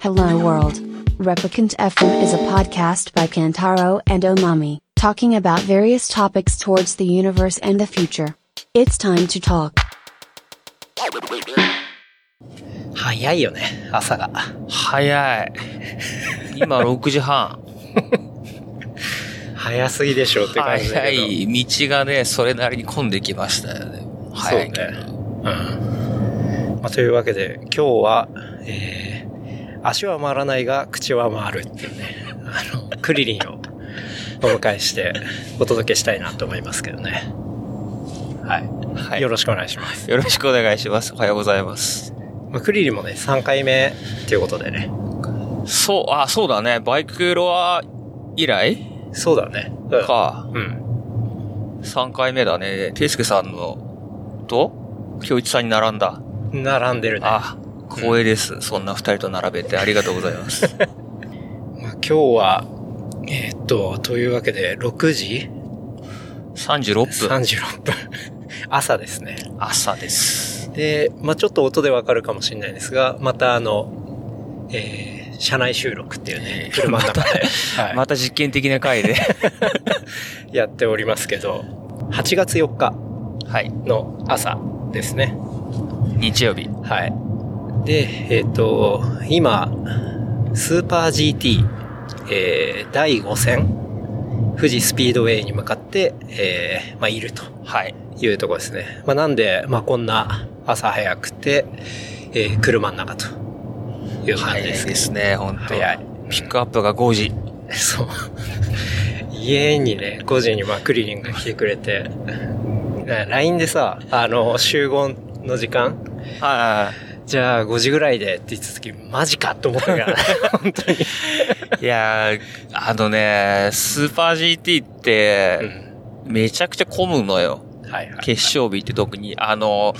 Hello World. Replicant FM is a podcast by Kantaro and Omami, talking about various topics towards the universe and the future. It's time to talk. 早いよね、朝が。早い。今6時半。早すぎでしょうって感じだ早けど。い道がね、それなりに混んできましたよね。早いけど。そうね。うん。まあ、というわけで、今日は、えー、足は回らないが、口は回るっていうね、 あの、クリリンをお迎えしてお届けしたいなと思いますけどね。はい。はいよろしくお願いします。よろしくお願いします。おはようございます。まあ、クリリンもね、3回目っていうことでね。そう、あ、そうだね。バイクロア以来そうだね。うん。か。うん。 3回目だね。ていすけさんの、と、京一さんに並んだ。並んでるね。あ、光栄です。そんな二人と並べてありがとうござ います。まあ、今日は、えーっと、というわけで、6時36分。 36分。朝ですね。朝です。で、まあちょっと音でわかるかもしれないですが、またあの、えー、車内収録っていうね、車の中で、はまた実験的な 回で。い、やっておりますけど、8月4日はい。の朝ですね。日曜日。はい。で、えっ、と、今、スーパー GT、えー、第5戦、富士スピードウェイに向かって、えー、まあいると。はい。いうところですね。まあ、なんで、まあ、こんな朝早くて、えー車の中という感じ早いでですすけど。ね、本当早い。ピックアップが5時。そう。 家にね、5時にまあクリリンが来てくれて、な LINE でさ、あの、集合の時間あじゃあ5時ぐらいでって言ってた時、マジかと思った から、本当に。あ。いやー、あのね、スーパー GT って、めちゃくちゃ混むのよ。うんはいはい。決勝日って特に。あの、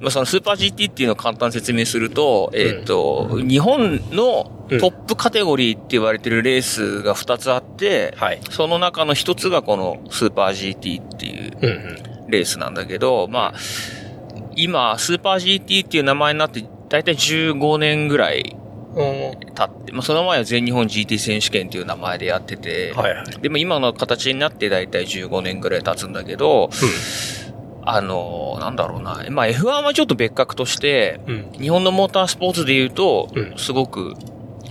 まあそのスーパー GT っていうのを簡単に説明すると、えっ、と、日本のトップカテゴリーって言われてるレースが2つあって、はい。その中の1つがこのスーパー GT っていううんうん。レースなんだけど、まあ、今、スーパー GT っていう名前になって、だいたい15年ぐらいお経って、まあ、その前は全日本 GT 選手権という名前でやってて、ーはいはい。でも今の形になってだいたい15年ぐらい経つんだけど、あのーなんだろうな、まあ、F1 はちょっと別格として、うん。うん。日本のモータースポーツで言うとう、んすごく、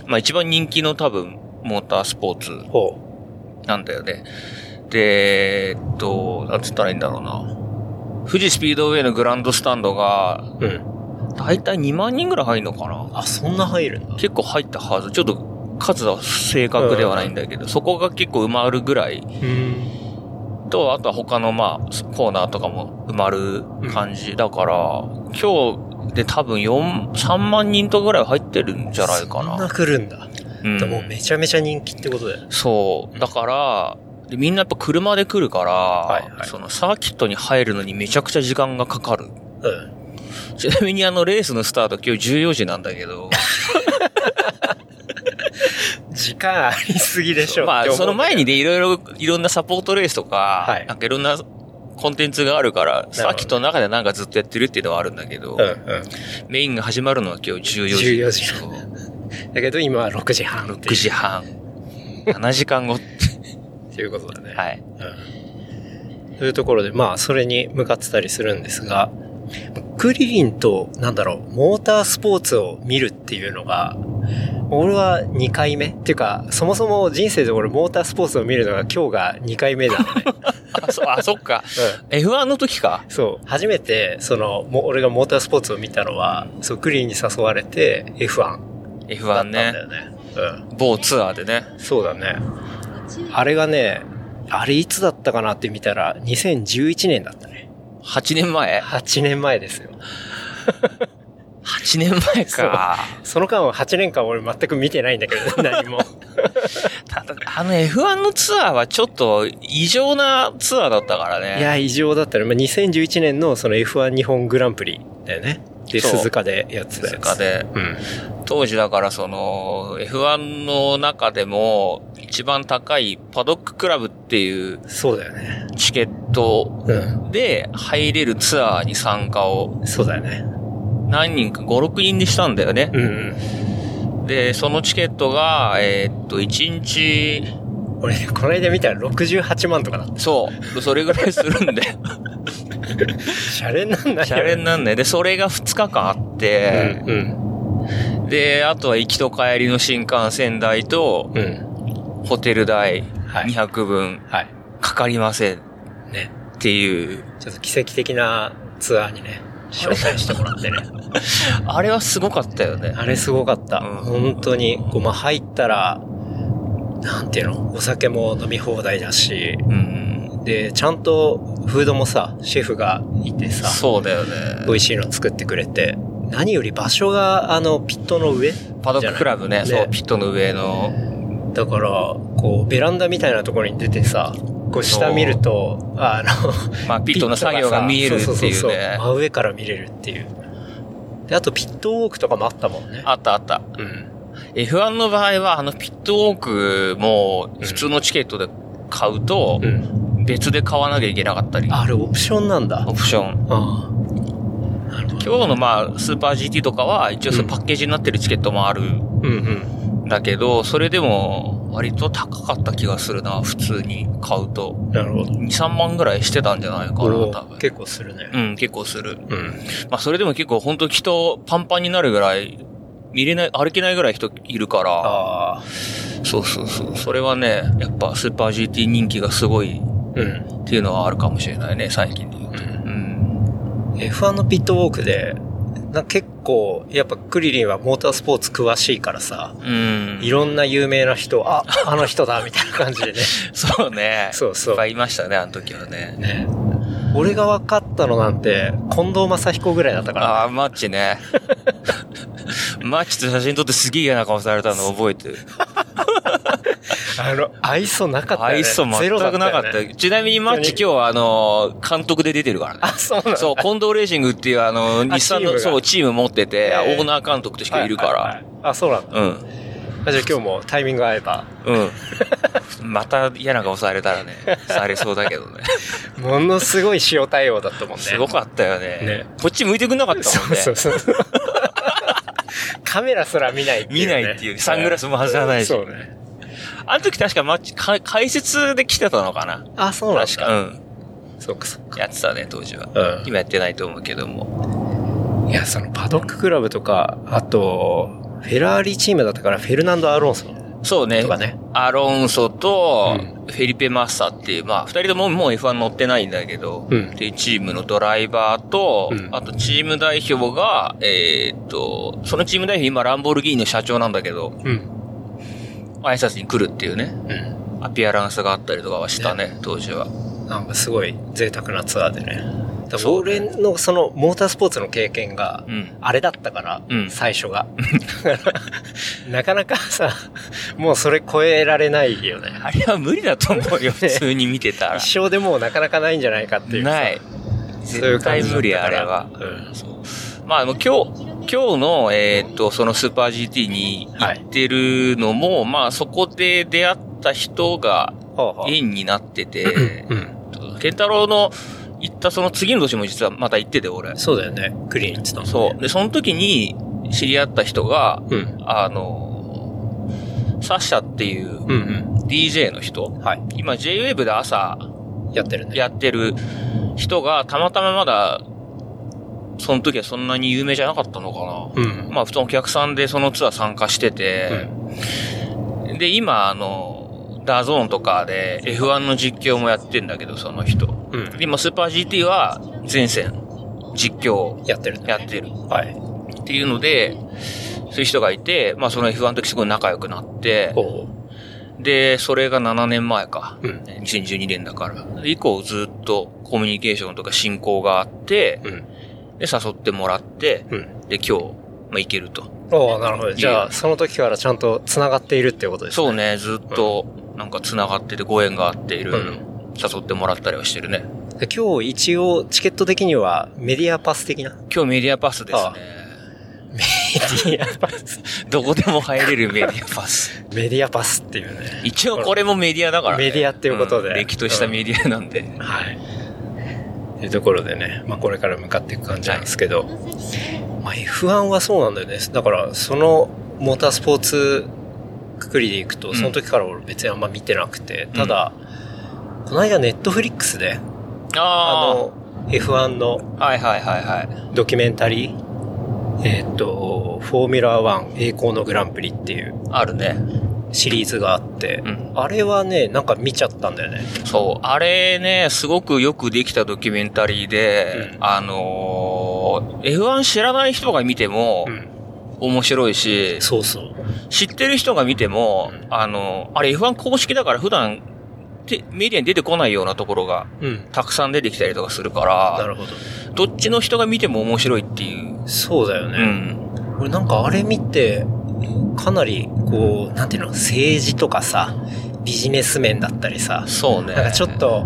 まあ一番人気の多分、モータースポーツほなんだよね。で、えっと、なんつったらいいんだろうな。富士スピードウェイのグランドスタンドが、う。うん。だいたい2万人ぐらい入るのかなあ、そんな入るんだ。結構入ったはず。ちょっと数は正確ではないんだけど、そこが結構埋まるぐらいうん。と、あとは他のまあ、コーナーとかも埋まる感じ。だから、今日で多分4、3万人とぐらい入ってるんじゃないかそな。んな来るんだ。うんでもめちゃめちゃ人気ってことだよ。そう。だから、でみんなやっぱ車で来るから、いはいそのサーキットに入るのにめちゃくちゃ時間がかかる。 うん。ちなみにあのレースのスタート今日14時なんだ けど。時間ありすぎでしょ。まあって思うその前にね、いろいろ、いろんなサポートレースとか、はいなんかいろんなコンテンツがあるから、どサーキットの中でなんかずっとやってるっていうのはあるんだけど、うんうん。メインが始まるのは今日14時。 14時そうだけど今は6時半って9い時半。7時間 後。うということだね。はい。うん。というところで、まあそれに向かってたりするんですが、クリリンと、なんだろう、モータースポーツを見るっていうのが、俺は2回目っていうか、そもそも人生で俺モータースポーツを見るのが今日が2回目だね。 あ、そ、あ、そっか。F1 の時か。そう。初めて、その、も俺がモータースポーツを見たのは、そう、クリリンに誘われて F1 だ F1 ったんだね。よね。うん。某ツアーでね。そうだね。あれがね、あれいつだったかなって見たら、2011年だったね。 8年前8年前ですよ。 8年前か。その間は8年間俺全く見てないんだけ ど、何も。ただ、あの F1 のツアーはちょっと異常なツアーだったからね。いや、異常だったね。まあ、2011年のその F1 日本グランプリだよね。で、そう鈴鹿でやってたやつ。鈴鹿。で。うん。当時だからその、F1 の中でも一番高いパドッククラブっていうそうだよね。チケットうで入れるツアーに参加をん。そうだよね。何人か5、6人でしたんだよね。うんうん。で、そのチケットが、えーっと、1日、俺、この間見たら68万とかだった。そう、それぐらいするんで、シャレになんないよねシャレになんね。で、それが2日間あって、うん、で、あとは行きと帰りの新幹線代と、うん、うん。ホテル代はい200分はい。かかりませんっね。ていう。ちょっと奇跡的なツアーにね、招待してもらってね。あれはすごかったよね。 あれすごかった。う本当に、こう、まあ、入ったら、なんていうの、お酒も飲み放題だし、うん。で、ちゃんとフードもさ、シェフがいてさ、そうだよね美。味しいの作ってくれて、何より場所が、あの、ピットの上パドッククラブね、じゃなそ、いうピットの上の。だから、こう、ベランダみたいなところに出てさ、こう、下見ると、あの、まあ、ピットの作業が見えるってそそいうそね。真上から見れるっていう。で、あと、ピットウォークとかもあったもんね。あったあった。うん。 F1 の場合は、あの、ピットウォークも、普通のチケットで買うとう、ん。別で買わなきゃいけなかったり、あれ、オプションなんだ。オプション。ああ。なるほど。今日のまあ、スーパー GT とかは、一応そのパッケージになってるチケットもあるんうんうん。だけど、それでも、割と高かった気がするな、普通に買うと。なるほど。 2、3万ぐらいしてたんじゃないかな、お多ー分。結構するね。うん、結構する。うん。まあ、それでも結構本当人パンパンになるぐらい、見れない、歩けないぐらい人いるから、ああ。そうそうそう。それはね、やっぱスーパー GT 人気がすごいっうん。ていうのはあるかもしれないね、最近で言うと。うん。 F1 のピットウォークで、なんか結構、やっぱクリリンはモータースポーツ詳しいからさ、うん。いろんな有名な人、あ、あの人だ、みたいな感じで ね。そうね。そうそういっぱいいましたね、あの時はね。ね俺が分かったのなんて、近藤正彦ぐらいだったから。ああ、マッチ ね。マッチと写真撮ってすげえ嫌な顔されたの覚えてる。あの、愛想なかったよね。愛想全くなかったよねよ。ちなみにマッチ今日はあの、監督で出てるからね。あ、そうなんだ。そう、近藤レーシングっていうあの、日産チームの、がそう、チーム持ってて、ええオーナー監督としているかはいはいはら。いあ、そうなんだ。うん。あじゃあ今日もタイミング合えば。うん。 また嫌な顔されたらね、されそうだけど ね。ものすごい塩対応だったもんね。すごかったよねね。こっち向いてくんなかったもんね。そう そうそう。カメラすら見ないっていう、見ね。ないっていう。サングラスも外さないしそう。ね。あの時確かマッチ、か解説で来てたのかなあ、そうなんだ。確か。うん。そうかそうか。やってたね、当時は。うん今やってないと思うけども。いや、そのパドッククラブとか、あと、フェラーリチームだったから、フェルナンド・アロンソそうねと。かね。アロンソとう、フェリペ・マッサっていう、まあ、二人とももう F1 乗ってないんだけど、うんっていうチームのドライバーと、うんあとチーム代表が、えーっと、そのチーム代表今ランボルギーニの社長なんだけど、うん。挨拶に来るっていうね、うん。アピアランスがあったりとかはしたね、当時は。なんかすごい贅沢なツアーでね。だからそう俺のそのモータースポーツの経験がう、ん。あれだったから、うん最初が。 なかなかさ、もうそれ超えられないよね。あれは無理だと思 うよ、普通に見てたら。一生でもうなかなかないんじゃないかっていうさ。ない。そういう絶感対じだ無理、ったあかれらは。そうまあ、あの今日、今日の、えーっと、そのスーパー GT に行ってるのも、まあ、そこで出会った人がほうほう縁になってて、うん。ケンタロウの行ったその次の年も実はまた行ってて、俺。そうだよね。クリーンって言ったもそんう。ね。で、その時に知り合った人が、う。うん。あの、サッシャっていううん。 DJ の人、はい。今 JWave で朝やってるね。やってる人が、たまたままだ、その時はそんなに有名じゃなかったのかうんな。。まあ、普通のお客さんでそのツアー参加してうて、んで、今、あの、ダゾーンとかで F1 の実況もやってんだけど、その人。うん。で今、スーパー GT は前線、実況やってるね。やってる。はい。っていうので、そういう人がいて、まあ、その F1 の時すごい仲良くなって、ほで、それが7年前か。う。うん。 2012年だから。以降ずっとコミュニケーションとか進行があって、うん。で、誘ってもらって、うん。で、今日、まあ、行けると。おーなるほど。じゃいあ、その時からちゃんと繋がっているってことですね。そうね、ずっと、なんか繋がってて、ご縁があって、いろいろ誘ってもらったりはしてるね。で今日一応チケット的にはメディアパス的なメ今日メディアパスですあね。ディアパスどこでも入れるメディア パス。メディアパスっていうね。一応これもメディアだから、メディアっていうことでんれっきとしたメディアなんで。はい。というところでね、まあこれから向かっていく感じなんですけど、まあ F1 はそうなんだよね。だからそのモータースポーツくくりでいくうと、んその時から俺別にあんま見てなくて、ただ、この間ネットフリックスで、ああの、F1 のあ。はいはいはいはい。ドキュメンタリー、えーっと、フォーミュラー1栄光のグランプリっていうあるね。シリーズがあってう、ん。あれはね、なんか見ちゃったんだよね。そう。あれね、すごくよくできたドキュメンタリーで、うんあのー F1 知らない人が見てもうん。面白いし、そうそう。知ってる人が見てもうん、あの、あれ F1 公式だから普段、てメディアに出てこないようなところがうん。たくさん出てきたりとかするかなら、るほど。どっちの人が見ても面白いっていう。そうだようね。ん。俺なんかあれ見て、かなり、こう、なんていうの、政治とかさ、ビジネス面だったりさ、そうね。なんかちょっ。と、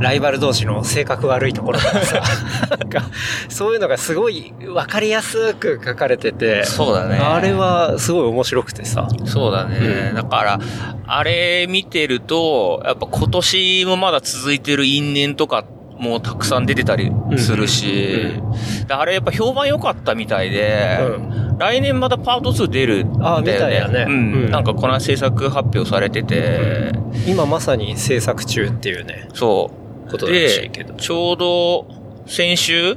ライバル同士の性格悪いところとかさ、 なんか、そういうのがすごい分かりやすく書かれてて、そうだね。あれはすごい面白くてさ、そうだね。うんだから、あれ見てると、やっぱ今年もまだ続いてる因縁とかもたくさん出てたりするし、であれやっぱ評判良かったみたいで、うん。来年またパート2出るんあみたいだねう。うんんなんかこの制作発表されてて、今まさに制作中っていうね、そことう。らしいでけど、。ちょうど先う週ん。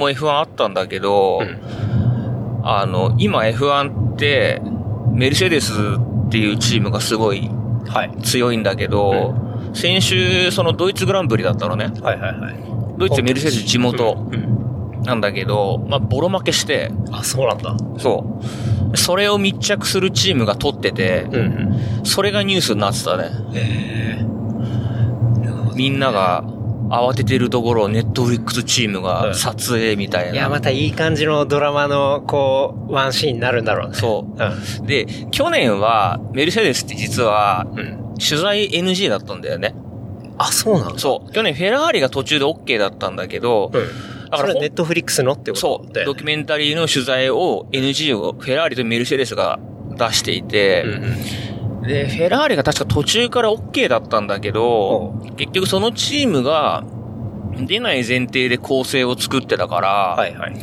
も F1 あったんだけど、うんあの、今 F1 って、メルセデスっていうチームがすごいはい。強いんだけど、先週、そのドイツグランプリだったのね。はいはいはい。ドイツメルセデス地元うん。うんなんだけど、まあ、ボロ負けして、あ、そうなんだ。そう。それを密着するチームが取ってて、うんうん。それがニュースになってたね。えみんなが慌ててるところをネットフリックスチームうがん撮影みたいいや、な。またいい感じのドラマの、こう、ワンシーンになるんだろうね。。そうう。で、去年は、メルセデスって実は、うん。うん。取材 NG だったんだよね。あ、そうなんだ。そう。去年フェラーリが途中で OK だったんだけど、うん。だそかれらほはんネットフリックスのってことそう、だよドねキュメンタリーの取材を NG をフェラーリとメルセデスが出していて、うんうん。で、フェラーリが確か途中から OK だったんだけど、結局そのチームが出ない前提で構成を作ってたから、はいはい。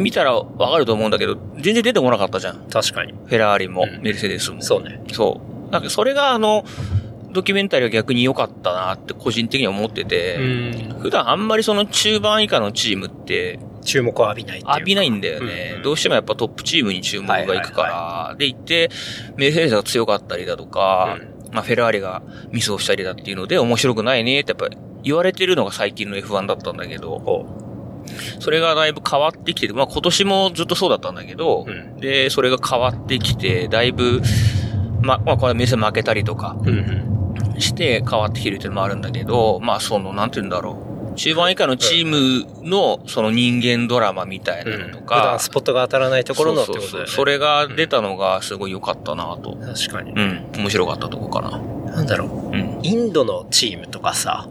見たらわかると思うんだけど、全然出てこなかったじゃん。確かに。フェラーリもう、んメルセデスも。そうね。そう。なんかそれがあの、ドキュメンタリーは逆に良かったなって個人的には思ってうて、ん。普段あんまりその中盤以下のチームって注目を浴びないっていう。浴びないんだよね。うんどうしてもやっぱトップチームに注目がいくから。で、行って、メルセデスが強かったりだとか、まあ、フェラーリがミスをしたりだっていうので、面白くないねってやっぱ言われてるのが最近の F1 だったんだけど、おうそれがだいぶ変わってきてて、まあ今年もずっとそうだったんだけど、うんで、それが変わってきて、だいぶ、まあ、まあ、これはメルセデス負けたりとかうんうん。して変わってきてるっていうのもあるんだけど、まあその、なんて言うんだろう。中盤以下のチームの、その人間ドラマみたいなうん。のと普か、段スポットが当たらないところのってことだそうよね。そうそうそれが出たのがすごい良かったなと。確かにう。ん。面白かったとこかな。なんだろう。うん。インドのチームとかさ、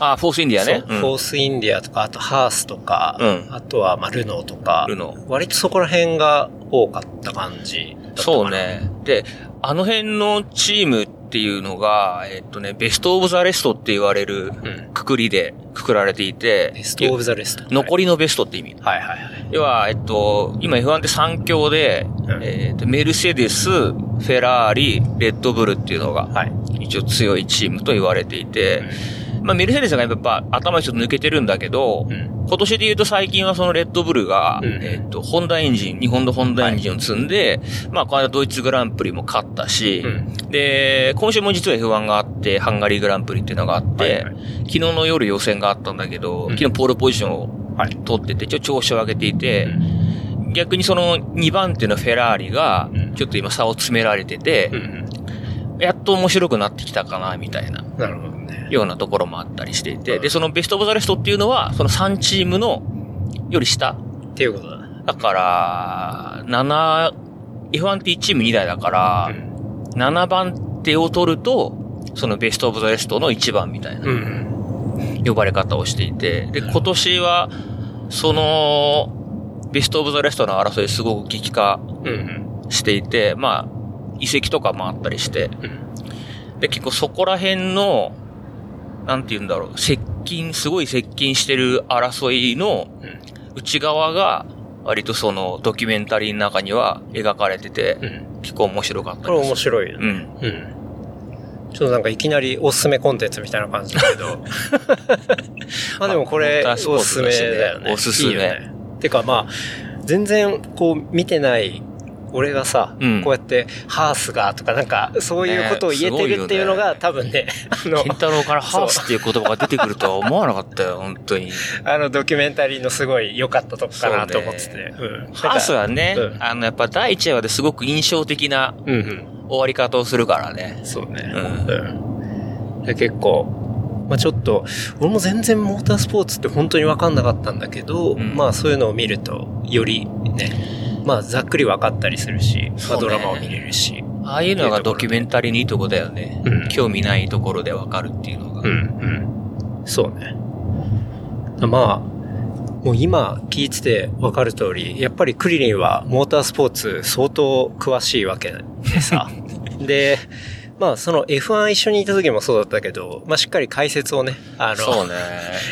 あ、フォースインディアね。そうフォースインディアとか、あとハースとか、うんあとはまあルノーとか、ルノー割とそこら辺が多かった感じだったかなそう。ね。で、あの辺のチームっていうのが、えっとね、ベストオブザレストって言われるうん。くくりでくくられていて、ベストオブザレスト。残りのベストって意味。はいはいはい。要は、えっと、今 F1 って3強で、うんえっと、メルセデス、フェラーリ、レッドブルっていうのが、はい。一応強いチームと言われていて、まあメルセデスがやっぱ頭一つ抜けてるんだけど、うん。今年で言うと最近はそのレッドブルが、うんえっと、ホンダエンジン、日本のホンダエンジンを積んで、まあ、この間ドイツグランプリも勝ったし、うんで、今週も実は F1 があって、ハンガリーグランプリっていうのがあって、はいはい昨日の夜予選があったんだけど、うん昨日ポールポジションをはい。取ってて、ちょっと調子を上げていて、うん逆にその2番手のフェラーリがうん、ちょっと今差を詰められててう、ん。やっと面白くなってきたかな、みたいな。なるほどね。ようなところもあったりしていて、うんで、そのベストオブザレストっていうのは、その3チームのより下っていうことだな。だから、7、F1 って1チーム2台だから、うん7番手を取ると、そのベストオブザレストの1番みたいなうん。呼ばれ方をしていて、で、今年は、その、ベストオブザレストの争いすごく激化うん。うん。していて、まあ、遺跡とかもあったりして、うん。で、結構そこら辺の、なんて言うんだろう、接近、すごい接近してる争いのうん内側が、割とそのドキュメンタリーの中には描かれてて、うん。結構面白かったです。これ面白い。ううん。ん。ちょっとなんかいきなりおすすめコンテンツみたいな感じだけ ど。まあでもこれまあおすすめだよね。おすすめいいよねてかまあ、全然こう見てない俺がさ、うんこうやってハースがとかなんかそういうことを言えてるっていうのが、ね多分ね、あのケン、タロウからハースっていう言葉が出てくるとは思わなかったよ、本当に。あのドキュメンタリーのすごい良かったとこかなと思ってそて。うねうん。ハースはね、うんあの、やっぱ第1話ですごく印象的なうんうん。終わり方をするからね。そうね。うん。うん。で、結構、まあちょっと、俺も全然モータースポーツって本当に分かんなかったんだけど、うんまあそういうのを見ると、よりね、まあざっくり分かったりするし、まそあうねドラマを見れるし。ああいうのがドキュメンタリーのいいとこだよね。うん興味ないところでわかるっていうのが。うん、うん。そうね。まあ、もう今聞いてて分かる通り、やっぱりクリリンはモータースポーツ相当詳しいわけで さ。で、まあその F1 一緒にいた時もそうだったけど、まあしっかり解説をね、あの、そうね。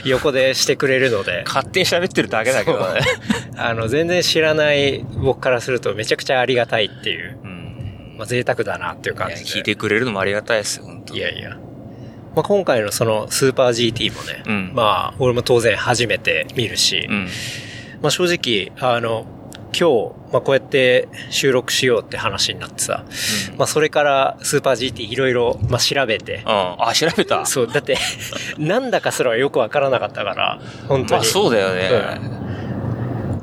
横でしてくれるので、 勝手に喋ってるだけだけどね。あの、全然知らない僕からするとめちゃくちゃありがたいっていう、うんまあ、贅沢だなっていう感いやじで。聞いてくれるのもありがたいですよ、本当いやいや。まあ、今回のそのスーパー GT もね、うんまあ、俺も当然初めて見るし、うん。まあ、正直、あの、今日、まあ、こうやって収録しようって話になってさ、まあ、それからスーパー GT いろいろ、まあ、調べて、うん。あ、調べたそう、だ って、なんだかすらよくわからなかったから、本当まに。あそうだよね。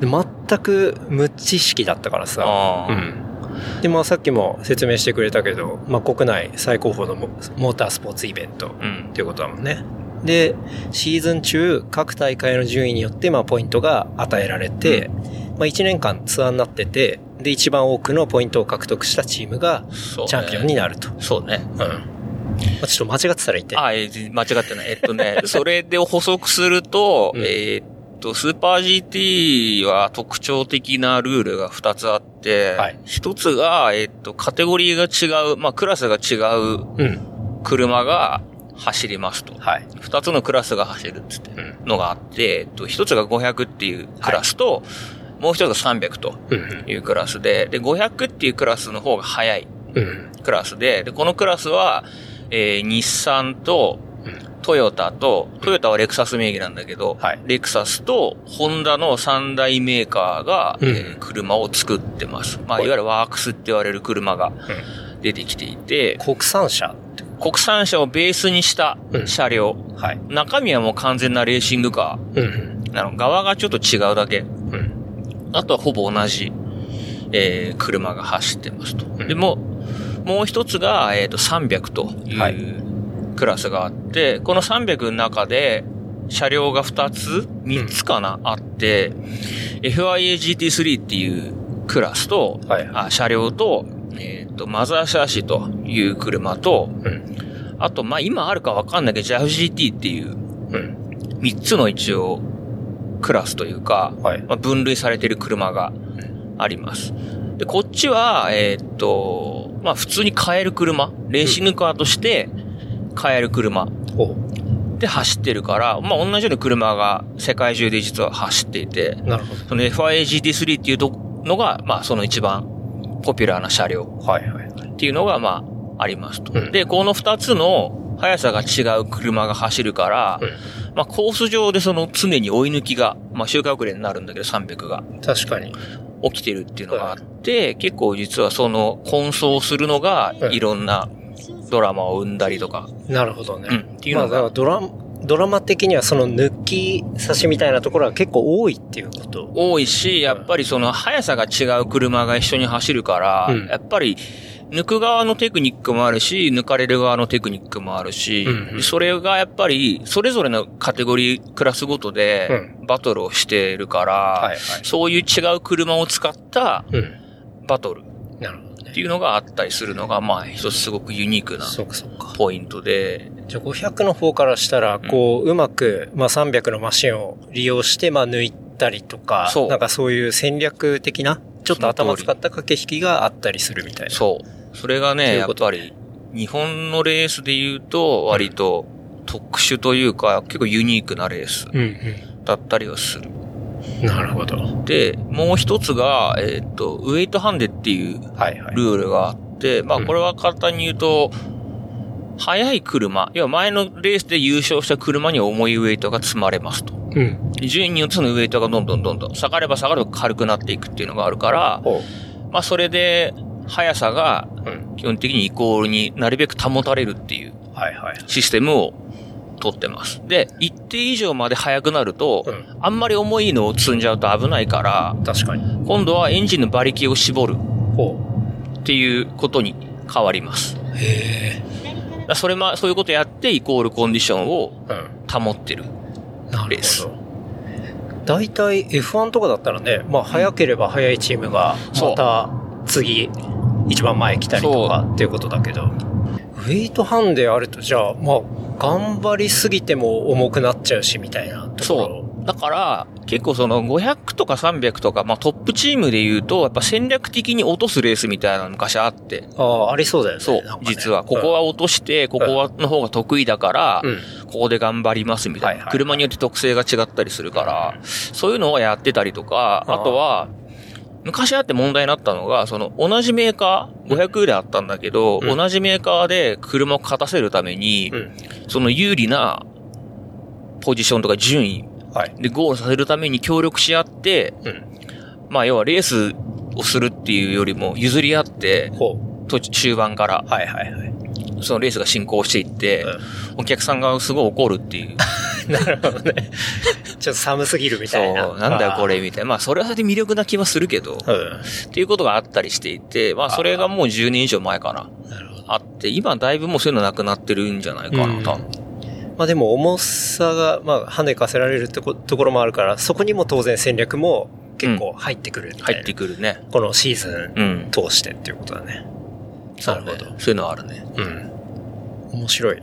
で全く無知識だったからさ、ああうん、でまあさっきも説明してくれたけど、まあ、国内最高峰のモモータースポーツイベントっうん。ていうことだもんねでシーズン中各大会の順位によってまあポイントが与えられて、まあ、1年間ツアーになっててで一番多くのポイントを獲得したチームがそうねチャンピオンになるとう、そうね。んまあ、ちょっと間違ってたら言ってあ、えー間違って ない。えっとね、それで補足すると、うんえーっと、スーパー GT は特徴的なルールが2つあって、はい1つが、えーっと、カテゴリーが違う、まあ、クラスが違ううん車が走りますと。はい2つのクラスが走るっつってうんのがあって、えっと、1つが500っていうクラスと、もう1つが300とうんいうクラスで、で、500っていうクラスの方が速いうんクラスで、で、このクラスは、えー日産とうんトヨタと、トヨタはレクサス名義なんだけど、はいレクサスとホンダの三大メーカーが、うんえー車を作ってます。まあ、はいいわゆるワークスって言われる車が出てきていて、国産車国産車をベースにした車両、はい中身はもう完全なレーシングカうんー、あの、側がちょっと違うだけ、うんあとはほぼ同じ、えー車が走ってますと。んでも、もう一つが、えっ、と、300とはいいうクラスがあって、この300の中で、車両が2つ ?3 つかな、あって、FIA GT3 っていうクラスと、はいあ車両と、えっ、と、マザーシャーシという車と、うんあと、まあ、今あるかわかんないけど、JAFGT っていううん3つの一応、クラスというか、はいまあ、分類されてる車があります。で、こっちは、えーっと、まあ普通に買える車、レーシングカーとして買える車おで走ってるから、まあ同じような車が世界中で実は走っていて、なるほどその FIA GT3 っていうとのが、まあその一番ポピュラーな車両はいはいっていうのが、まあありますうと。んで、この二つの速さが違う車が走るから、まあコース上でその常に追い抜きが、まあ周回遅れになるんだけど300が。確かに。起きてるっていうのがあって、結構実はその混走するのがうんいろんなドラマを生んだりとか、なるほどね。うんっていうのまあ、がだからドラマ、ドラマ的にはその抜き差しみたいなところが結構多いっていうこと。多いし、やっぱりその速さが違う車が一緒に走るから、うんやっぱり抜く側のテクニックもあるし、抜かれる側のテクニックもあるし、うんうんそれがやっぱりそれぞれのカテゴリー、クラスごとでバトルをしてるから、い。そういう違う車を使ったうん。バトルなるほどねっ。ていうのがあったりするのが、まあ一つすごくユニークなそうかそうか。ポイントで、じゃあ500の方からしたら、こう、うまく、まあ300のマシンを利用して、まあ抜いたりとか、そうなんかそういう戦略的な、ちょっと頭使った駆け引きがあったりするみたいな。そう。それがとね、いやうっことぱり、日本のレースで言うと、割と特殊というか、結構ユニークなレースうんうん。だったりはする。なるほど。はで、もう一つが、えーっと、ウェイトハンデっていういはい。ルールがあって、まあうんこれは簡単に言うと、速い車、要は前のレースで優勝した車に重いウェイトが積まれますと。うん。順位によってそのウェイトがどんどんどんどん下がれば下がると軽くなっていくっていうのがあるから、ほまあそれで速さがう。うん。基本的にイコールになるべく保たれるっていうはいはい。システムを取ってます。で、一定以上まで速くなると、うん。あんまり重いのを積んじゃうと危ないから、確かに。今度はエンジンの馬力を絞るほっていうことに変わります。う。へえ。だからそれま、そういうことやってイコールコンディションをうん。保ってる。なレるースほど。大体 F1 とかだったらね、まあ早ければ早いチームが、そうまた次、一番前来たりとかっていうことだけど、ウェイトハンデあるとじゃあ、まあ頑張りすぎても重くなっちゃうしみたいなところ。だから、結構その500とか300とか、まあトップチームで言うと、やっぱ戦略的に落とすレースみたいなの昔あって。ああ、ありそうだよね。そうなんか、ね実は。ここ、は落として、ここは、の方が得意だからう、ん。ここで頑張りますみたいはいな。はい車によって特性が違ったりするから、そういうのをやってたりとか、あーあとは、昔あって問題になったのが、その、同じメーカー、500よりあったんだけど、うん同じメーカーで車を勝たせるためにう、ん。その有利なポジションとか順位はい。でゴールさせるために協力し合って、うん。まあ要はレースをするっていうよりも譲り合って、ほ途中中盤からう。はいはいはい。 そのレースが進行していって、お客さんがすごい怒るっていう。なるほどね。 ちょっと寒すぎるみそ、たいうな。なんだよこれみたいな。まあそれはそれで魅力な気はするけど、あっていうことがあったりしていて、まあそれがもう10年以上前かな。ー。うん。なるほど。あって、今だいぶもうそういうのなくなってるんじゃないかうんな、多分。まあでも重さが、まあ、跳ねかせられるってこところもあるから、そこにも当然戦略も結構入ってくるみたいな。入ってくるね。このシーズうんン。通してっていうことだね。そうだねなるほどそういうのはあるね。うん。面白いね。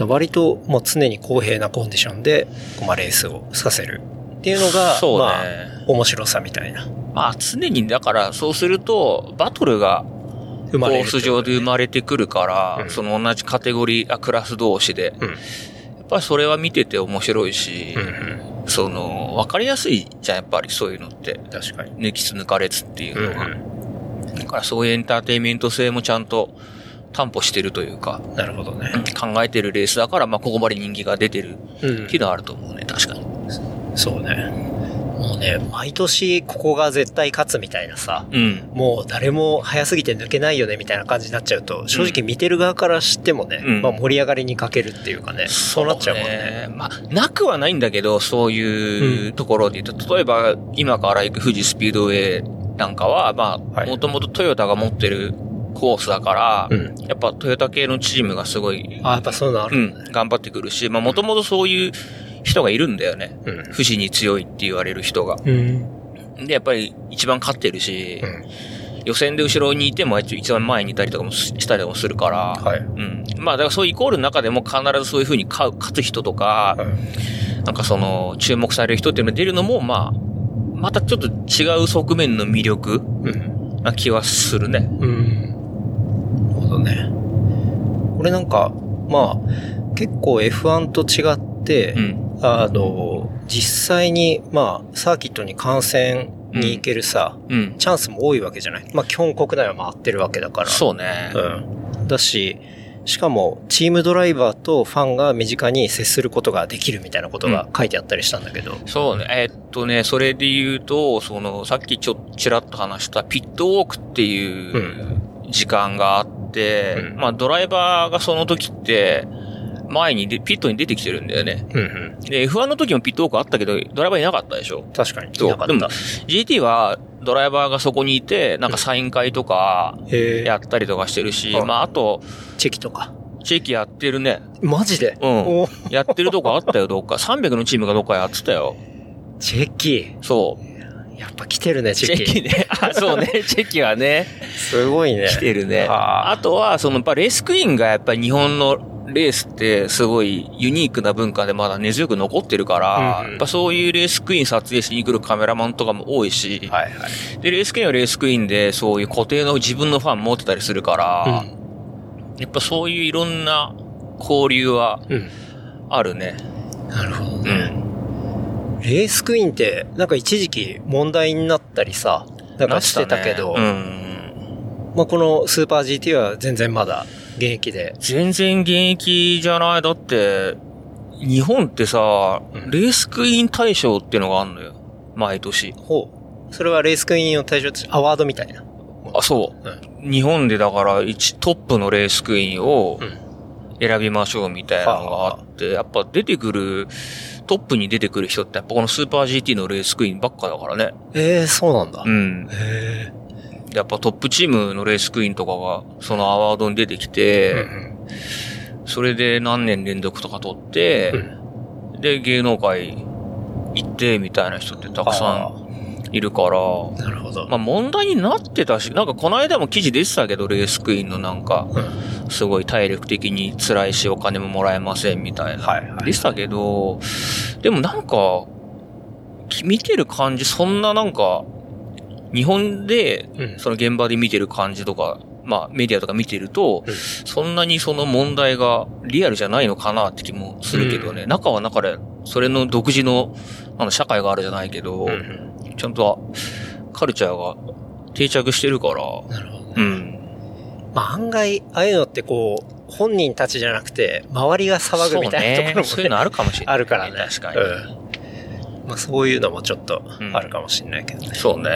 うん。割と、まあ常に公平なコンディションで、まあレースをさせるっていうのが、そうまあ、ね。面白さみたいな。まあ常に、だからそうすると、バトルが生コまれーるってこスと上ねで生まれてくるから、うんその同じカテゴリー、あクラス同士で、うんやっぱりそれは見てて面白いし、うんうん。その、わかりやすいじゃん、やっぱりそういうのって。確かに。抜きつ抜かれつっていううんうのが。ん。だからそういうエンターテインメント性もちゃんと担保してるというか、なるほどね。考えてるレースだから、まあ、ここまで人気が出てるうんっていうのはあると思うね、確かに。そうね。もうね、毎年ここが絶対勝つみたいなさ、うん。もう誰も早すぎて抜けないよねみたいな感じになっちゃうと、正直見てる側からしてもね、うんまあ盛り上がりに欠けるっていうかね、そうなっちゃうもんね。そうまあ、なくはないんだけど、そういうところで言うと、例えば、今から行く富士スピードウェイなんかは、まはあ、いもともとトヨタが持ってるコースだから、うん。やっぱトヨタ系のチームがすごい、あ、やっぱそういうのあうるんだん、頑張ってくるし、まあ、もともとそういう人がいるんだよね。うん。富士に強いって言われる人が。うん。で、やっぱり一番勝ってるし、うん。予選で後ろにいても一番前にいたりとかもししたりもするから、はい。うん。まあ、だからそういうイコールの中でも必ずそういう風に勝う勝つ人とか、なんかその、注目される人っていうのが出るのも、まあ、またちょっと違う側面の魅う力ん。な気はするね。うん。なるほどね。これなんか、まあ、結構 F1 と違って、うん。あの、実際に、まあ、サーキットに観戦に行けるさ、うん。チャンスも多いわけじゃない。まあ基本国内は回ってるわけだから。そうね。うん。だし、しかもチームドライバーとファンが身近に接することができるみたいなことが書いてあったりしたんだけど。そうね。えーっとね、それで言うと、その、さっきちょっとちらっと話したピットウォークっていう時間があって、うんまあドライバーがその時って、前にでピットに出てきてるんだよね。うんうん。で、F1 の時もピットウォークあったけど、ドライバーいなかったでしょ確かに。いそうなかでっもた。、 GT はドライバーがそこにいて、なんかサイン会とかへえやったりとかしてるし、うんまああと、チェキとか。地域やってるね。マジでうんおやってるとこあったよ、どっか。300のチームがどっかやってたよ。チェキ。そう。やっぱ来てるね、チチェェキ。キね。あ、そうね。チェキはね、すごいね。来てるね。ああとは、そのやっぱレースクイーンがやっぱり日本のレースってすごいユニークな文化でまだ根強く残ってるから、うんうんやっぱそういうレースクイーン撮影しに来るカメラマンとかも多いし、はいはい。で、レースクイーンはレースクイーンで、そういう固定の自分のファン持ってたりするから、やっぱそういういろんな交流はうん。あるね。なるほどうね。ん。レースクイーンって、なんか一時期問題になったりさ、なんかしてたけど、なってたねうん。まあこのスーパー GT は全然まだ現役で。全然現役じゃない。だって、日本ってさ、うんレースクイーン大賞ってのがあんのよ。毎年。ほう。それはレースクイーンを対象としてアワードみたいな。あ、そう。日本でだから一、トップのレースクイーンをうん選びましょうみたいなのがあって、やっぱ出てくる、トップに出てくる人ってやっぱこのスーパー GT のレースクイーンばっかだからね。ええそうなんだ。うん。へやっぱトップチームのレースクイーンとかが、そのアワードに出てきて、えうんそれで何年連続とか取って、うんで、芸能界行って、みたいな人ってたくさあんいるから、あなるほど。まあ問題になってたし、なんかこの間も記事出てたけど、レースクイーンのなんか、うんすごい体力的に辛いし、お金ももらえませんみたいな。はいはいでしたけど、でもなんか、き見てる感じ、そんななんか、日本で、うんその現場で見てる感じとか、まあメディアとか見てると、うんそんなにその問題がリアルじゃないのかなって気もするけどね、中は中で、それの独自の、あの、社会があるじゃないけど、うんうんちゃんとカルチャーが定着してるから、なるほど。うん。まあ案外、ああいうのってこう、本人たちじゃなくて、周りが騒ぐみたいなところも、そうねそういうのあるかもしれない。あるからね。確かに。うんまあそういうのもちょっとあるかもしれないけどね。そうね。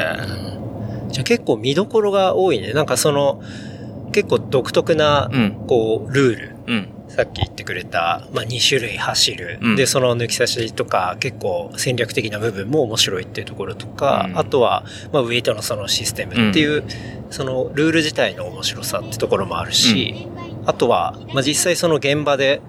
じゃあ結構見どころが多いね。なんかその、結構独特なう、ん。こう、ルール。うん。さっき言ってくれた、まあ、2種類走る、うんでその抜き差しとか結構戦略的な部分も面白いっていうところとか、うんあとは、まあ、ウェイトのそのシステムっていう、そのルール自体の面白さってところもあるし、あとは、まあ、実際その現場で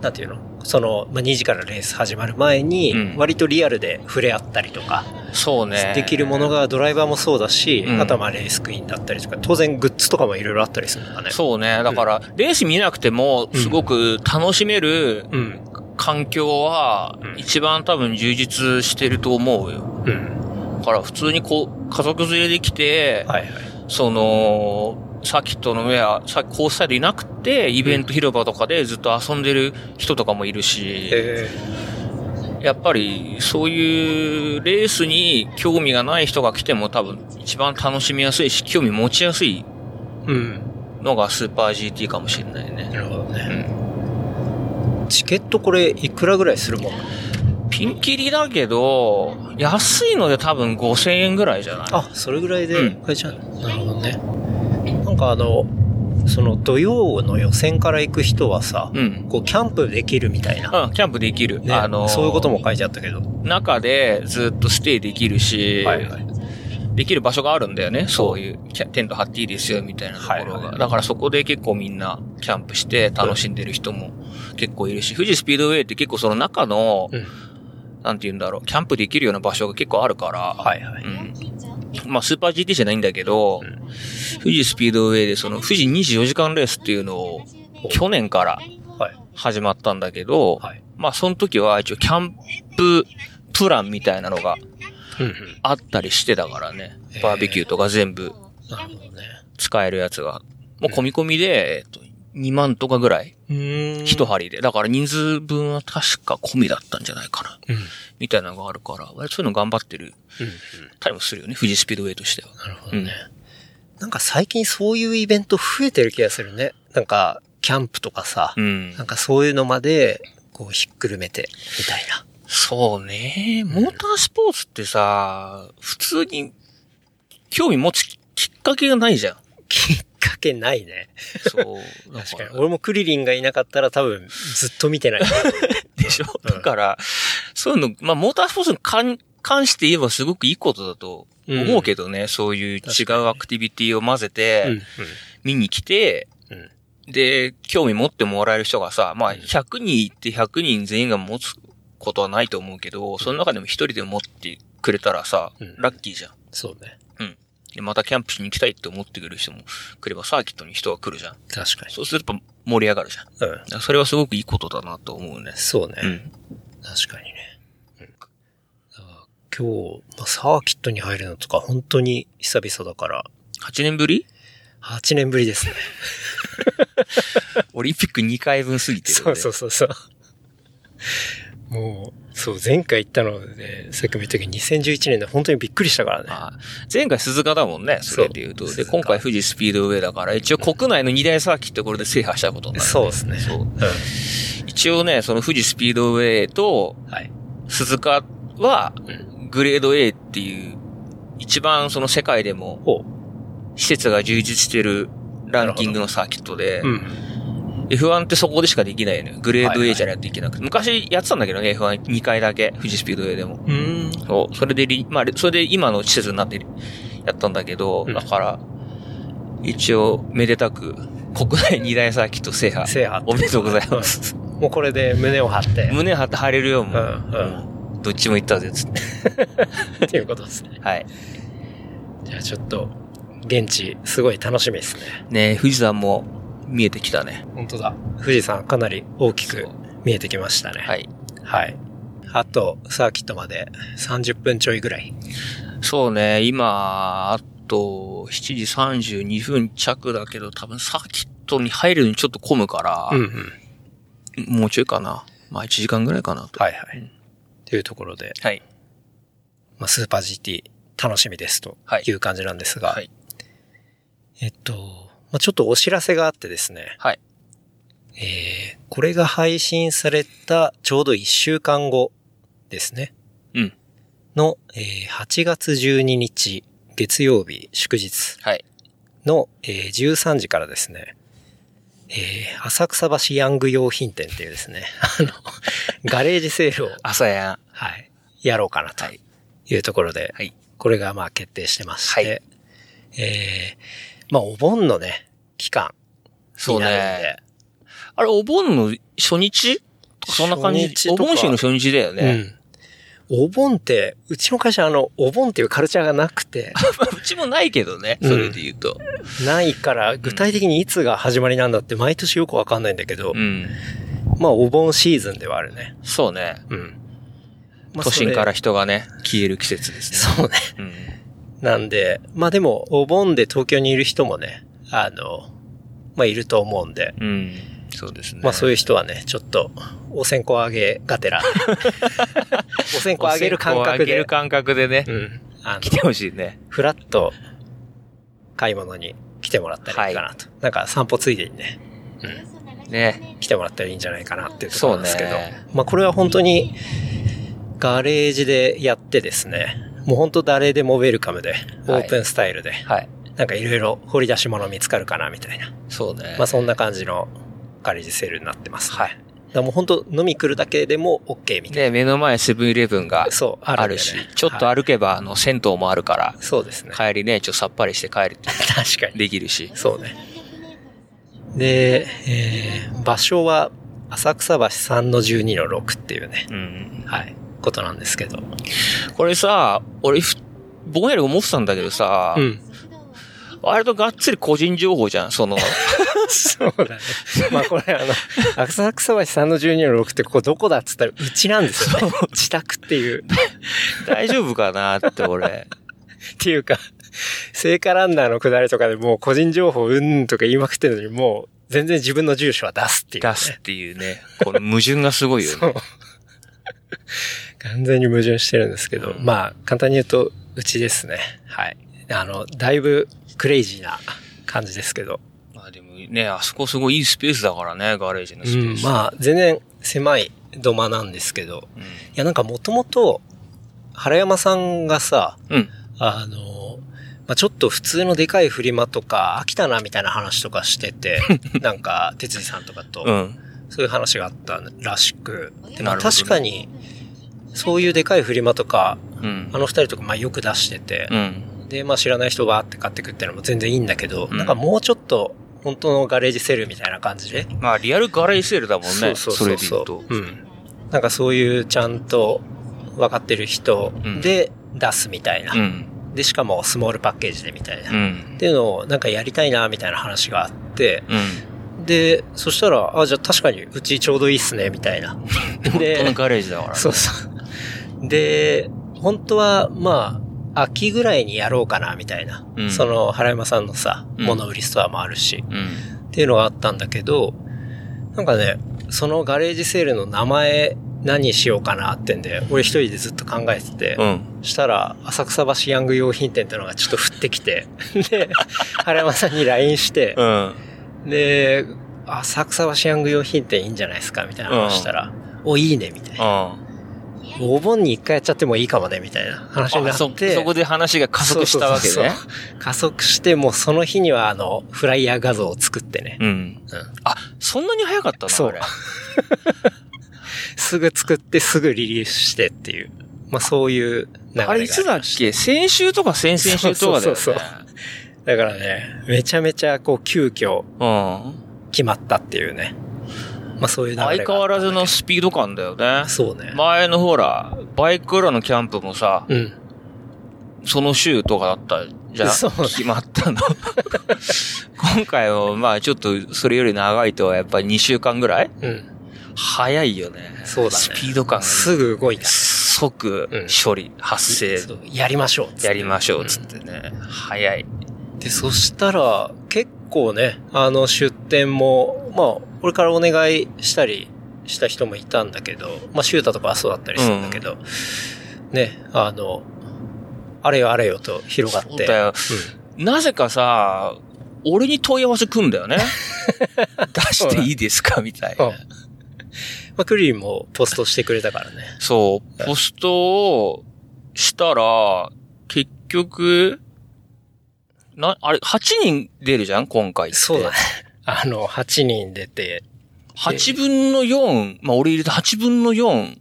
なんていうのその、まあ、2時からレース始まる前うにん割とリアルで触れ合ったりとかそうね。できるものがドライバーもそうだし、うんあとはまあレースクイーンだったりとか当然グッズとかもいろいろあったりするのかね。そうね。だから、レース見なくても、すごく楽しめるうん、環境はうん、一番多分充実してると思うよ。うん、だから、普通にこう、家族連れで来て、はいはい。その、サーキットの上は、さコースサイドいなくて、イベント広場とかでずっと遊んでる人とかもいるし、えーやっぱり、そういうレースに興味がない人が来ても多分、一番楽しみやすいし、興味持ちやすいうんのがスーパー GT かもしれないね。なるほどうね。ん。チケットこれいくらぐらいするもんピンキリだけど、安いので多分5000円ぐらいじゃないあ、それぐらいうでん買えちゃう、なるほどね。なんかあの、その土曜の予選から行く人はさ、うん。こうキャンプできるみたいな。うん、キャンプできる。ね、あのーそういうことも書いてあったけど。中でずっとステイできるし、はいはいできる場所があるんだよね。そういうキャテント張っていいですよみたいなところが。はいはいはいだからそこで結構みんなキャンプして楽しんでる人も結構いるし、富士スピードウェイって結構その中の、うんなんて言うんだろう、キャンプできるような場所が結構あるから、はいはい。うん。まあ、スーパー GT じゃないんだけど、うん富士スピードウェイでその富士24時間レースっていうのを去年からはい。始まったんだけど、はい。まあ、その時は一応キャンププランみたいなのがうんうん。あったりしてたからねへー。バーベキューとか全部なるほどね。使えるやつが。もう込み込みで、えっと、2万とかぐらい、うーん一針で。だから人数分は確か込みだったんじゃないかな。うん。うん。みたいなのがあるから、割とそういうの頑張ってるうんタイムするよね。富士スピードウェイとしては。なるほどね。なんか最近そういうイベント増えてる気がするね。なんか、キャンプとかさ、うんなん。かそういうのまで、こうひっくるめて、みたいな。 そうね。モータースポーツってさ、普通に興味持つききっかけがないじゃん。きっかけないね。そう。なん 確かに。俺もクリリンがいなかったら多分ずっと見て ない。でしょうんだから、そういうの、まあ、モータースポーツに関関して言えばすごくいいことだと思うけどね、そういう違確うアクティビティを混ぜうんて、見に来て、うんで、興味持ってもらえる人がさ、まあ、うん100人って100人全員が持つことはないと思うけど、その中でも一人でも持ってくれたらさ、うんラッキーじゃん。そうね。で、またキャンプしに行きたいって思ってくる人も来ればサーキットに人が来るじゃん。確かそうするとやっぱ盛り上がるじゃん。だかに。うん。らそれはすごくいいことだなと思うね。そうね。うん。確かにね。うんあ今日、まあ、サーキットに入るのとか本当に久々だから、 8年ぶり8年ぶり ですね。オリンピック2回分過ぎてる、ね。そうそうそうそう。もう、そう、前回行ったので、さっきも言ったけど、2011年で本当にびっくりしたからね。あ前回鈴鹿だもんね、それで言うと。そうで、鈴鹿今回富士スピードウェイだから、一応国内の二大サーキットこれで制覇したことになる、そうですね。そう。う一応ね、その富士スピードウェイとん。はい。鈴鹿はう、グレード A っていう、一番その世界でもほ施設が充実してるランキングのサーキットでう。う、ん。 F1 ってそこでしかできないのよ。グレーはいドはい A じゃないといけなくて。昔やってたんだけどね、F12 回だけ、富士スピードウェイでも。うん。そう。それでリ、まあ、それで今の施設になってるやったんだけど、うんだから、一応、めでたく、国内二大サーキット制覇。 制覇っておめでとうございます。もうこれで胸を張って、胸張って入れるよ、もう。うんうんどっちも行ったぜ、つって。っていうことですね。はい。じゃあちょっと、現地、すごい楽しみですね。ね富士山も見えてきたね。本当だ。富士山かなり大きそくう見えてきましたね。はい。はい。あと、サーキットまで30分ちょいぐらい。そうね、今、あと、7時32分着だけど、多分サーキットに入るのにちょっと混むから、ん。もうちょいかな。まあ、1時間ぐらいかなと。はいはい。というところで、はい。まあ、スーパー GT 楽しみですとはいいう感じなんですが、はいえっと、まあ、ちょっとお知らせがあってですね、はい。えー、これが配信されたちょうど1週間後ですね。うん。の、えー8月12日月曜日祝日はい。の、えー13時からですね、えー浅草橋ヤング用品店っていうですね、 あの、ガレージセールを、朝やん。はい、やろうかなとはいいうところで、はい。これがまあ決定してまして、はいえーまあお盆のね、期間そにうなるんねで。、あれ、お盆の初日とかそんな感初日じ。とおか盆週の初日だよね。うん。お盆って、うちの会社あの、お盆っていうカルチャーがなく て、まあうちもないけどね、それで言うと。ないから、具体的にいつが始まりなんだって毎年よくわかんないんだけど、うん。まあお盆シーズンではあるね。そうね。うん。まあ都心からそ人がね、消える季節でれすね。そうね。う。ん。なんで、まあでも、お盆で東京にいる人もね、あの、まあいると思うんで、うん。そうですね。まあそういうう人はね、ちょっと、お線香あげがてら、お線香あげる感覚上げでる、感覚でねう、ん。あの来てほしいね。フラッと買い物に来てもらったらいいかなと。なんか散歩ついでにね、ね。来てもらったらいいんじゃないかなっていうとこそろなうんですけど。ね。まあこれは本当にガレージでやってですね、もう本当誰でもウェルカムで、オはいープンスタイルで、はい。なんかいろいろ掘り出し物見つかるかなみたいな。そうね。まあそんな感じのガレージセールになってます。はい。だからもう本当飲み来るだけでも OK みたいで、目の前セブンイレブンがな。そう、あるあんでるねし、ちょっとはい歩けば、あの、銭湯もあるから、そうですね。 帰りね、ちょっとさっぱりして帰るって確かに。できるし。そうね。で、えー場所は浅草橋3の12の6っていうね、うん。はい、ことなんですけど。これさ、俺ふ、ぼんやり思ってたんだけどさ、うん。割とがっつり個人情報じゃん、その、 そうだね。まあこれあの、浅草橋3の12の6ってここどこだっつったらうちなんですよ、ね。自宅っていう、っ大丈夫かなって俺。ていうか、聖火ランナーの下りとかでもう個人情報うんとか言いまくってるのにもう全然自分の住所は出すっていう、ね。出すっていうね、この矛盾がすごいよそね。う。完全に矛盾してるんですけど、うんまあ、簡単に言うと、うちですね。はい。あの、だいぶクレイジーな感じですけど、まあでもね、あそこすごいいいスペースだからね、ガレージのスペース。あ、まあ、全然狭い土間なんですけど、いや、なんかもともと、原山さんがさ、うん。あの、まあ、ちょっと普通のでかいフリマとか飽きたなみたいな話とかして て、なんか、哲司さんとかと、うん。そういう話があったらしく、でなまあるほどね確かに、そういうでかいフリマとか、うんあ。の二人とかまあよく出しててう、ん。で、まあ知らない人があって買ってくってのも全然いいんだけど、うんなんかもうちょっと本当のガレージセールみたいな感じで、まあリアルガレージセールだもんね。そうそうそうれで言うと。うん。なんかそういうちゃんと分かってる人うんで出すみたいな。うん。で、しかもスモールパッケージでみたいな。うっん。ていうのをなんかやりたいなみたいな話があって、うん。で、そしたら、あ、じゃあ確かにうちちょうどいいっすね、みたい な。本当ので、ガレージだからね。そうそう。で、本当は、まあ、秋ぐらいにやろうかな、みたいな。うんその、原山さんのさ、うん物売りストアもあるし、うん。っていうのがあったんだけど、なんかね、そのガレージセールの名前何しようかなってんで、俺一人でずっと考えてて、うん。したら、浅草橋ヤング用品店ってのがちょっと降ってき て、で、原山さんに LINE して、うん。で、浅草橋ヤング用品店いいんじゃないですかみたいな話したら、お、いいね、みたいな。うお盆に一回やっちゃってもいいかもね、みたいな話にん。なあっそ、て。そこで話が加速したわけそうそうねそ。うそう加速して、もうその日にはあの、フライヤー画像を作ってね。うん。うんあ、そんなに早かったそうな、あれ。すぐ作って、すぐリリースしてっていう。まあそういう流れがあありまれいしたつだっけ先週とか先々週とかだよね。そうそうそうだからね、めちゃめちゃこう急遽うん。決まったっていうね。まあそういう流れがあったんだけ相ど。変わらずのスピード感だよね。そうね。前のほら、バイクらのキャンプもさ、うん。その週とかだったじゃん。そうね決まったの。 今回も、まあちょっと、それより長いとはやっぱり2週間ぐらいうん。早いよね。そうだねスピード感がすぐ動いた。即うん処理、発生、そうやりましょうっつって。やりましょう、つってね。早い。で、そしたら、結構ね、あの、出店も、まあ、これからお願いしたりした人もいたんだけど、まあ、シュータとかはそうだったりするんだけど、ね、あの、あれよあれよと広がって。そうだようなぜかさ、俺に問い合わせ来んだ よね。出していいですかみたいん。う。。なんまあ、クリーンもポストしてくれたからね。そう。ポストをしたら、結局、な、あれ、8人出るじゃん今回って。そうだね。あの、8人出て、 8分の4、まあ俺入れて8分の4、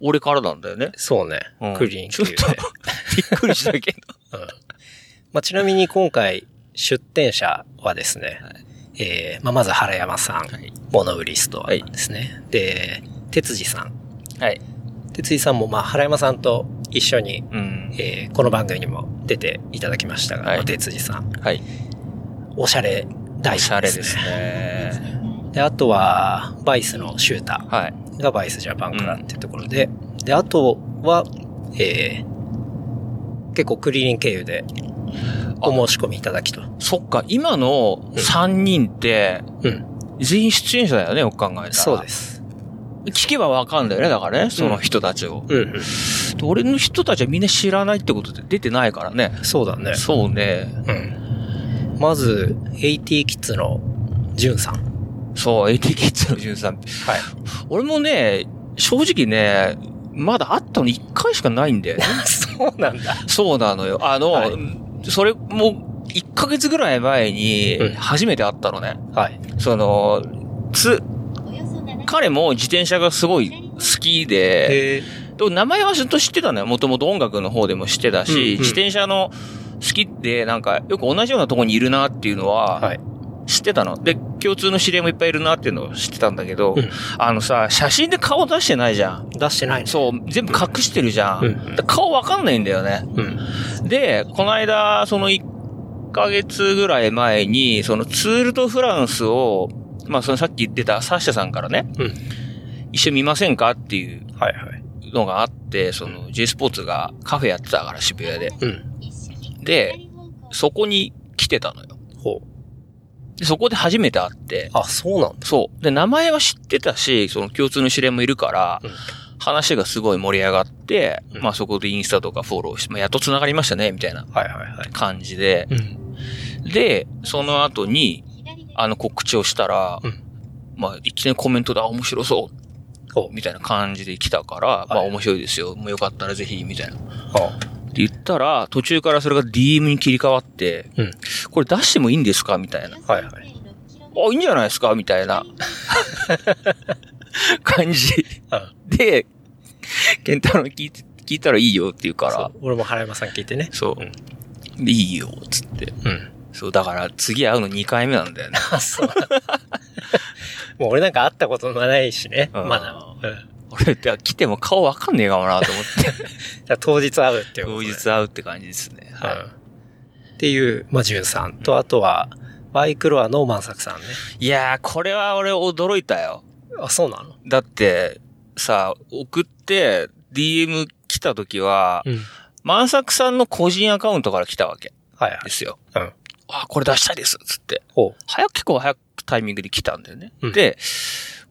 俺からなんだよね。そうね、うんクリーンちょっってという、ね。 びっくりしたけど。まあ、ちなみに今回、出店者はですね、えーまあ、まず原山さん、はいモノウリストアですね。で、哲司さん。 はい。哲司さんも、まあ、原山さんと一緒に、うん。えーこの番組にも出ていただきましたが、はいまあ哲司さん、はい。おしゃれ大おし臣ゃでれすね。ですね。で、あとは、バイスのシュータはい。ーがバイスジャパンからっていうところで、で、あとは、えー結構クリーリン経由でお申し込みいただきと。そっか、今の3人って、うん。全員出演者だよね、よく考えたら。そうです。聞けばわかんだよね、だからね、その人たちを。うん、うん。俺の人たちはみんな知らないってことで出てないからね。そうだね。そうね。うん。まず、AT キッズのジュンさん。そう、AT キッズの13んはい。俺もね、正直ね、まだ会ったの1回しかないん だよね。 そうなんだ。そうなのよ。あの、はいそれも、1ヶ月ぐらい前うんに、初めて会ったのね。はい。その、つ、彼も自転車がすごい好きで、えでも名前はずっと知ってたのよ。もともと音楽の方でも知ってたし、うんうん自転車の好きって、なんか、よく同じようなとこにいるなっていうのは、はい。知ってたの。で、共通の知り合いもいっぱいいるなっていうのを知ってたんだけど、うんあのさ、写真で顔出してないじゃん。出してないね。そう、全部隠してるじゃん。うんうんで顔わかんないんだよね。うん。で、この間、その1ヶ月ぐらい前に、そのツールとフランスを、まあ、そのさっき言ってたサッシャさんからね、うん一緒に見ませんかっていうはいはい。のがあって、その J スポーツがカフェやってたから渋谷で。うん。で、そこに来てたのよ。ほう。でそこで初めて会って、あ、そうなんだ。そう。で、名前は知ってたし、その共通の知り合いもいるから、うん話がすごい盛り上がって、うんまあそこでインスタとかフォローして、まあやっと繋がりましたね、みたいなはいはいはい。感じで。うん。で、その後に、あの告知をしたら、うんまあいきなりコメントで、あ、面白そう、ほう。みたいな感じで来たから、まあはい面白いですよ、もうよかったらぜひ、みたいな。あって言ったら、途中からそれが DM に切り替わって、うんこれ出してもいいんですかみたいな。はいはい。あ、いいんじゃないですかみた いな感じあで、ケンタロウに聞いて聞いたらいいよって言うからそ、う俺も原山さん聞いてね。そう。で、いいよ、つって。うん。そう、だから次会うの2回目なんだ よね。あ、 そうなんだ。もう俺なんか会ったこともないしね。うんまだ。うん。俺って来ても顔わかんねえかもなと思 って、じゃあ当日会うっていうこと当で。日会うって感じですね。はういんっていう、まあ、ジュンさんと、あとは、バイクロアの万作さんね。いやー、これは俺驚いたよ。あ、そうなのだって、さ、送って DM 来た時は、うん。万作さんの個人アカウントから来たわけはいはいで。すよ。うんあ、これ出したいです、つって。ほ早く、結構早くタイミングで来たんだよね。うんで、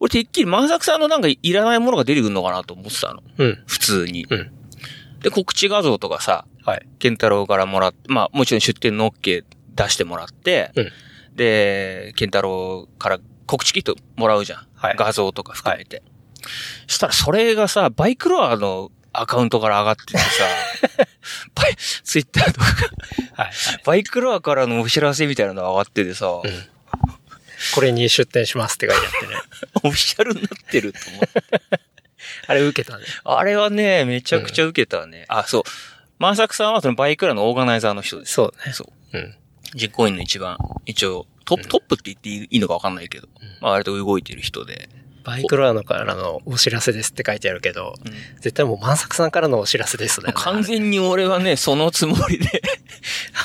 俺てっきり万作さんのなんかいらないものが出てくるのかなと思ってたの。う。うん。普通に。うんで、告知画像とかさ、はい。健太郎からもらって、まあもちろん出店の OK 出してもらって、うんで、健太郎から告知キットもらうじゃん。はい画像とか含めて。したらそれがさ、バイクロアのアカウントから上がっ ててさ、バイ、ツイッターとか、はい。バイクロアからのお知らせみたいなのが上がっててさ、うんこれに出店しますって書いてあってね。 オフィシャルになってると思って。 あれ受けたね。あれはね、めちゃくちゃ受けたね。あ、そう。万作さんはそのバイクラのオーガナイザーの人です。そうね。そう。うん。実行委員の一番、一応、トップ、トップって言っていいのかわかんないけど、まあ割と動いてる人で。バイクロアノからのお知らせですって書いてあるけど、絶対もう万作さんからのお知らせですだよね。完全に俺はね、そのつもり で、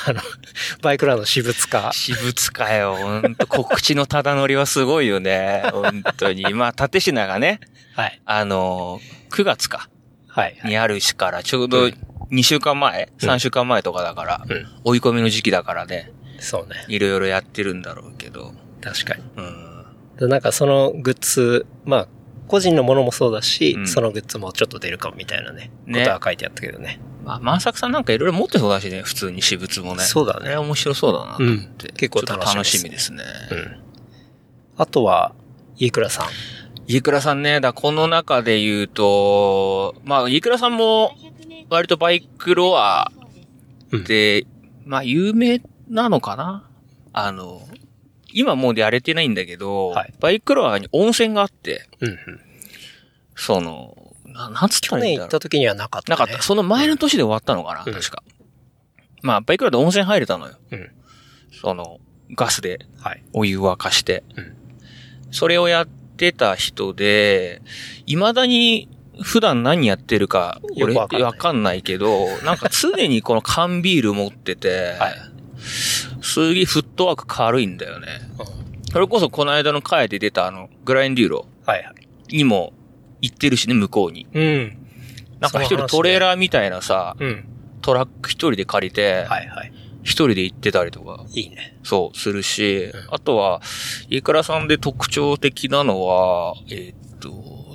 あの、 バイクラーの私物化。私物かよ。ほんと、告知のただ乗りはすごいよね。本当 に。まあ、立品がね、はい。あのー、9月か、はい。にあるしから、ちょううどん2週間前、うん ?3 週間前とかだから、うん追い込みの時期だからね、そうね。いろいろやってるんだろうけど、確かに。うん。でなんかそのグッズ、まあ、個人のものもそうだし、うんそのグッズもちょっと出るかもみたいなね、ねことは書いてあったけどね。まあ、万作さんなんかいろいろ持ってそうだしね、普通に私物もね。そうだあねれは面白そうだなと思って。うん結構楽しみですちょっと楽しみですね。うん。あとは、飯倉さん。飯倉さんね、だこの中で言うと、まあ、飯倉さんも割とバイクロアで、まあ、有名なのかなあの、今もうやれてないんだけど、はいバイクロアに温泉があって、うんうん。その、ななんつった去らい年い行んだろっう。た時にはなかった、なね。かった。その前の年で終わったのかな、うん確か。まあ、バイクロアで温泉入れたのよ。うんその、ガスではい。お湯沸かして。うんそれをやってた人で、未だに普段何やってるか、よ俺くわわかんないかんないけど、なんか常にこの缶ビール持ってて、はいすげえフットワーク軽いんだよね。それこそこの間の回で出たあの、グラインデューロはいはい。にも行ってるしね、向こうに。うん。なんか一人トレーラーみたいなさ、うん。トラック一人で借りて、はいはい。一人で行ってたりとか。いいね。そう、するしうん、あとは、イクラさんで特徴的なのは、えーっと、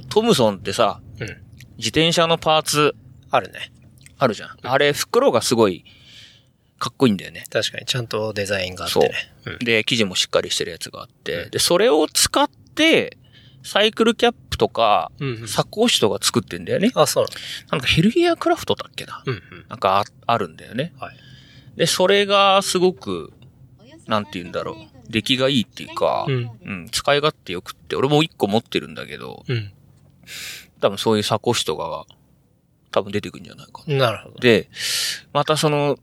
トムソンってさ、うん自転車のパーツあるね。あるじゃん。あれ、袋がすごい、かっこいいんだよね。確かに、ちゃんとデザインがあってね。うん。で、生地もしっかりしてるやつがあって、うんで、それを使って、サイクルキャップとか、うん、うん。サコッシュとか作ってんだよね。あ、そうなんかヘルギアクラフトだっけな。なの。うんうん。なんかああるんだよね。はいで、それがすごく、ななんんてて言言ううんんだろだろうう。。出出来来ががいいいいっってていいううかか、う、うん、使い勝手良くって、俺も一個持ってるんだけど、うん。多分そういうサコシとかが、多分出てくるんじゃないかな。なるほど。で、またその、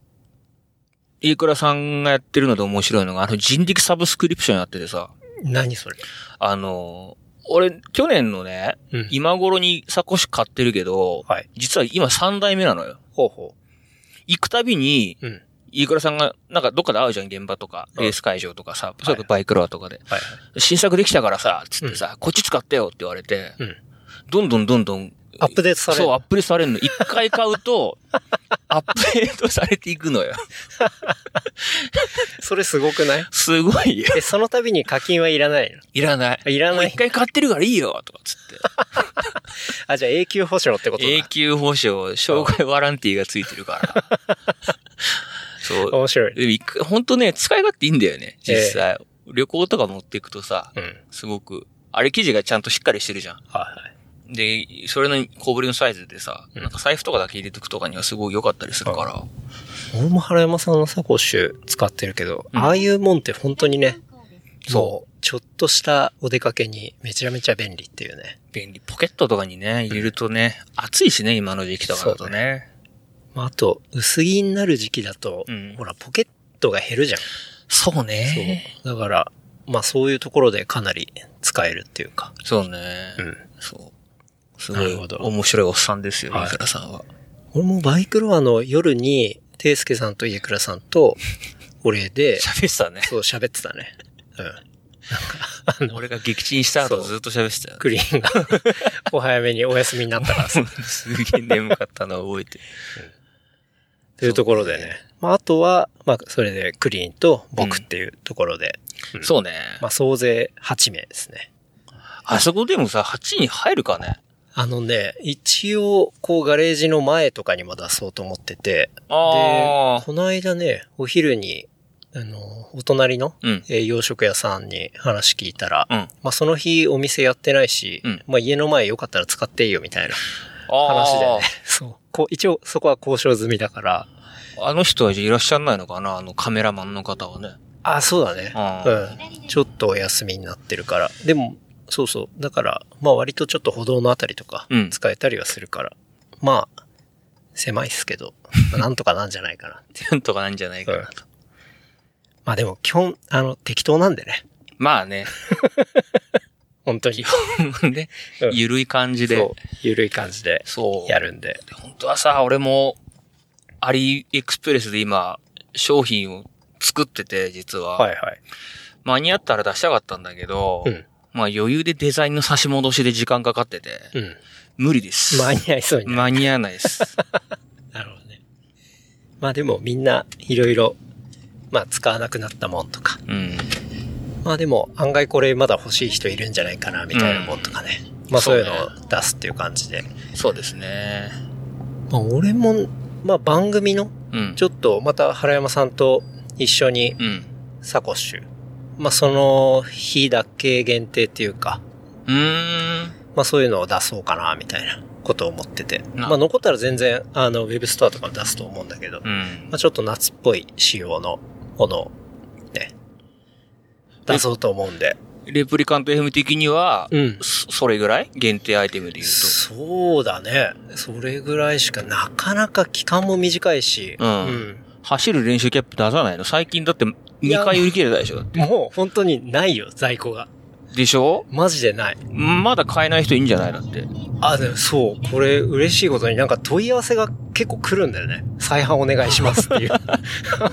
飯倉さんがやってるので面白いのが、あの人力サブスクリプションやっててさ、何それ。あの、俺、去年のね、うん。今頃にサコシ買ってるけど、はい。実は今3代目なのよ。ほうほ行くたびに、う。うん。飯倉さんが、なんかどっかで会うじゃん、現場とか、うんレース会場とかさ、いそれこそバイクロアとかで。はいはい。新作できたからさ、つってさ、こっち使ってよって言われて、うんどんどんどんどん、アップデートされる。そう、アップデートされるの。一回買う と、アップデートされていくのよ。それすごくないすごいよ。え、その度に課金はいらないのいらない。あいらもなうい一。回買ってるからいいよとかつっあ、じゃあ永久保証ってことて。永だ。久保証、障害ワランティーがついてる から。そう。面白い。でも一回、ほんとね、使い勝手いいんだよね、実際。旅行とか持っていくとさ、うん。はいすごく、あれ生地がちゃんとしっかりしてるじゃん。はい。で、それの小ぶりのサイズでさ、うんなんか財布とかだけ入れてくとかにはすごい良かったりするから。俺も原山さんのサコッシュ使ってるけど、うんああいうもんって本当にね、そそう。ちょっとしたお出かけにめちゃめちゃ便利っていうねう。。便利。ポケットとかにね、入れるとね、暑いしね、今の時期とかだとね。まあ、あと、薄着になる時期だと、うんほら、ポケットが減るじゃん。そうね。そう。だから、まあそういうところでかなり使えるっていうか。そうね。うん。そう。すなごるいほど面白いおっさんですよ、はい三倉さんは。俺もバイクロアの夜に、ていすけさんと家倉さんと、お礼 で、喋ってたね。そう喋ってたね。うん。なんか、あの、俺が撃沈した後そうずっと喋ってたよ。クリーンが、 お早めにお休みになったからさ。すげえ眠かったのを覚えてる。というところでね。そうですまあ、あとは、まあ、それでクリーンと僕っていうところで。うんそうね。まあ、総勢8名ですね。あそこでもさ、8に入るかね。あのね、一応、こう、ガレージの前とかにも出そうと思ってて、あで、この間ね、お昼に、あの、お隣の、うん。えー洋食屋さんに話聞いたら、うん。まあ、その日お店やってないし、うんまあ、家の前よかったら使っていいよみたいなあ話ーでね。そう。こう、一応そこは交渉済みだから、あの人はいらっしゃらないのかなあのカメラマンの方はね。あ、そうだね。あうん。ちょっとお休みになってるから。でも、そうそう。だから、まあ割とちょっと歩道のあたりとかうん、使えたりはするから。まあ、狭いっすけど、 まあなんとかなんじゃないかなってテントがないんじゃないかいう。うな。んまあでも基本、あの、適当なんでね。まあね。 本当に。ねうん。ゆるい感じで。そう。ゆるい感じでそう。やるんで。本当はさ、俺も、アリエクスプレスで今、商品を作ってて、実は。はいはい。間に合ったら出したかったんだけど、うんまあ余裕でデザインの差し戻しで時間かかってて、うん。無理です。間に合いそうになる。間に合わな いです。なるほどね。まあでもみんないろいろ、まあ使わなくなったもんとか。うん。まあでも案外これまだ欲しい人いるんじゃないかなみたいなもんとかね。まあそういうのそうを出すっていう感じで。そうですね。まあ俺も、まあ番組の、うん。ちょっとまた原山さんと一緒にうん。サコッシュ。まあその日だけ限定っていうか、うーん。まあそういうのを出そうかなみたいなことを思ってて。なまあ残ったら全然あのウェブストアとかも出すと思うんだけど、うまんあ。ちょっと夏っぽい仕様のものをね、出そうと思うんで。レプリカント FM 的には、うん。そそれぐらい限定アイテムで言うそうだね。それぐらいしか、なかなか期間も短いし、うんと。走る練習キャップ出さないの最近だって2回売り切れたでしょもう本当にないよ、在庫が。でしょマジでない。まだ買えない人いいんじゃないだって。あ、でもそう、これ嬉しいことになんか問い合わせが結構来るんだよね。再販お願いしますっていう。 あ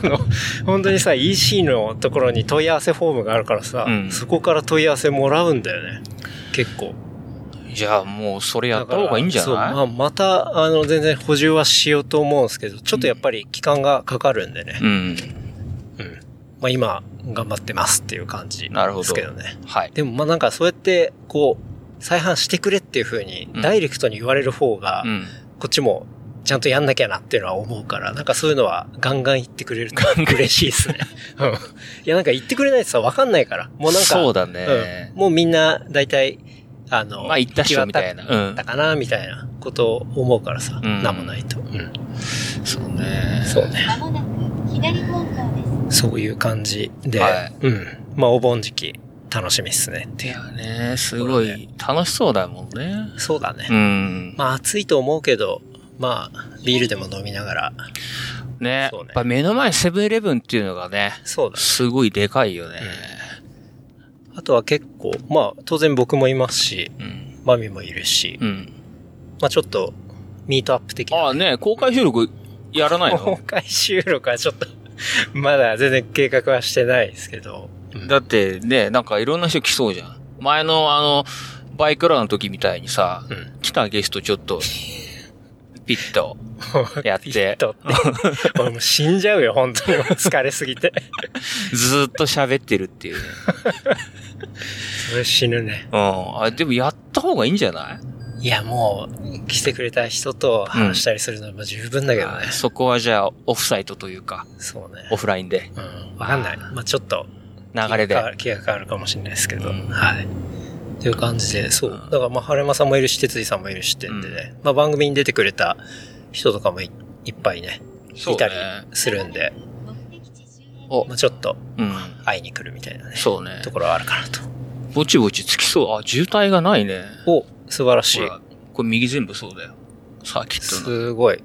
の、本当にさ、EC のところに問い合わせフォームがあるからさ、うんそこから問い合わせもらうんだよね。結構。じゃあもうそれやだっかたら方がいいんじゃそう、ないまあ、また、あの、全然補充はしようと思うんですけど、ちょっとやっぱり期間がかかるんでね。うん。うん。まあ今、頑張ってますっていう感じなるほどですけどね。はい。でもまあなんかそうやって、こう、再販してくれっていう風にう、んダイレクトに言われる方が、うん。こっちも、ちゃんとやんなきゃなっていうのは思うから、なんかそういうのはガンガン言ってくれると嬉しいですね。うん。いやなんか言ってくれないとさ、わかんないから。もうなんか、そうだねうん。もうみんな、大体、あの、まあ言ったっしょみたいな行き渡ったかな、みたいなことを思うからさ、うんなんもないと。うん。そうね。そうね。まもなく左方向です。そういう感じで、はいうん。まあ、お盆時期、楽しみっすねっていいう。やね、すごい楽しそうだもんね。そうだね。うん。まあ、暑いと思うけど、まあ、ビールでも飲みながら、ね。そうねやっぱ目の前にセブンイレブンっていうのがね、そうだね。すごいでかいよね。あとは結構、まあ、当然僕もいますし、うん。マミもいるし、うん。まあ、ちょっと、ミートアップ的あな。あね、公開収録やらない公の開収録はちょっと、 まだ全然計画はしてないですけど、うんだってね、なんかいろんな人来そうじゃん。前のあの、バイクラの時みたいにさ、うん来たゲストちょっと、ピッ とやっピッて、 とって。俺もう死んじゃうよ、本当に。疲れすぎて。 ずーっと喋ってるっていうね。それ死ぬね。うん。あ、でもやった方がいいんじゃないいや、もう、来てくれた人と話したりするのも十分だけどね。あそこはじゃあ、オフサイトというか、そうねオ。フラインで、うん。わかんない。まあちょっと、流気がれ変わで。る気が変わるかもしれないですけど。うんはい。という感じで、そう。うんだから、まあ、春山さんもいるし、哲井さんもいるしってんでね。まあ、番組に出てくれた人とかもいいっぱいね、いたりするんで、目的地周辺おまあ、ちょっとうん。会いに来るみたいなね、そうねと。ころはあるかなと。ぼちぼちつきそう。あ、渋滞がないね。お、素晴らしほい。らこれ右全部そうだよ。サーキットの。すごい。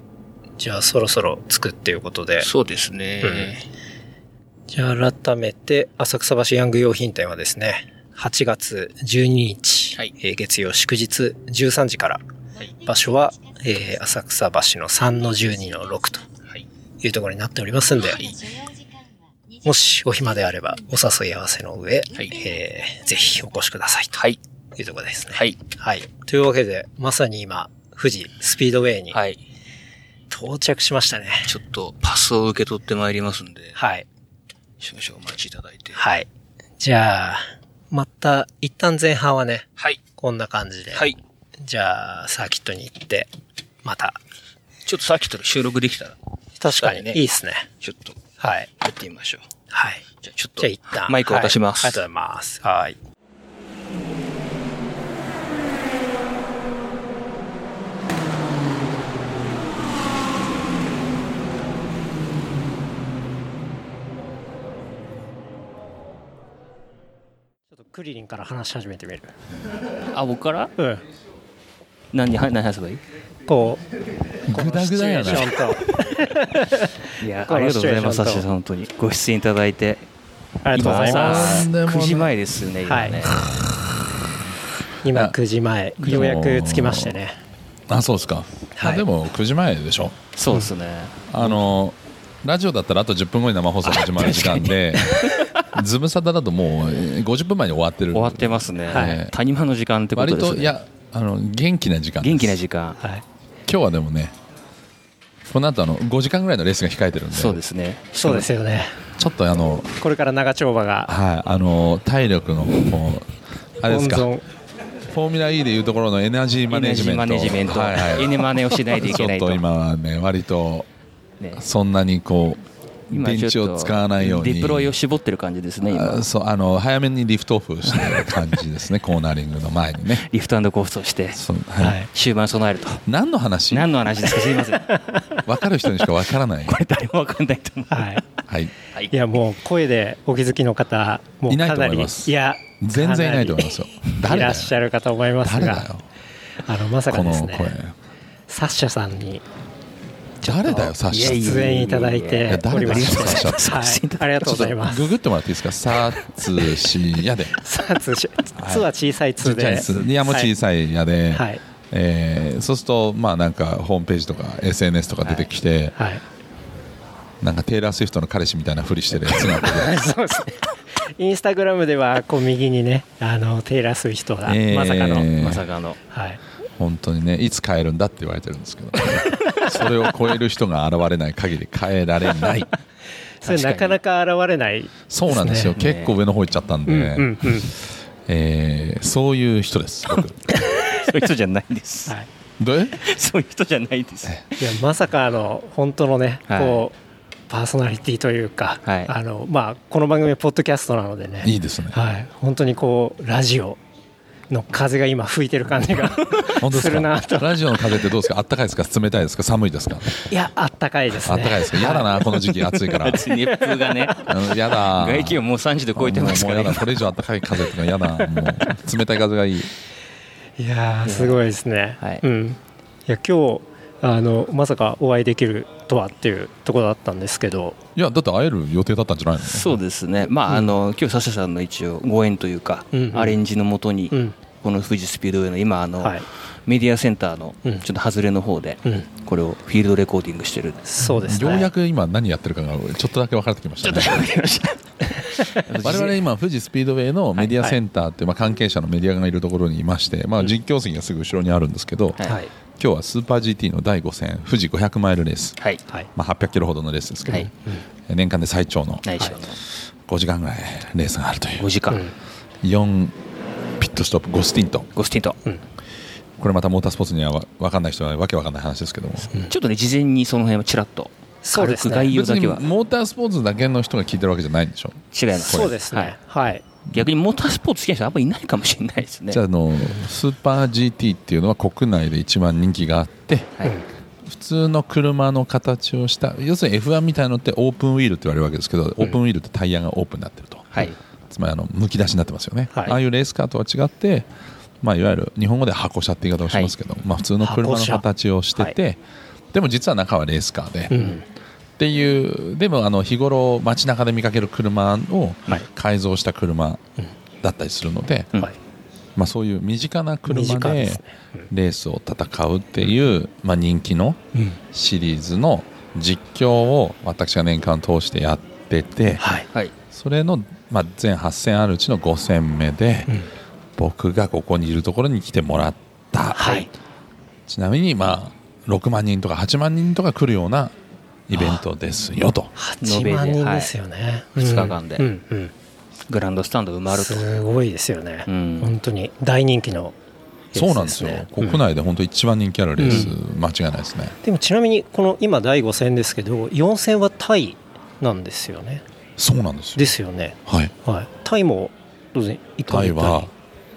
じゃあ、そろそろ着くっていうことで。そうですね。じゃあ改めて、浅草橋ヤング用品店はですね、8月12日、はいえー月曜祝日13時から、場所は、えー浅草橋の3の12の6とはい。いうところになっておりますんで、もしお暇であればお誘い合わせの上、はいえーぜひお越しくださいとはい。いうところですね。はい。はい。というわけで、まさに今、富士スピードウェイにはい。到着しましたね。ちょっとパスを受け取ってまいりますんで、はい。少々お待ちいただいて。はい。じゃあ、また、一旦前半はね、はい。こんな感じで。はい。じゃあ、サーキットに行って、また。ちょっとさっきと収録できたら、確かにねいいっすね。ちょっとはい。やってみましょう。はい。じゃあちょっと、じゃあ一旦。マイクを渡します。はいありがとうございます。はい。ちょっとクリリンから話し始めてみる。あ、僕からうん。何、何話せばいいこう、グダグダやなシチュエーションと。いや、こあのりがとうございます、シチュエーションとサッシーさん、本当に。ご出演いただいて。ありがとうございます。今朝9時前ですよね、今ね。今9時前、ようやく着きましてね。あそうですか、はいあでも9時前でしょそうですね。あのラジオだったらあと10分後に生放送始まる時間でズムサタだともうえー50分前に終わってる終わってますね。はい谷間の時間ってこと割ですといね。やあの元気な時間です元気な時間。はい。今日はでもねこの後あの5時間ぐらいのレースが控えてるんでそうですね。そうですよね。ちょっとあのこれから長丁場がはいあの体力のもうあれですかフ温ォーミュラ E でいうところのエナジーマエネネジジメンーマトネジメント。はいはいエネマネをしないといちけょなっいとと。今はね割とねそんなにこう今電ちょっと池を使わないようにデプロイを絞ってる感じですね、今あ。そうあの早めにリフトオフしてる感じで すねコーナリングの前にねリフトコースをして、そう、はいはい。終盤備えると。何の話何の話ですか、すいません。こ分かる人にしか分か らない、れ誰もわかんないと思う。はい。はい、いや、もう声でお気づきの方、もういないかとな思り、いますや、全然いないと思いますよかなり誰いだらよっしゃるかと思います誰だがよ、あの、まさかこでのす声ね、サッシャさんに誰だよサッシャいや出演いただいいやてお誰りだまよしサッシ ャて、はい。ありがとうございまちょっとすグ。グってもらっていいですかサーツ シヤでさあ、通し、つは小さいちっ通ちゃいで。ですヤも小さいヤで、はいえーそうするとまあなんかホームページとか SNS とか出てきて、はい。はいなんかテイラー・スウィフトの彼氏みたいなふりしてるやつが そうですね。インスタグラムでは、こう右にね、あの、テイラー・スウィフトだ。えーまさかの。まさかの。はい。本当にねいつ変えるんだって言われてるんですけど それを超える人が現れない限り変えられないそれなかなか現れない。そうなんですよね結構上の方行っちゃったんで、うんうんうん。えーそういう人です そ僕ういう人じゃないです。はい。でそういう人じゃないです。いやまさかあの本当のね、はいこうパーソナリティというか、はいあのまあ、この番組はポッドキャストなのでねいいですねはい、本当にこうラジオの風が今吹いてる感じが 本当です するなかとラジオの風ってどうですかあったかいですか冷たいですか寒いですかいやあったかいですあねったかいですか嫌だなこの時期暑 いから熱風がね、うん嫌だ外気温もう3時で超えてますからもうもう嫌だこれ以上あったかい風とか嫌だもう冷たい風がいいいやーすごいですね、はいうん、いや今日あのまさかお会いできるとはっていうところだったんですけどいやだって会える予定だったんじゃないのそうですね、まあ、あの今日サシャさんの一応、ご縁というか、うんうんアレンジのもとに、うんこの富士スピードウェイの今あの、はいメディアセンターのうんちょっと外れの方で、うんこれをフィールドレコーディングしてるんです。そうですよねうやく今何やってるかがちょっとだけ分かってきましたね我々今富士スピードウェイのメディアセンターってまあ関係者のメディアがいるところにいましてまあ実況席がすぐ後ろにあるんですけどはいはい今日はスーパー GT の第5戦富士500マイルレースはい、はいまあ800キロほどのレースですけどはい年間で最長の内緒の5時間ぐらいレースがあるとい5う時間、うん4ピットストップ5スティントゴスティント、これまたモータースポーツには分かんない人はわけわかんない話ですけどもちょっとね、事前にその辺はちらっと、そうですね軽く概要別だにけはモータースポーツだけの人が聞いてるわけじゃないんでしょ違います、そうですねはい、逆にモータースポーツ好きな人、あんまりいないかもしれないですね。じゃああのスーパー GT っていうのは国内で一番人気があってはい普通の車の形をした要するに F1 みたいなのってオープンウィールって言われるわけですけど、オープンウィールってタイヤがオープンになってると、はいつまりあのむき出しになってますよね、はいああいうレースカーとは違って、まあ、いわゆる日本語では箱車って言い方をしますけど、まあ、普通の車の箱車形をしてて、でも実は中はレースカーで、うんっていうでもあの日頃街中で見かける車をはい改造した車だったりするので、うんはいまあ、そういう身近な身車近でですねレースを戦うっていう、まあ、人気のうんシリーズの実況を私が年間通してやっててはいはい、それの、まあ、全8戦あるうちの5戦目で、ん僕がここにいるところに来てもらった、はいちなみにまあ6万人とか8万人とか来るようなイベントですよと。延べ8で万人ですよね。はいうん二日間でうんうんグランドスタンド埋まると。すごいですよね。うん本当に大人気のレースね、そうなんですよ。国内で本当一番人気あるレース、間違いないですね。でもちなみにこの今第5戦ですけど4戦はタイなんですよねそうなんですよ。ですよね、はい。はい、タイも当然一タイは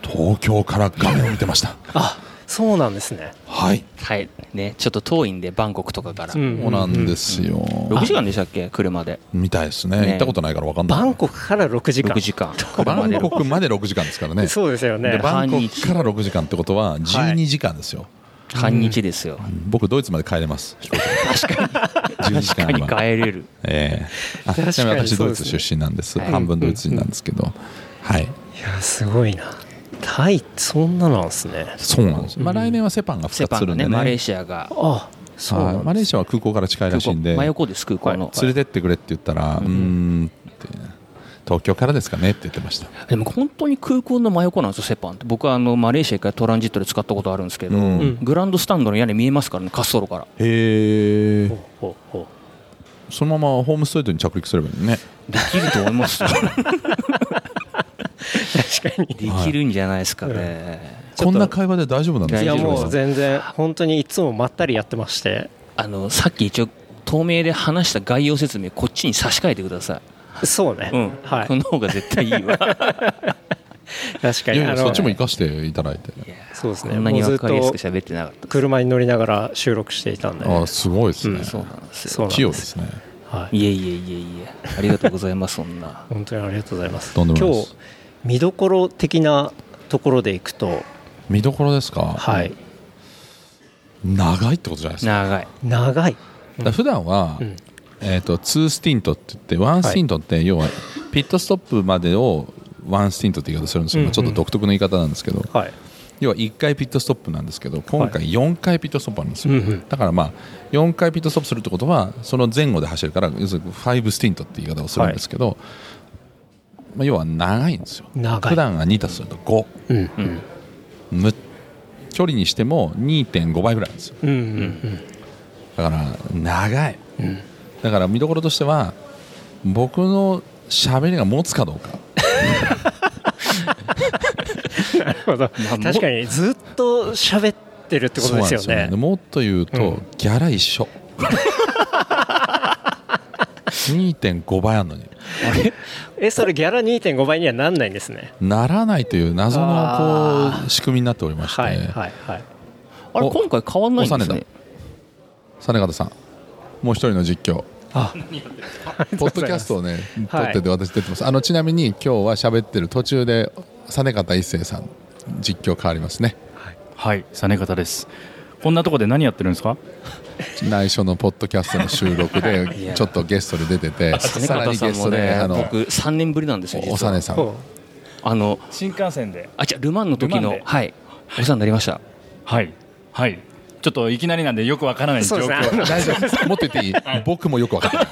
東京から画面を見てました。あそうなんですねはい。はい。ね、ちょっと遠いんで、バンコクとかから。うんそうなんですよ。 6時間でしたっけ車で。みたいですねね。行ったことないからわかんない。バンコクから6時間6時間。バ車でンコクまで6時間ですからね。そうですよねでバン半コク日から6時間ってことは12時間ですよ。半日ですよ。僕ドイツまで帰れます。飛行機で12時間確かに帰は。れる。ええあ確かにちなみに私そうでドイすツね出身なんです。はい半分ドイツ人なんですけど。はい。いやすごいなタイそんななんですねそうなんです。まあ来年はセパンがセ復パ活すンがるんね、でマレーね。シアが。あそうなんはいですマレーシアは空港から近いらしいんで。真横です、空港の。連れてってくれって言ったら、うーんって東京からですかねって言ってましたでも本当に空港の真横なんですよ、セパンって。僕はあのマレーシア一回トランジットで使ったことあるんですけど、うんうんグランドスタンドの屋根見えますからね、滑走路から。へえほうほうほそのままホームストレートに着陸すればいいねできると思いますよう確かにできるんじゃないですかね。ちょっとこんな会話で大丈夫なんです大い丈や夫かもう全然本当にいつもまったりやってましてあの、さっき一応、透明で話した概要説明、こっちに差し替えてくださそうね、い。うん。はいこの方が絶対いいわ。確かいにやいやあのそっちも生かしていただいてそうですねこんなにもう分ずっかりやすとく喋ってなかったです。車に乗りながら収録していたんで、あすごいですね、うんそうなんですそうよ。なん器用で。ですすねはい。いえいえいえいえ。ありがとうございます、そんな。本当にありがとうございます。とんで今もないで日す見どころ的なところでいくと、見どころですか、はい、長いってことじゃないですか長い。長い。だから普段は、うんえー、と2スティントって言って1スティントって要はピットストップまでを1スティントって言い方するんですよ、うんうんちょっと独特の言い方なんですけど、はい。要は1回ピットストップなんですけど今回4回ピットストップあるんですうんよ、うん。だからまあ4回ピットストップするってことはその前後で走るから要するに5スティントって言い方をするんですけど、まあ、要は長いんですよ長い普段が2たすると5うんうんうん。む距離にしても2.5倍ぐらいなんですようん うんだから長いうんうん。だから見どころとしては僕の喋りが持つかどうかなるほど。まあも確かにずっと喋ってるってことですよそうなんねで。もっと言うと、うんギャラ 一緒2.5倍あるのにえ、それギャラ2.5倍にはなんないんですね。ならないという謎のあこう仕組みになっておりまして、はいはいはい。あれ、お今回変わんないんですね。実方さんもう一人の実況あ、 ポッドキャストをね 撮はいってて私出てます、あのちなみに今日は喋ってる途中で実方一生さん実況変わりますねはい、サネ方です。こんなとこで何やってるんですか。 内緒のポッドキャストの収録 いでやちょっとゲストで出てて金さら方にさゲんスもトでねあ、の僕3年ぶりなんですよ、お実さねは。さん こあの、新幹線で。あ、じゃあルマンの時ルマンので、はい、お世話になりました。はい。はい。ちょっといきなりなんで、よくわからなういそ状う況。ですね。あの大丈夫です持ってていい僕もよくわかんない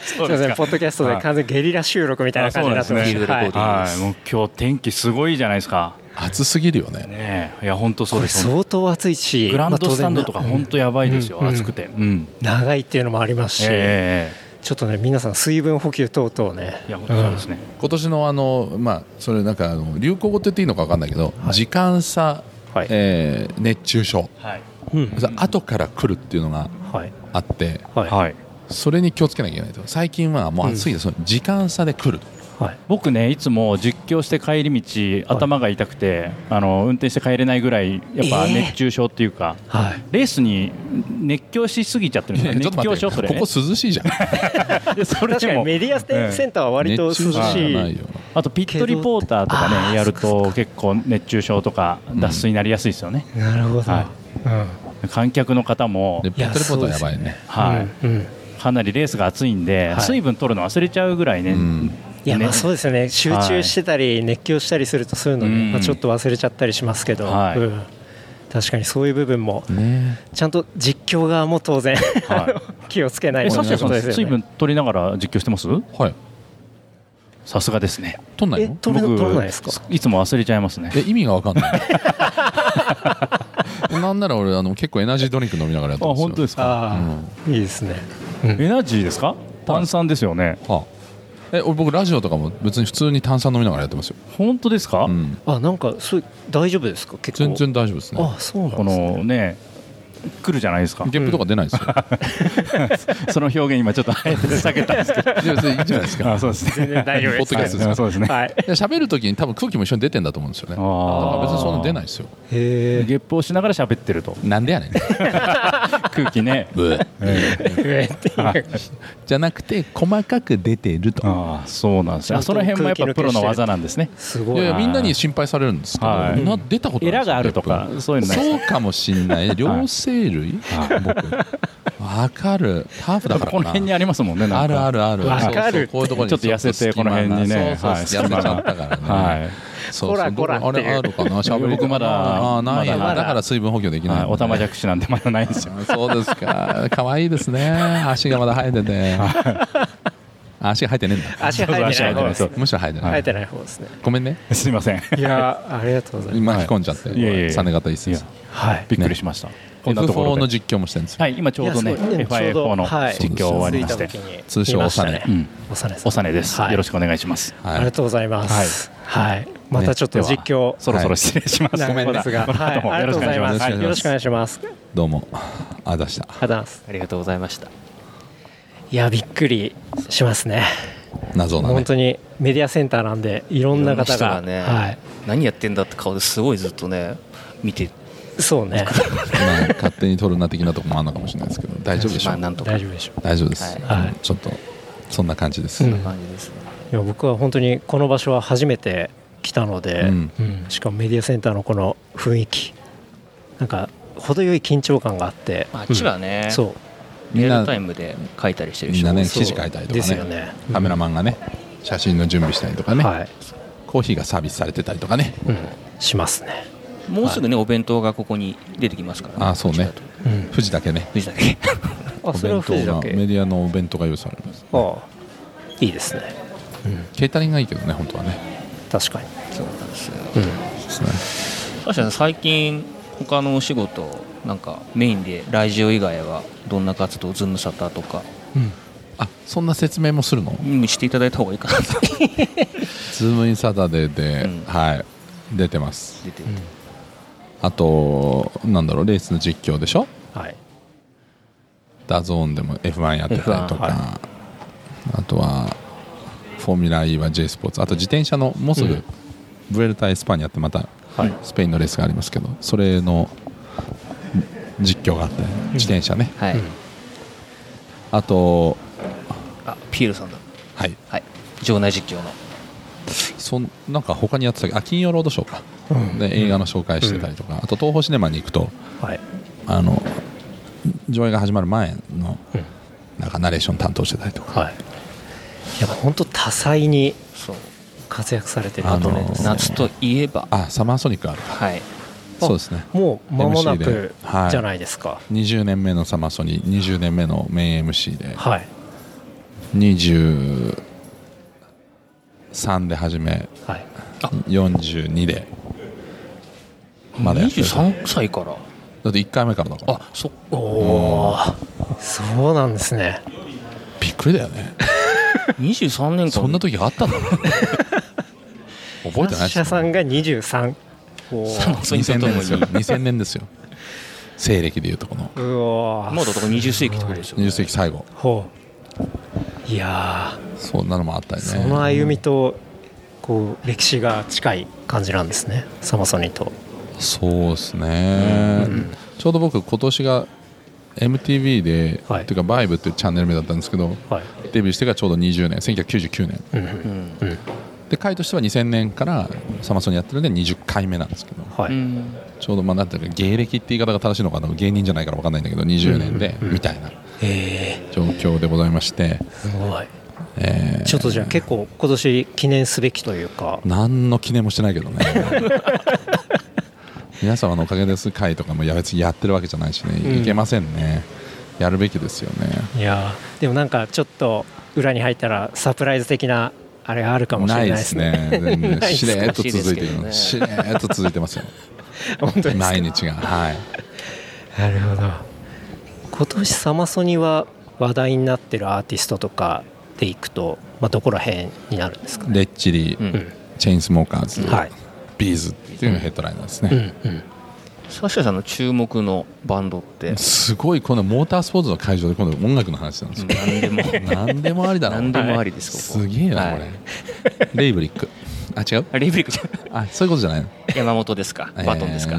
そすみません、ポッドキャストで完全にゲリラ収録みたいな感じになってまあすそうなんですねはいはい、もう今日天気すごいじゃないですか。暑すぎるよねねえ、いや、本当そこうれです。本相当暑い当し、グランドスタンドとか、まあ当然本当やばいですよ、うん暑くて。うん。長いっていうのもありますし、えちょっとね、皆さん、水分補給等々ねえ、いや、本当そうですね。今年のあのまあそれなんかあの流行語って言っていいのかわかんないけど、時間差、はいえー熱中症はい。うんそれ後から来るっていうのがはい、あってはい、ははい。それに気をつけなきゃいけないと最近はもう暑いです、その時間差で来るとい、僕ねいつも実況して帰り道頭が痛くて、あの運転して帰れないぐらいやっぱええ熱中症っていうか、はい、レースに熱狂しすぎちゃってるんいでやすいやよちょっと待っ熱狂症そてれここ涼しいじゃんでそれ確かでにもメディアステセンターは割と涼し熱中症じゃないいよあとピットリポーターとかねやると結構熱中症とか脱水になりやすいですよね、なるほど、は観客の方もで、いペやットレポートはやばいねはういんうん、かなりレースが暑いんで、はい水分取るの忘れちゃうぐらいね、うんいや、ねまあそうですよね、集中してたり、熱狂したりすると、そういうのね、うんまあ、ちょっと忘れちゃったりしますけど、はいうん確かにそういう部分も、ねちゃんと実況側も当然、 は気をつけないえとサッシャことさんです水よね分。取りながら実況してますはいさすがですね取んないえの取れ僕取れないですかいつも忘れちゃいますねえ意味がわかんない なんなら俺あの結構エナジードリンク飲みながらやってあますよ本当ですかああ、いいですね。うんエナジーですか炭酸ですよねはあえ俺僕ラジオとかも別に普通に炭酸飲みながらやってますよ、本当ですか、うん、あ、なんか、そう、大丈夫ですか結構。全然大丈夫ですねあ、そうなこんですね。のね来るじゃないですかゲップとか出ないですよ、その表現今ちょっとあえて避けたんですけどいや別にいいじゃないですかあそう ですね大丈夫ですポッドキャストですはいそうですねはい。で喋るときに多分空気も一緒に出てんだと思うんですよねだかあらー別にそんな出ないですよ へゲップをし ながら喋ってるとなんでやねん空気ね ブーえ。じゃなくて細かく出てるとああそうなんですねあその辺もやっぱプロの技なんですねすいごい。やいやみんなに心配されるんですけど、はいな出たことないエですよラがあるとかゲップそういうのないそうかもしん ない両生類僕わかるターフだからこの辺にあありますもんねなあんかるあるあるわかるそうそうこういうところにちょっと痩せてちょっと隙間この辺にねそうそうはい痩せちゃったからね、はいそうそうこらこらどこあっていうれあるかな喋り 僕まだあーないやまだだから水分補給できない、はい、おたまじゃくしなんてまだないんですよ。そうですか。可愛いですね。足がまだ生えて て。足が生えてねえんだ。足生えてない方です。そうむしろ生えてな生えい。てない方ですね。ごめんね。すいません。いや、ありがとうございます。巻き込んじゃって。いやいやいやサネ型いいっすいやはい。びっくりしました。こんなとこ F4 ろので。実況もしてるんですよ。はい、今ちょうどね、いやすごいねちょうど FIF4 のはい実況終わりまし着いてた、時に通称見ましたおさね。おさねさん。おさねです。はいよろしくお願いします。はありがとうございます。はい。またちょっとね実況。そろそろ失礼します。長いですが、このはい、後もありがとよろしうくおご願ざいま。いしますす。はいよろしくお願いします。ありがとどうも。あ、出した。うございます。ありがとうございました。いや、びっくりしますね。謎な本ね。当にメディアセンターなんで、いろんな方いろんなが。人がねはい。何やってんだって顔ですごいずっとね、見て、そうね。まあ勝手に撮るな的なとこもあるのかもしれないですけど、大丈夫でしょまあう。なんとか。大丈夫でしょう。大丈夫です。はいうんちょっと、そんな感じですう。んな感じですね。いや僕は本当にこの場所は初めて来たので、うんうんしかもメディアセンターのこの雰囲気なんか程よい緊張感があって、まあ、あっちはねうん、そみんリアなルタイムで書いたりしてるみしんなね、そう記事書いたりうとでかすよね。ねカメラマンがね、写真の準備したりとかね、はい、コーヒーがサービスされてたりとかね。うん、しますね、もうすぐね、お弁当がここに出てきますから、あ、そうね。うん、富士だけね。藤田家あおそれは弁富士当だがけメディアのお弁当が用意されますああいいですねケータリングがいいけどね本当はね確かにそうなんですよ。そうですね確かに最近、他のお仕事、なんかメインでラジオ以外はどんな活動、ズームサターとか、あそんな説明もするのうんしていただいた方がいいかなとズームインサタデーで、うんはい出てます出てあとなんだろうレースの実況でしょはいダゾーンでも F1 やってたりと F1 か、あとはフォーミュラ E は J スポーツあと自転車のもうすぐ、ブエルタ・エスパーニャってまた、スペインのレースがありますけどそれの実況があって自転車ね、はい。あとあ、ピエールさんだ。はいはい。場内実況の。そんなんか他にやってたけどあ金曜ロードショーか、で映画の紹介してたりとか、あと東宝シネマに行くとはいあの上映が始まる前のうんなんかナレーション担当してたりとか、はいいや本当多彩にそう。活躍されてるああのとーね夏といえば、あサマーソニックあるかはい。そうですねもう間もな MC でくはいじゃないですか20年目のサマーソニ20年目のメイン MC ではい23で始めはい42でまだやってる23歳から。だって1回目からだからあ、そっおおーそうなんですねびっくりだよね23年間 そんな時があったんだ覚えてない記者さんが23おーそういうこ2000と年もでいすよ2000年ですよ西暦でいうとこのうわーまだだから20世紀ってことですよね20世紀最後ほういやそんなのもあったーりねその歩みとこう歴史が近い感じなんですねサマソニとそうですね、ちょうど僕今年が MTV で、はいというかバイブっていうチャンネル名だったんですけどはいデビューしてからちょうど20年1999年うんうんで回としては2000年からサマソニやってるんで20回目なんですけどはういんちょうどまあなんていうか芸歴って言い方が正しいのかな芸人じゃないから分かんないんだけど20年でみたいなえ状況でございまして、ーすごいえーちょっとじゃあ結構今年記念すべきというか何の記念もしてないけどね 皆様のおかげです会とかもや別にやってるわけじゃないしね、うんいけませんねやるべきですよねいやーでもなんかちょっと裏に入ったらサプライズ的なあれがあるかもしれないですねないですねないっすしれーっと続難いてしいるでしれーっと続いてますよ 本当ですか毎日がはいなるほど今年サマソニは話題になってるアーティストとかでいくと、まあ、どこら辺になるんですかねレッチリ、うんチェインスモーカーズ、はいビーズっていうのがヘッドライナーですうんね、うんサッシャさんの注目のバンドって、すごいこのモータースポーツの会場で今度音楽の話なんですよ、何 でも、何でもありだな何でもありです、ここ。すげえなこれ、はいレイブリックあ違うあレイブリックじゃあそういうことじゃないのん、山本ですか、バトンですかえ、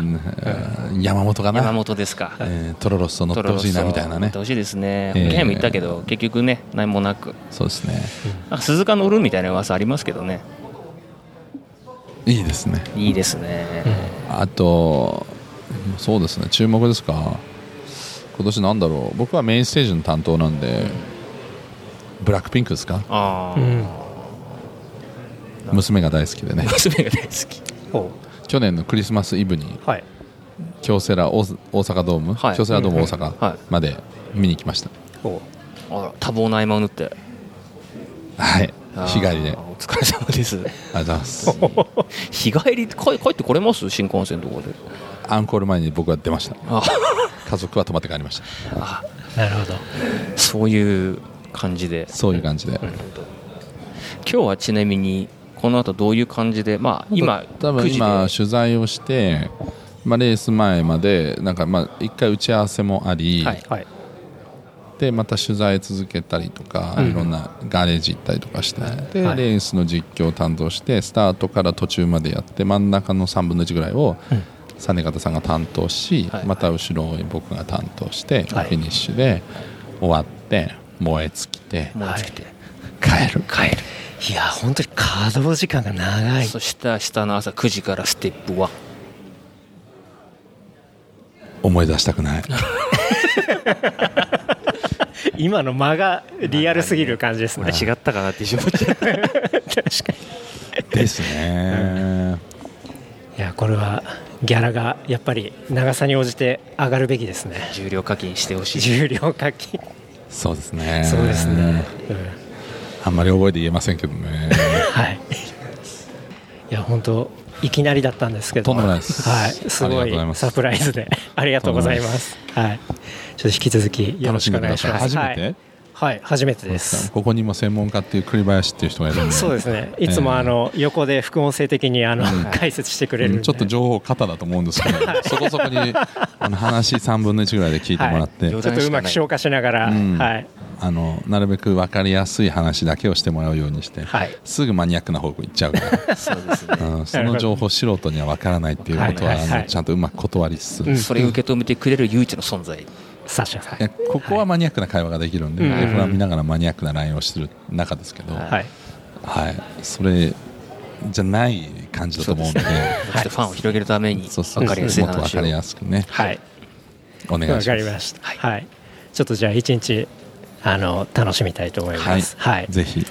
ー山本かな山本ですか、えートロロッソ乗っトてロロほッソしいなみたいな乗ねってほしいですね、ええケンも言ったけど、結局ね、何もなく、そうですねあ鈴鹿乗るみたいな噂ありますけどね、いいですねいいですね、あとそうですね注目ですか今年なんだろう僕はメインステージの担当なんで、ブラックピンクですかああ、うん娘が大好き でね娘が大好き、おう去年のクリスマスイブにはい京セラ大大阪ドーム、はい京セラドーム大うんは阪いまで見に来ましたおうあら多忙な合間を縫って、はいあー日帰りでありがとお疲れ様です、うございます 日帰り、帰帰ってこれます、新幹線とかで、アンコール前に僕は出ましたあ家族は泊まって帰りましたあなるほどそういう感じで、そういう感じで、今日はちなみに、この後どういう感じで、まあ、今、多9分時今で取材をして、まあ、レース前までなんかまあ一回打ち合わせもあり、はいはいでまた取材続けたりとか、いろんなガレージ行ったりとかして、ではいレースの実況を担当してスタートから途中までやって真ん中の3分の1ぐらいを実方さんが担当し、はいまた後ろに僕が担当して、はいフィニッシュで終わって燃え尽きて燃え尽きて、帰る帰る。いや本当に稼働時間が長いそして明日の朝9時からステップ1思い出したくない今の間がリアルすぎる感じですね違ったかなって一瞬思っちゃうですね、いやこれはギャラがやっぱり長さに応じて上がるべきですね重量課金してほしい重量課金そうですねそうですね、うんあんまり覚えて言えませんけど ねはい。いや本当いきなりだったんですけど。とんでもないですはい。すあごりがとうございまいすサプライズ でありがとうございます。はい。ちょっと引き続きよろしくお願いします。楽しんでください初めてはい。はい初めてです。ここにも専門家っていう栗林っていう人がいるんでそうですね。いつもあの横で副音声的にあの解説してくれるんうで。んちょっと情報過多だと思うんですけど、そこそこ にあの話3分の1ぐらいで聞いてもらって、はいちょっとうまく消化しながら、うんはいあのなるべく分かりやすい話だけをしてもらうようにして、はいすぐマニアックな方向行っちゃうかそうですねら、うんその情報素人には分からないっていうことはは、いはいはいあのちゃんとうまく断りつつ、うんいそれを受け止めてくれる唯一の存在サッシャさん。やここはマニアックな会話ができるんで、うん F1 見ながらマニアックなラインをしてる中ですけど、はいはい。それじゃない感じだと思うんで。そしてファンを広げるためにそうそう分かりやすいもっと分話かをりやすくね、はい。お願いわしまかすりました。はい。ちょっとじゃあ一日あの楽しみたいと思います。はい。ぜひ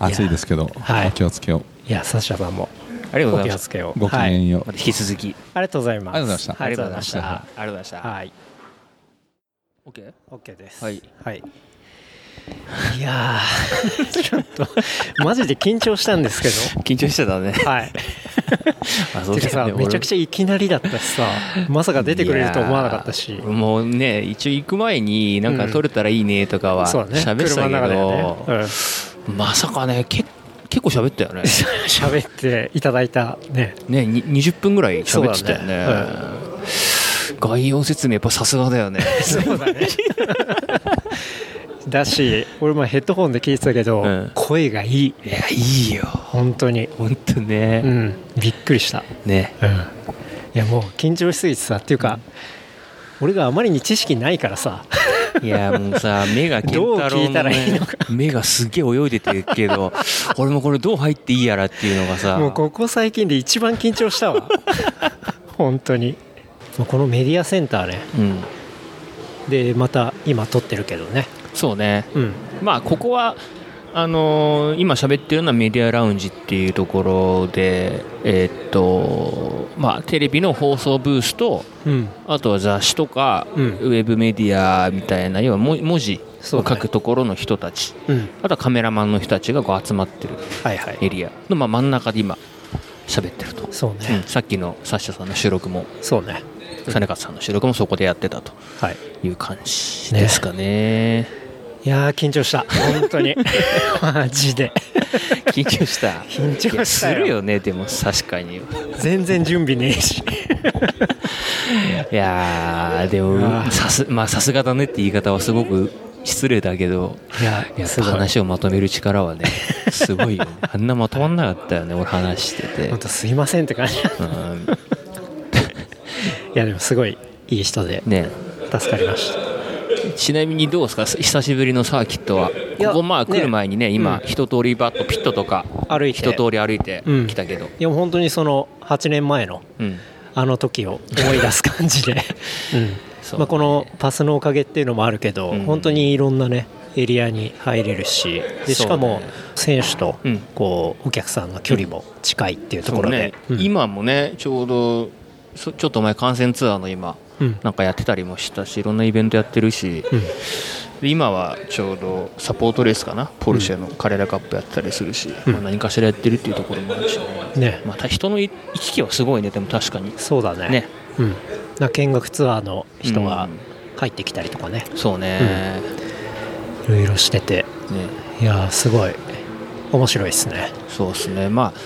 暑いですけど、はいお気をつけをいやサッシャさんもありがとおうござい気まをすつけを。ごきげんよう、また引き続きありがとうございます。ありがとうございましたありがとうございました。ありがとうございましたはい、 OK OK です。はい、はい。いやー、 ちょっとマジで緊張したんですけ緊張してたねど。はい。あてかさ、めちゃくちちゃいきなりだったしさ、まさか出てくれると思わなかったし。もうね一応行く前になんか撮れたらいいねとかはそうだね。喋ってた車の中けでねど、 うん、まさかねけ結構 喋ったよね喋っていただいたね。ねに20分ぐらい喋ってたよねそうだ概要説明やっぱさすがだよねそうだね。だ し、俺もヘッドホンで聞いてたけど、うん声がいい。いやいいよ本当に。本当ね、うん、びっくりした。ねうん、いやもう緊張しすぎてさっていうか、俺があまりに知識ないからさいやも うさ目が健太どう聞郎いたの、らいいねのか、目がすげえ泳いでてるけ ど俺もこれどう入っていいやらっていうのがさもうここ最近で一番緊張した わ本当にもうこのメディアセンターねうん、でまた今撮ってるけどねそうねうんまあここはあのー今喋ってるのはメディアラウンジっていうところでえーっとまあテレビの放送ブースとうんあとは雑誌とか、うんウェブメディアみたいな要はも文字をそ書うだねくところの人たち、うんあとはカメラマンの人たちがこう集まってるはいはいエリアの、まあ、真ん中で今喋ってると、そううんね。さっきのサッシャさんの収録もそうね。サネカさんの収録もそこでやってたとはい。いう感じですかねいやー、緊張した。本当 に。マジで。緊張した緊いや張すしたよるよねでも確かにい全然準備ねえし。やーでもさすまあさすがだねって言い方はすごく失礼だけどいややっすぱごい話をまとめる力はねすごいよねあんなまとまんなかったよね俺話してて本当すいませんって感じ。いうんや、でもすごいいい人で、ね助かりました。ちなみにどうですか久しぶりのサーキットはこやこまあ来る前にね今うん一通りバッとピットとか歩いて。一通り歩いてうんきたけどいや、本当にその、8年前の、うんあの時を思い出す感じで、うんそうまあ、このパスのおかげっていうのもあるけど、うん本当にいろんなねエリアに入れるしでしかも選手とうんこうお客さんの距離も近いっていうところで、そうねうん今もねちょうどそちょっと前観戦ツアーの今うんなんかやってたりもしたしいろんなイベントやってるし、うんで今はちょうどサポートレースかなポルシェのカレラカップやったりするし、うんまあ、何かしらやってるっていうところもあるし、ねねまた人のい行き来はすごいねでも確かにそうだねねうん、なんか見学ツアーの人がうん入ってきたりとかね、そうね,、いろいろしててねいやーすごい面白いですねそうですねまあ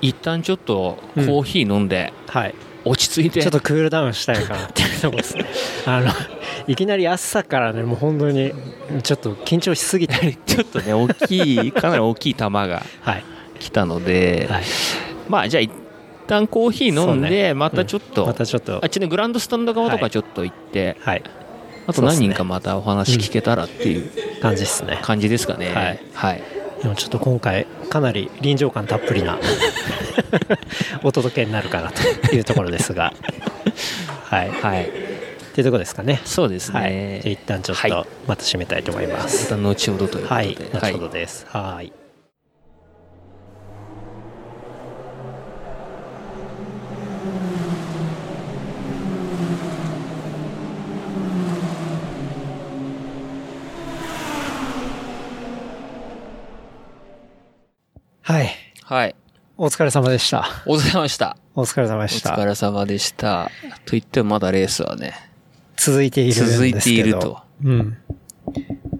一旦ちょっとうコんーヒー飲んで、はい落ち着いてちょっとクールダウンしたいかなっていうとこ ですね。あの、いきなり朝からね、もう本当に、ちょっと緊張しすぎて。ちょっとね大き いかなり大きい球がはい。来たので、はい。まあじゃあ一旦コーヒー飲んそで、うねまたちょっと、またちょっとあっ。ちのグランドスタンド側とはかいちょっと行って、はい。あと何人かまたお話聞けたらっていう感じですね。感じですかね。はいはい。でもちょっと今回、かなり臨場感たっぷりな お届けになるかなというところです が。はい。はい。っていうところですかね。そうですね。はい。じゃあ一旦ちょっはいと、また締めたいと思いま。ますた後ほどということで。はい。後ほどです。はい。はい。はい。お疲れ様でした。お疲れ様でした。お疲れ様でおした。疲れ様でした。と言ってもまだレースはね、続いているんですけど。続いていると。うん。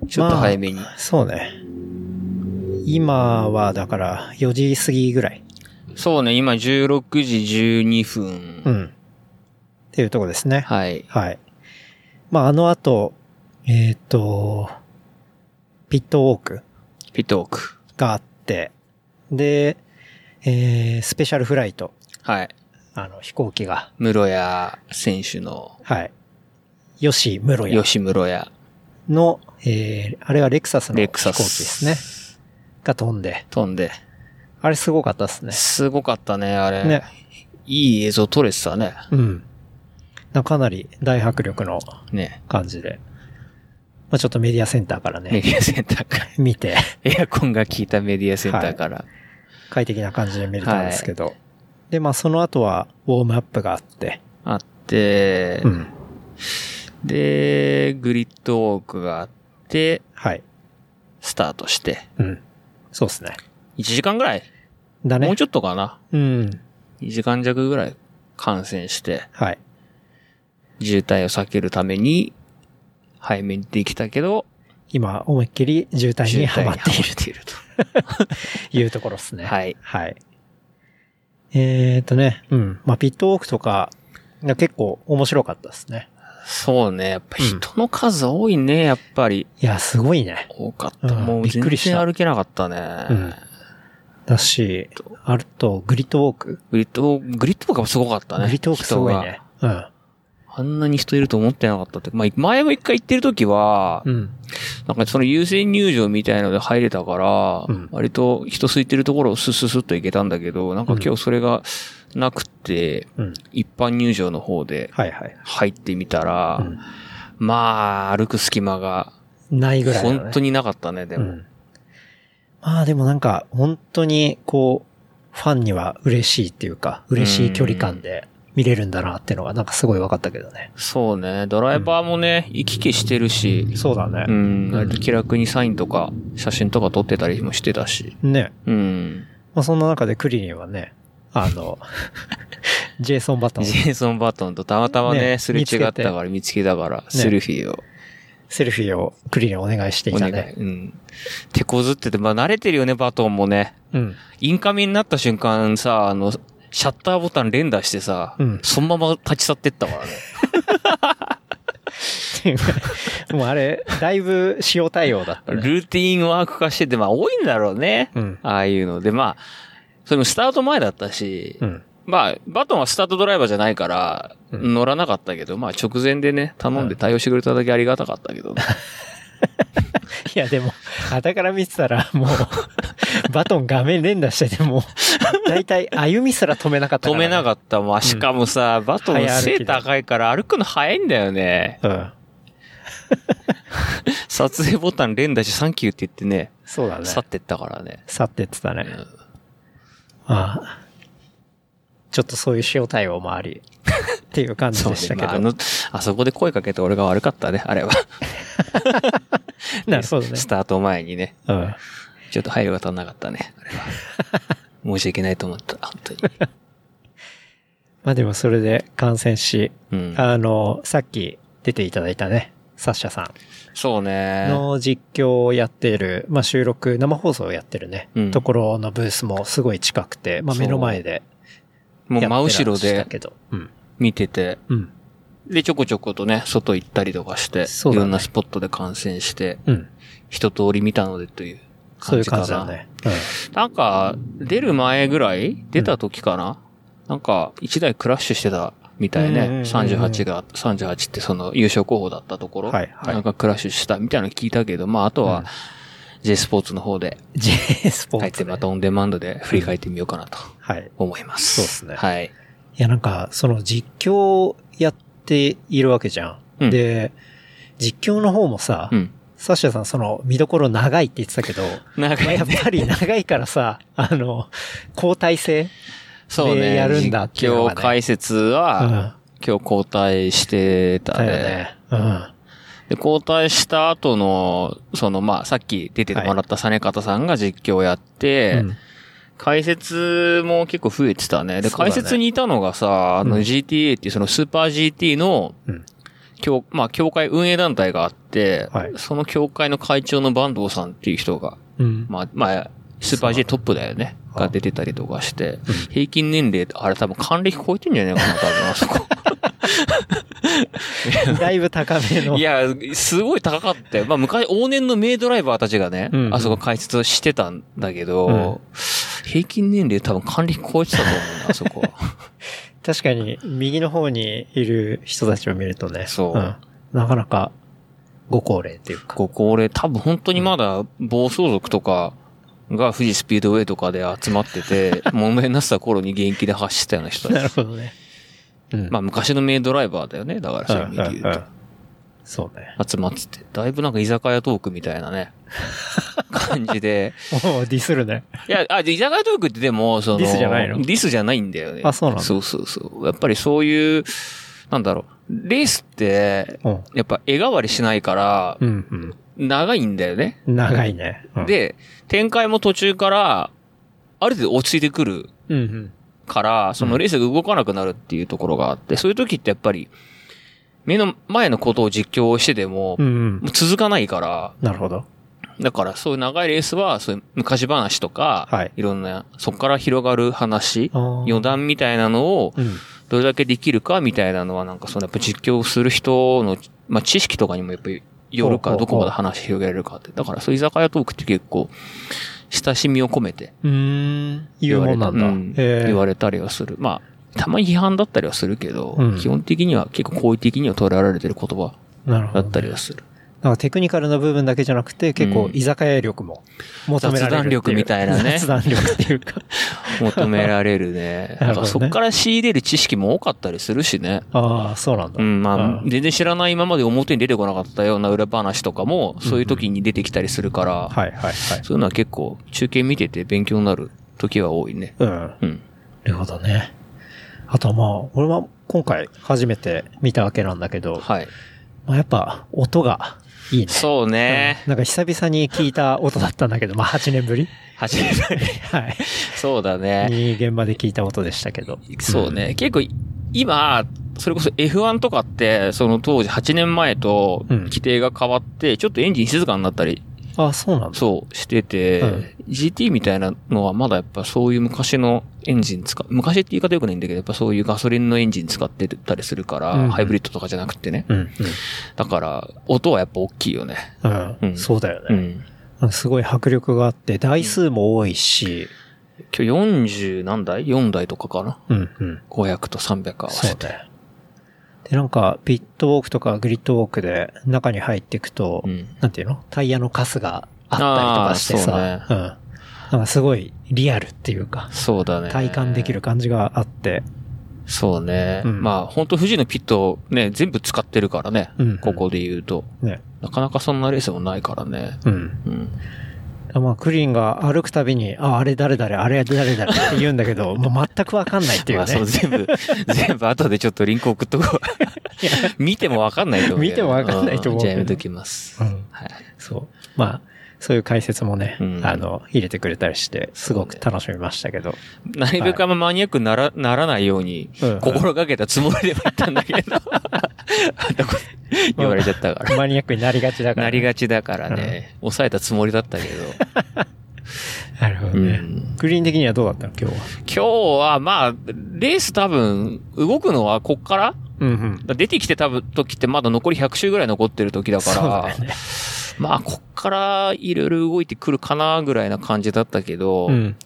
ちょっと早めに。そうね。今は、だから、4時過ぎぐらい。そうね、今16時12分。うん。っていうとこですね。はい。はい。まあ、あの後、えっ、と、ピットウォークピットウォーク。があって、で、えースペシャルフライト、はい。あの、飛行機が、室谷選手の、はい。吉室谷吉室谷。の、えーあれはレクサスの飛レ行ク機サでスすね。が飛んで、飛んで。あれすごかったですね。すごかったね、あれ。ね。いい映像撮れてたね。うん。なかなり大迫力のね。感じで。まあちょっとメディアセンターからメね、ディアセンターから。見て、エアコンが効いたメディアセンターから。快適な感じで見れたんですけど。で、まあその後は、ウォームアップがあって、あって、うん。で、グリッドウォークがあって、はい。スタートして。うん。そうですね。 1時間ぐらい、だね。もうちょっとかな。うん。 1時間弱ぐらい感染して、はい。渋滞を避けるために、早めにできたけど、今、思いっきり渋滞渋には滞まにっている入っていると。というところですね。はい。はい。えーとね、うん。まあ、ピットウォークとか、結構面白かったですね。そうね。やっぱ人の数多いね、やっぱり。いや、すごいね。多かった。うんもうびっ全くりした然歩けなかったうねん。だし、あと、グリッドウォーク。グリッド、グリッドとかもすごかったね。グリッドウォークすごいね。うん。人が。あんなに人いると思ってなかったって。まあ、前も一回行ってる時はう、ん。なんかその優先入場みたいので入れたから、うん割と人空いてるところをスッスッスッと行けたんだけど、なんか今日それがなくて、うん。一般入場の方ではいはい。入ってみたら、うんまあ、歩く隙間がないぐらいだね。本当になかったね、でうも。ん。まあでもなんか、本当に、こう、ファンには嬉しいっていうか、嬉しい距離感で見れるんだなっていうのがなんかすごい分かったけどね。そうね、ドライバーもね、行き来してるし、そうだねう。ん、割と気楽にサインとか写真とか撮ってたりもしてたし。ね。うん。まあそんな中でクリリンはね、あの、 ジェイソン・バトンジ、ェイソン・バトンとたまたまね、ねすれ違ったから見つけたから、セルフィーをセルフィーをクリリンお願いしていおた願い。ね。うん。手こずってて、まあ慣れてるよね、バトンもね。うん。インカミになった瞬間さ、あの、シャッターボタン連打してさ、うんそのまま立ち去ってったからね。っていうかもうあれ、だいぶ使用対応だった ね。ルーティンワーク化してて、まあ多いんだろうね。うん。ああいうので、まあ、それもスタート前だったし、うん。まあ、バトンはスタートドライバーじゃないから、うん乗らなかったけど、まあ直前でね、頼んで対応してくれただけありがたかったけどね。いや、でも、傍から見てたら、もう、 バトン画面連打してても、だいたい歩みすら止めなかった止めなっかった。まあ、しかもさ、バトン早歩きで背高いから歩くの早いんだよね。た。うん。撮影ボタン連打してサンキューって言ってね、そうだね。去ってったからね。去ってってたね。んああ。ちょっとそういう使用対応もあ り、っていう感じそうでねしたけまあ、あど。の、あそこで声かけて俺が悪かったね、あれは。なるほどねス。タート前にね。うん。ちょっと配慮が足んなかったね、あれ は。申し訳ないと思った、本当に。まあでもそれで感染し、うん。あの、さっき出ていただいたね、サッシャさんそうね。の実況をやっている、まあ収録、生放送をやってるね、うんところのブースもすごい近くて、まあそう目の前でもうやってら真っ後ろしゃっでたけど。うん。見てて、うん。で、ちょこちょことね、外行ったりとかして、そういだねろんなスポットで観戦して、うん。一通り見たのでというそうい感うじか感じだな。ね。うん。なんか、出る前ぐらい出た時かな、なんか、一台クラッシュしてたみたいね。うんうんうんうん38が、38ってその優勝候補だったところ。はいはいなんかクラッシュしたみたいなの聞いたけど、まあ、あとうんは、J スポーツの方で、 J スポ帰ーってツ、またオンデマンドで振り返ってみようかなとはい。思います。そうっすねはい。いや、なんか、その実況をやっているわけじゃん。うんで、実況の方もさ、うん。サッシャさんその見どころ長いって言ってたけ ど、なんかまあやっぱり長いからさ、あの、交代制そうね。でやるんだっていうのが今ね日解説は、今日交代してただね。よね。うん。で、交代した後の、その、まあ、さっき出てもらった実方さんが実況やって、うん解説も結構増えてたね。で、そうだね解説にいたのがさ、あうのん GTA っていうそのスーパー GT の、うん教、まあ、協会運営団体があって、はいその協会の会長の坂東さんっていう人が、うん。まあ、まあ、スーパー G トップだよね。あが出てたりとかして、平均年齢、あれ多分還暦超えてんじゃねえかな、多分あそこ。 だいぶ高めの。いや、すごい高かったよ。まあ、昔、往年の名ドライバーたちがね、うんうんあそこ解説をしてたんだけど、うん平均年齢多分管理超えてたと思うな、あそこは。 確かに、右の方にいる人たちを見るとね。そうんなかなか、ご高齢っていうか。ご高齢、多分本当にまだ暴走族とかが富士スピードウェイとかで集まっ てて、問題になってた頃に現役で走ってたような人たなち。るほどね。うん。まあ、昔の名ドライバーだよね。だからそういう意味でうん言ううんうんそうね。と。集まってて、だいぶなんか居酒屋トークみたい なね、感じで。おうディスるね。いや、あ、で居酒屋トークってでも、その、ディスじゃないのディスじゃないんだよね。あそうなのそうそうそう。やっぱりそういう、なんだろう、レースって、うん。やっぱ絵代わりしないから、うん、長いんだよね。うん。長いね。うん、で、展開も途中から、ある程度落ち着いてくるうん、うん。から、そのレースが動かなくなるっていうところがあって、そういう時ってやっぱり、目の前のことを実況してでも、うん、もうん。う続かないから、なるほど。だからそういう長いレースは、そういう昔話とか、はいいろんな、そこから広がる話、あー余談みたいなのをうん。どれだけできるかみたいなのはなんかそのやっぱ実況する人の、まあ、知識とかにもやっぱりよるかほうほうほうらどこまで話広げられるかって。だからそういう居酒屋トークって結構親しみを込めてうーん。言言うわもれんた,なうんだ。ん、え言われれたりはする。まあ、たまに批判だったりはするけど、うん基本的には結構好意的には捉えられてる言葉なるほだど、ったりは する。なんかテクニカルな部分だけじゃなくて、結構うん居酒屋力も求められるっていう。雑談力みたいな ね雑談力っていうか。求められるね。なるほどねだからそこから仕入れる知識も多かったりするしね。ああ、そうなんだ。うん、まあう、ん全然知らない今まで表に出てこなかったような裏話とかも、そういう時に出てきたりするから、はいはいはい。そういうのは結構、中継見てて勉強になる時は多いね。うん。なうん。るほどね。あとまあ、俺は今回初めて見たわけなんだけど、はい。まあやっぱ音がいいね。そうね。うんなんか久々に聞いた音だったんだけど、まあ8年ぶり 初めて。はい。そうだね。に現場で聞いた音でしたけど。そうね。結構、今、それこそ F1 とかって、その当時8年前とうん規定が変わって、ちょっとエンジン静かになったり、あ、そうなんだ。そう、してて、う GT みたいなのはまだやっぱそういう昔のエンジン使う、昔って言い方良くないんだけど、やっぱそういうガソリンのエンジン使ってたりするから、うんハイブリッドとかじゃなくてね。うん、うん。だから、音はやっぱ大きいよね。うん、うんそうだようね、ん。すごい迫力があって、台数も多いし、今日40何台 ?4 台とかかなうん、うん。 ?500 と300合わそせうて。だよ。で、なんか、ピットウォークとかグリッドウォークで中に入っていくと、うん。なんていうのタイヤのカスがあったりとかしてさあー、うん。なんかすごいリアルっていうか、そうだね。体感できる感じがあって、そうね。うんまあ、本当富士のピットね、全部使ってるからね。うんここで言うと。ね。なかなかそんなレースもないからね。うん。うん。まあ、クリーンが歩くたびに、あ、あれ誰々、あれ誰々って言うんだけ ど、もう全くわかんないっていまうあ、そう、ね。全部、全部後でちょっとリンク送っと こう。見てもわかんないと思うけど。見てもわかんないと思うけどんじゃあやめときます。うんはい。そう。まあ、そういう解説もね、うんあの、入れてくれたりして、すごく楽しみましたけど。なるべくあんまマニアックになら、ならないように、うん心がけたつもりではあったんだけど、 言われちゃったから。マニアックになりがちだから、なりがちだからね、抑えたつもりだったけなるほどど。うね。んクリーン的にはどうだったの今日は。今日は、まあ、レース多分、動くのはこっからうんうん。出てきて多分時ってまだ残り100周ぐらい残ってる時だから、そうだよまあ、こっからいろいろ動いてくるかなぐらいな感じだったけど、うん。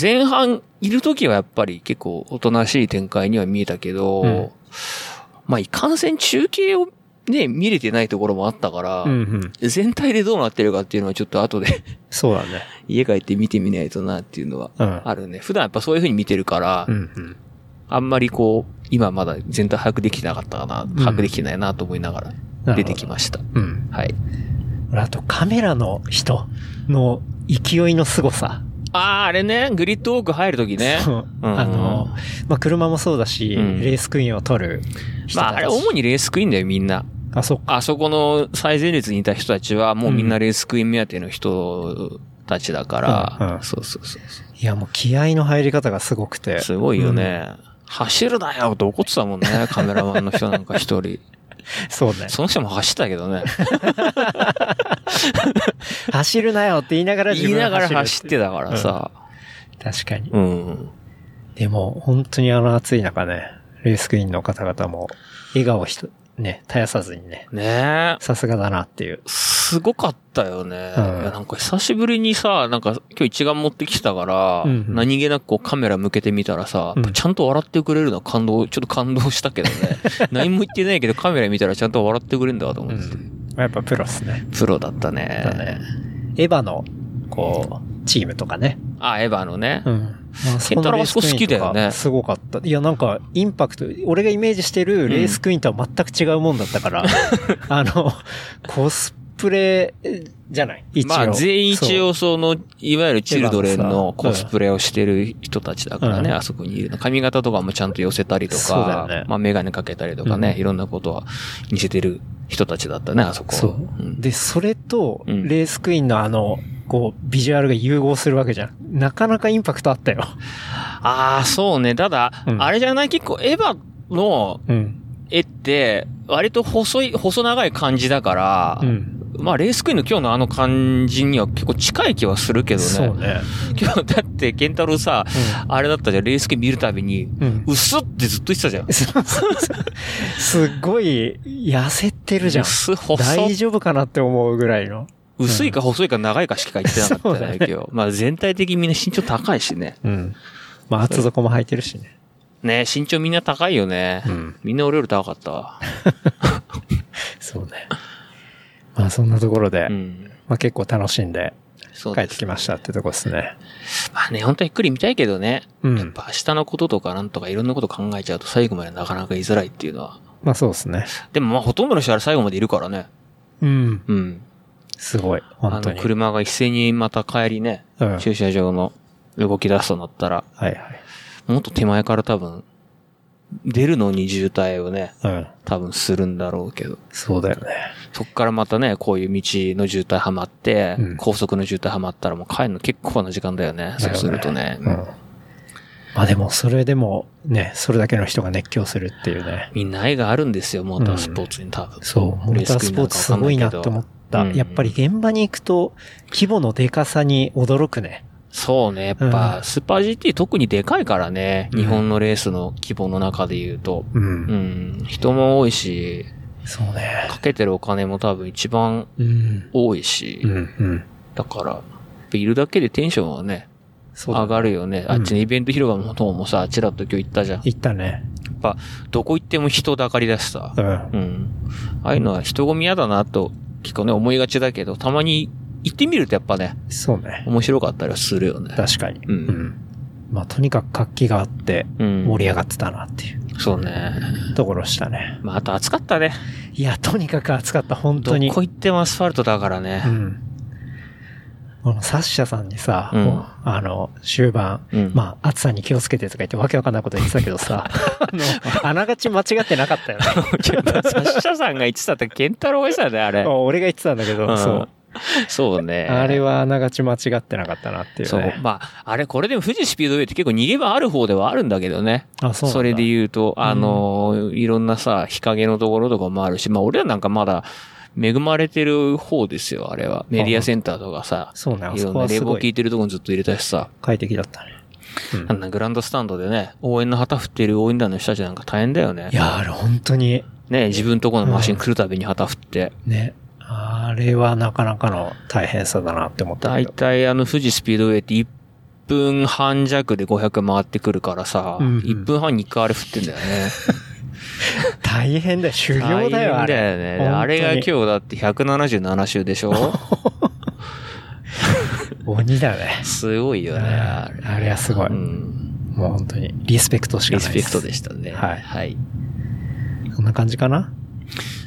前半いる時はやっぱり結構おとなしい展開には見えたけど、うんまあ、いかんせん中継をね、見れてないところもあったから、うんうん。全体でどうなってるかっていうのはちょっと後で そうだね。家帰って見てみないとなっていうのはうん。あるね。普段やっぱそういう風に見てるから、うんうん。あんまりこう、今まだ全体把握できてなかったかな、把握できてないなと思いながら出てきました。うん。はい。俺あとカメラの人の勢いの凄さ。ああ、あれね、グリッドウォーク入るときね。そううんあの、まあ、車もそうだし、うんレースクイーンを取る人まあ、あれ主い。にレースクイーンだよ、みんな。あ、そっか。あそこの最前列にいた人たちは、もうみんなレースクイーン目当ての人たちだから、うんうんそうそうそうそう。いや、もう気合の入り方がすごくて。すごいよね。走るなよって怒ってたもんね、カメラマンの人なんか 一人。そうね。その人も走ったけどね。走るなよって言いながら自言い分なはがら走る走ってたからさ。確かに。うん。でも、本当にあの暑い中ね、レースクイーンの方々も、笑顔ひと、ね、絶やさずにね、ねえ。さすがだなっていう。すごかったよね。うんいやなんか久しぶりにさ、なんか今日一眼持ってきたから、うんうん何気なくこうカメラ向けてみたらさ、うんちゃんと笑ってくれるのは感動、ちょっと感動したけどね。 何も言ってないけどカメラ見たらちゃんと笑ってくれるんだと思うってて。ん。やっぱプロっすね。プロだったね。だね。エヴァの、こう、チームとかね。あ、エヴァのね。うん。まあ、ケンタロウはそこ好きだそこのレースクイーンとよねかすごかった。いや、なんか、インパクト、俺がイメージしてるレースクイーンとは全く違うもんだった から、あの、コスプレじゃない一応。まあ全員一応その、いわゆるチルドレンのエヴァコのさスプレをしてる人たちだからね、うんあそこにいるの。髪型とかもちゃんと寄せたりとそうだよか、ねまあメガネかけたりとかね、うんいろんなことは見せてる人たちだったね、あそこ。そうそううんで、それと、うんレースクイーンのあの、こう、ビジュアルが融合するわけじゃん。なかなかインパクトあったよ。ああ、そうね。ただ、うんあれじゃない結構エヴァのうん。絵って、割と細い、細長い感じだから、うん。まあレースクイーンの今日のあの感じには結構近い気はするけどそうね。ね。今日だって、ケンタロウさ、あれだったじゃん、レースクイーン見るたびに、うん。 うんうっすってずっと言ってたじゃん。そうそうそうすっごい痩せてるじゃん。薄細大丈夫かなって思うぐらいの。薄いか細いか長いかしか言ってなかったそうね、今日。まあ全体的にみんな身長高いしね。うん。まあ、厚底も履いてるしね。ね身長みんな高いよね。ん。みんな俺より高かったわ。そうね。まあ、そんなところで、うん。まあ結構楽しんでそう帰でっすてきましたってとこですね。まあね、本当はゆっくり見たいけどね。うやっん。ぱ明日のこととかなんとかいろんなこと考えちゃうと最後までなかなか居づらいっていうのは。まあそうですね。でもまあほとんどの人は最後までいるからね。うん。うん。すごい。あ本当のに。うん。車が一斉にまた帰りね、はい駐車場の動き出すとなったら、はい。もっと手前から多分出るのに渋滞をね、うん。多分するんだろうけど。そうだよね。そっからまたね、こういう道の渋滞ハマって、うん高速の渋滞ハマったらもう帰るの結構な時間だよね。そうするとね。うん。まあでも、それでも、ね、それだけの人が熱狂するっていうね。みんな愛があるんですよ、モータースポーツに多分。そう、モータースポーツすごいなって思った。うんやっぱり現場に行くと、規模のでかさに驚くね。そうね、やっうぱんスーパー GT 特にでかいからね、うん日本のレースの規模の中で言うと。う。うんん、人も多いし、そうね。かけてるお金も多分一番うん。多いし、うん、うん。だから、やっぱいるだけでテンションはね、そうだ上ね。がるよね。あっちのイベント広場の方もさ、ちらっと今日行ったじゃん。行ったね。どこ行っても人だかりだしさ。うん。うん。ああいうのは人混み嫌だなと、結構ね、思いがちだけど、たまに行ってみるとやっぱね、そうね。面白かったりはするよね。確かに。うう。んん。まあ、とにかく活気があって、うん。盛り上がってたなっていうそうね。ところしたね。まあ、あと暑かったね。いや、とにかく暑かった、本どこ当に。行ってもアスファルトだからうね。ん。このサッシャさんにさ、うんもうあの、終盤、うん まあ、暑さに気をつけてとか言ってわけわかんないこと言ってたけどさ、あの、あながち間違ってなか ったよね。サッシャさんが言ってたって、ケンタロウが言ってたね、あれ。俺が言ってたんだけど、うんそう。そうね。あれはあながち間違ってなかったなっていうそうね。。まあ、あれ、これでも富士スピードウェイって結構逃げ場ある方ではあるんだけどね。あ、そうなんだ。それでう。言うと、あのーいろんなさ、日陰のところとかもあるし、まあ俺らなんかまだ恵まれてる方ですよ、あれは。メディアセンターとかさ、そうね、あいそろんこなは冷す房ご効いいてるとこにずっと入れたしさ、快適だったね。うんあんなグランドスタンドでね、応援の旗振ってる応援団の人たちなんか大変だよねい。や、あれ本当に、ね、自分とこのマシン来るたびに旗振って。ね、あれはなかなかの大変さだなって思っただけいど。たいあの富士スピードウェイって1分半弱で500回ってくるからさ、うんうん1分半に1回あれ振ってんだ よね。大変だよ、修大行変だよ、あれ。よね。本当にあれが今日だって177周でしょ 鬼だね。すごいよね、あれ。あれはすごい。うん。もう本当に、リスペクトしかリなスいペでクトす。でしたね。はいこんな感じかな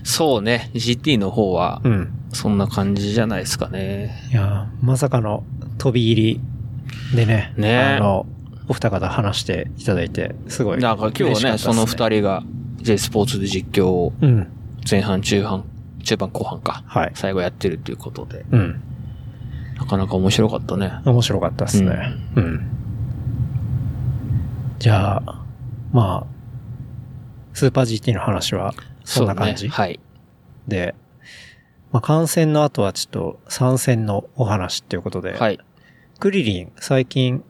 そうね、GT の方は、うん。そんな感じじゃないですかね。いやーまさかの飛び入りでね、ねあの、お二方話していただいて、すごい。なんか今嬉日しかね、ったっすその二人が J スポーツで実況をうん。前半、中半、中盤後半か。はい。最後やってるっていうことで、うん。なかなか面白かったね。面白かったですね。うん。じゃあ、まあ、スーパー GT の話は、そんな感じそうねはい。で、まあ、観戦の後はちょっと参戦のお話っていうことで、はい。クリリン、最近、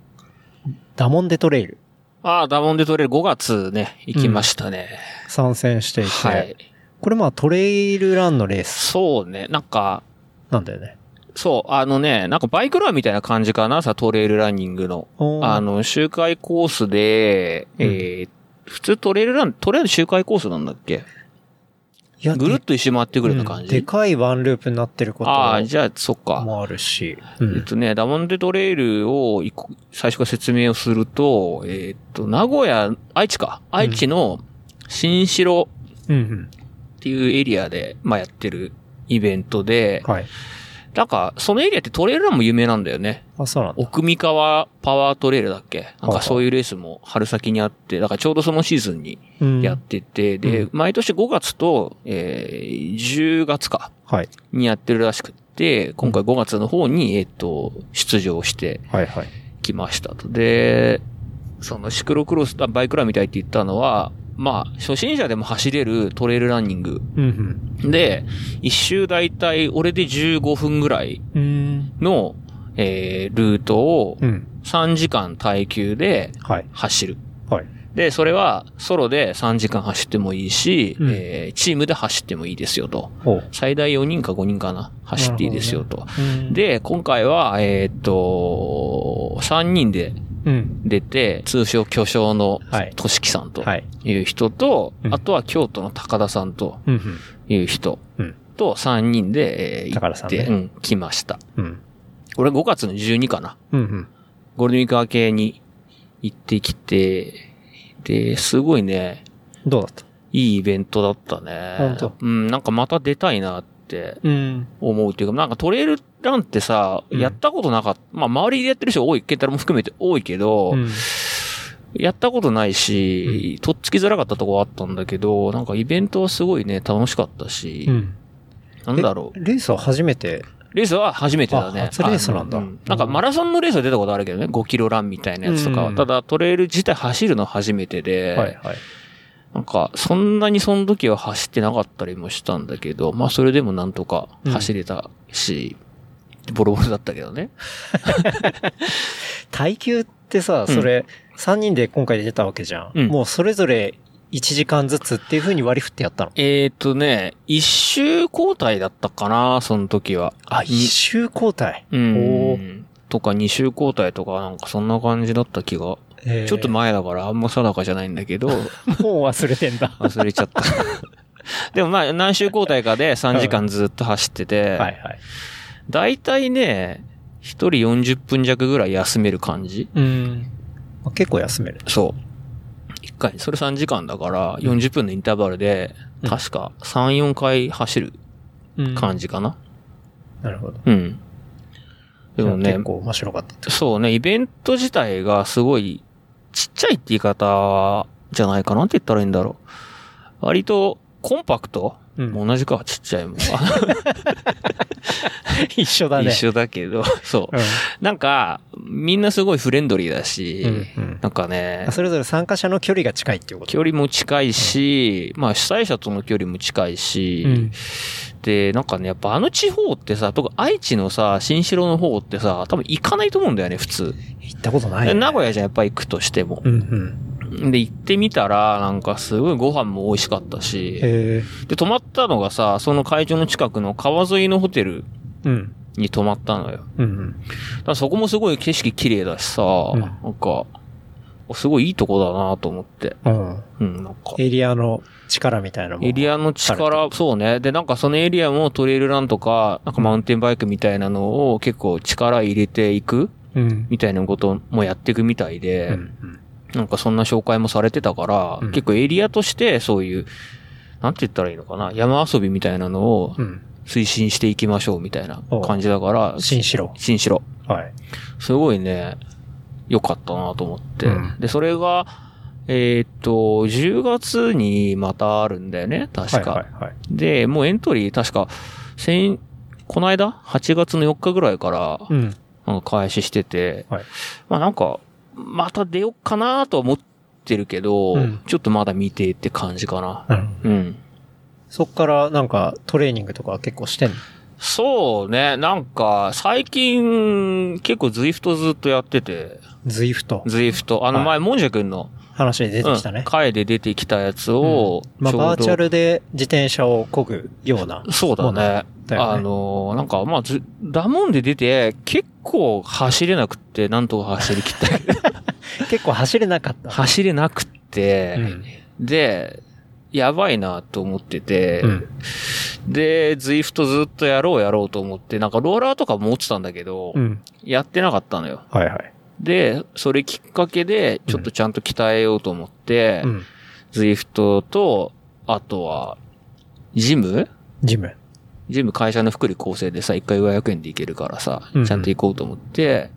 ダモンデトレイルああ、ダボンで取れる5月ね、行きましたね。参戦していて、はい。これまあトレイルランのレースそうね、なんか、なんだよね。そう、あのね、なんかバイクランみたいな感じかな、さ、トレイルランニングの。おーあの、周回コースで、えー普通トレイルラン、トレイル周回コースなんだっけいやぐるっと一周回ってくるような感うんじ。でかいワンループになってることああ、じゃあ、そっか。もあるし、えっとね、ダモンデトレイルを一個最初から説明をすると、えーっと、名古屋、愛知か。愛知の新城うんうん。っていうエリアで、まあ、やってるイベントで、はい。なんか、そのエリアってトレイルランも有名なんだよね。あ、そうなんだ。奥三河パワートレイルだっけなんはかいそういうレースも春先にあって、だからちょうどそのシーズンにうんやってて、うでん、毎年5月と、えー10月か、はい。にやってるらしくって、今回5月の方に、えっ、と、出場してはいはい。きましたと。で、そのシクロクロス、あバイクランみたいって言ったのは、まあ、初心者でも走れるトレイルランニングうんで、一周だいたい俺で15分ぐらいうん。うん。の、えールートをうん。 3時間耐久ではい。走る。はい。で、それはソロで3時間走ってもいいし、うんえーチームで走ってもいいですよと。おう。最大4人か5人かな、走っていいですよと。うん、で、今回は、えーっと、3人でうん。出て、通称巨匠のはいとしきさんとはい。いう人と、うんあとは京都の高田さんとうんうん。いう人うんと3人で、えー高行田さっんねて、うん、来ました。うん。俺5月の12かな。うんうん。ゴールデンウィーク明けに行ってきて、で、すごいね、どうだったいいイベントだったね。本当うん、なんかまた出たいなってうん。思うっていうか、なんかトレイルランってさ、うんやったことなかった。まあ、周りでやってる人多い、ケンタロウも含めて多いけど、うん。やったことないし、とっつきづらかったとこはあったんだけど、なんかイベントはすごいね、楽しかったし、ん。なんだろう。レースは初めて。レースは初めてだね。あ初レースなんだあのうなんかマラソンのレースは出たことあるけどね、5キロランみたいなやつとかは。うんただトレイル自体走るの初めてで、はい。なんかそんなにその時は走ってなかったりもしたんだけど、まあそれでもなんとか走れたし、ボロボロだったけどね。耐久ってさ、それ、3人で今回出たわけじゃん。うんもうそれぞれ1時間ずつっていう風に割り振ってやったの。えーとね、一周交代だったかな、その時は。あ、1周交代。うおん。とか二周交代とかなんかそんな感じだった気が。えーちょっと前だからあんま定かじゃないん だけど、もう忘れてんだ。忘れちゃった。 でもまあ何周交代かで3時間ずっと走ってて、はいはい。だいたいね、一人40分弱ぐらい休める感じうん。まあ結構休める。そう。一回、それ3時間だから40分のインターバルで、うん確か3、4回走る感じかな。なるほど。うん。でもじゃあね結、構面白かったって。そうね、イベント自体がすごいちっちゃいって言い方じゃないかなって言ったらいいんだろう。割とコンパクト、うんもう同じか、ちっちゃ いもん。一緒だね。一緒だけど、そう。なんか、みんなすごいフレンドリーだし、うんうんなんかねあ、それぞれ参加者の距離が近いっていうこと。距離も近いし、まあ主催者との距離も近いし、うんで、なんかね、やっぱあの地方ってさ、特に愛知のさ、新城の方ってさ、多分行かないと思うんだよね、普通。行ったことないよね。名古屋じゃやっぱ行くとしても。うんうん。で、行ってみたら、なんかすごいご飯も美味しかったし、へえ。で、泊まったのがさ、その会場の近くの川沿いのホテルうん。に泊まったのよ。うんだからそこもすごい景色綺麗だしさ、んなんか、すごいいいとこだなと思って。うん。うん。うん、なんか。エリアの力みたいなもん。エリアの力、そうね。で、なんかそのエリアもトレイルランとか、なんかマウンテンバイクみたいなのを結構力入れていくうん。みたいなこともやっていくみたいで、うんなんかそんな紹介もされてたから、うん結構エリアとしてそういう、なんて言ったらいいのかな、山遊びみたいなのをうん。推進していきましょうみたいな感じだからうん。、新城。新城。はい。すごいね、良かったなと思って。うんで、それが、えーっと、10月にまたあるんだよね、確か。はいはいはい。で、もうエントリー確か、先、この間 ?8 月の4日ぐらいから、うん。なんか開始してて、はいまあなんか、また出よっかなとは思ってるけど、うんちょっとまだ見てって感じかな。なるほどうん。そっからなんかトレーニングとか結構してんのそうね、なんか、最近、結構ズイフトずっとやってて、ズイフト。ズイフト。あのはい前、もんじゃくんの、話に出てきたうねん。回で出てきたやつを、まあ、ちょうどバーチャルで自転車を漕ぐような。そうだね。だよねあのー、なんか、まあ、ず、ダモンで出て、結構走れなくって、なんとか走りきった けど。結構走れなかった。走れなくっうて、ん。で、やばいなと思ってて、うん。で、ズイフトずっとやろうやろうと思って、なんかローラーとか持ってたんだけど、うん。やってなかったのよ。はいはい。で、それきっかけで、ちょっとちゃんと鍛えようと思って、うん。ズイフトと、あとは、ジムジム。ジム会社の福利厚生でさ、一回500円で行けるからさ、うんうんちゃんと行こうと思って、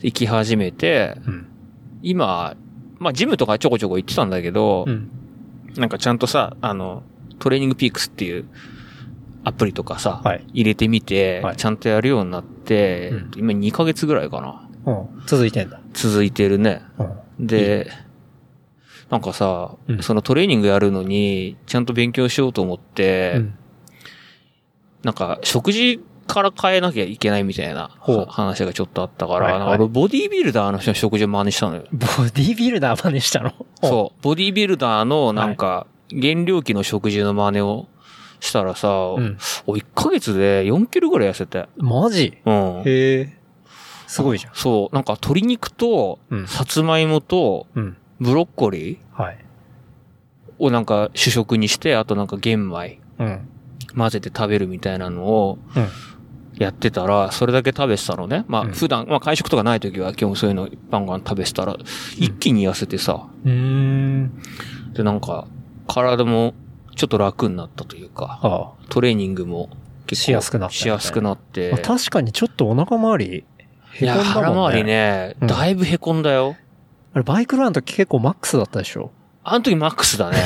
行き始めて、うん。今、まあジムとかちょこちょこ行ってたんだけど、うん。なんかちゃんとさ、あの、トレーニングピークスっていうアプリとかさ、はい入れてみて、はいちゃんとやるようになって、うん今2ヶ月ぐらいかな。うん。続いてんだ。続いてるね。うん。で、なんかさ、うんそのトレーニングやるのに、ちゃんと勉強しようと思って、うんなんか、食事から変えなきゃいけないみたいなほう話がちょっとあったから、はいはいなんか俺ボディービルダーの人の食事を真似したのよ。ボディービルダー真似したのそう。ボディービルダーのなんか、減量期の食事の真似をしたらさ、んお1ヶ月で4キロぐらい痩せて。う。マジうん。へえ。すごいじゃん。そう。なんか鶏肉とうん、さつまいもと、うん。ブロッコリーはい。をなんか主食にして、あとなんか玄米うん。混ぜて食べるみたいなのをうんやってたら、それだけ食べてたのね。まあうん普段、まあ会食とかない時は基本そういうのバンバン食べてたら、一気に痩せてさ、うーん。でなんか体もちょっと楽になったというか、あトレーニングも結構しやすくなったみたいしなやすくなってあ。。確かにちょっとお腹周り、いへこんや、だ腹もん回りね。ね、うんだいぶへこんだよ。あれ、バイクロアの時結構マックスだったでしょあの時マックス だね。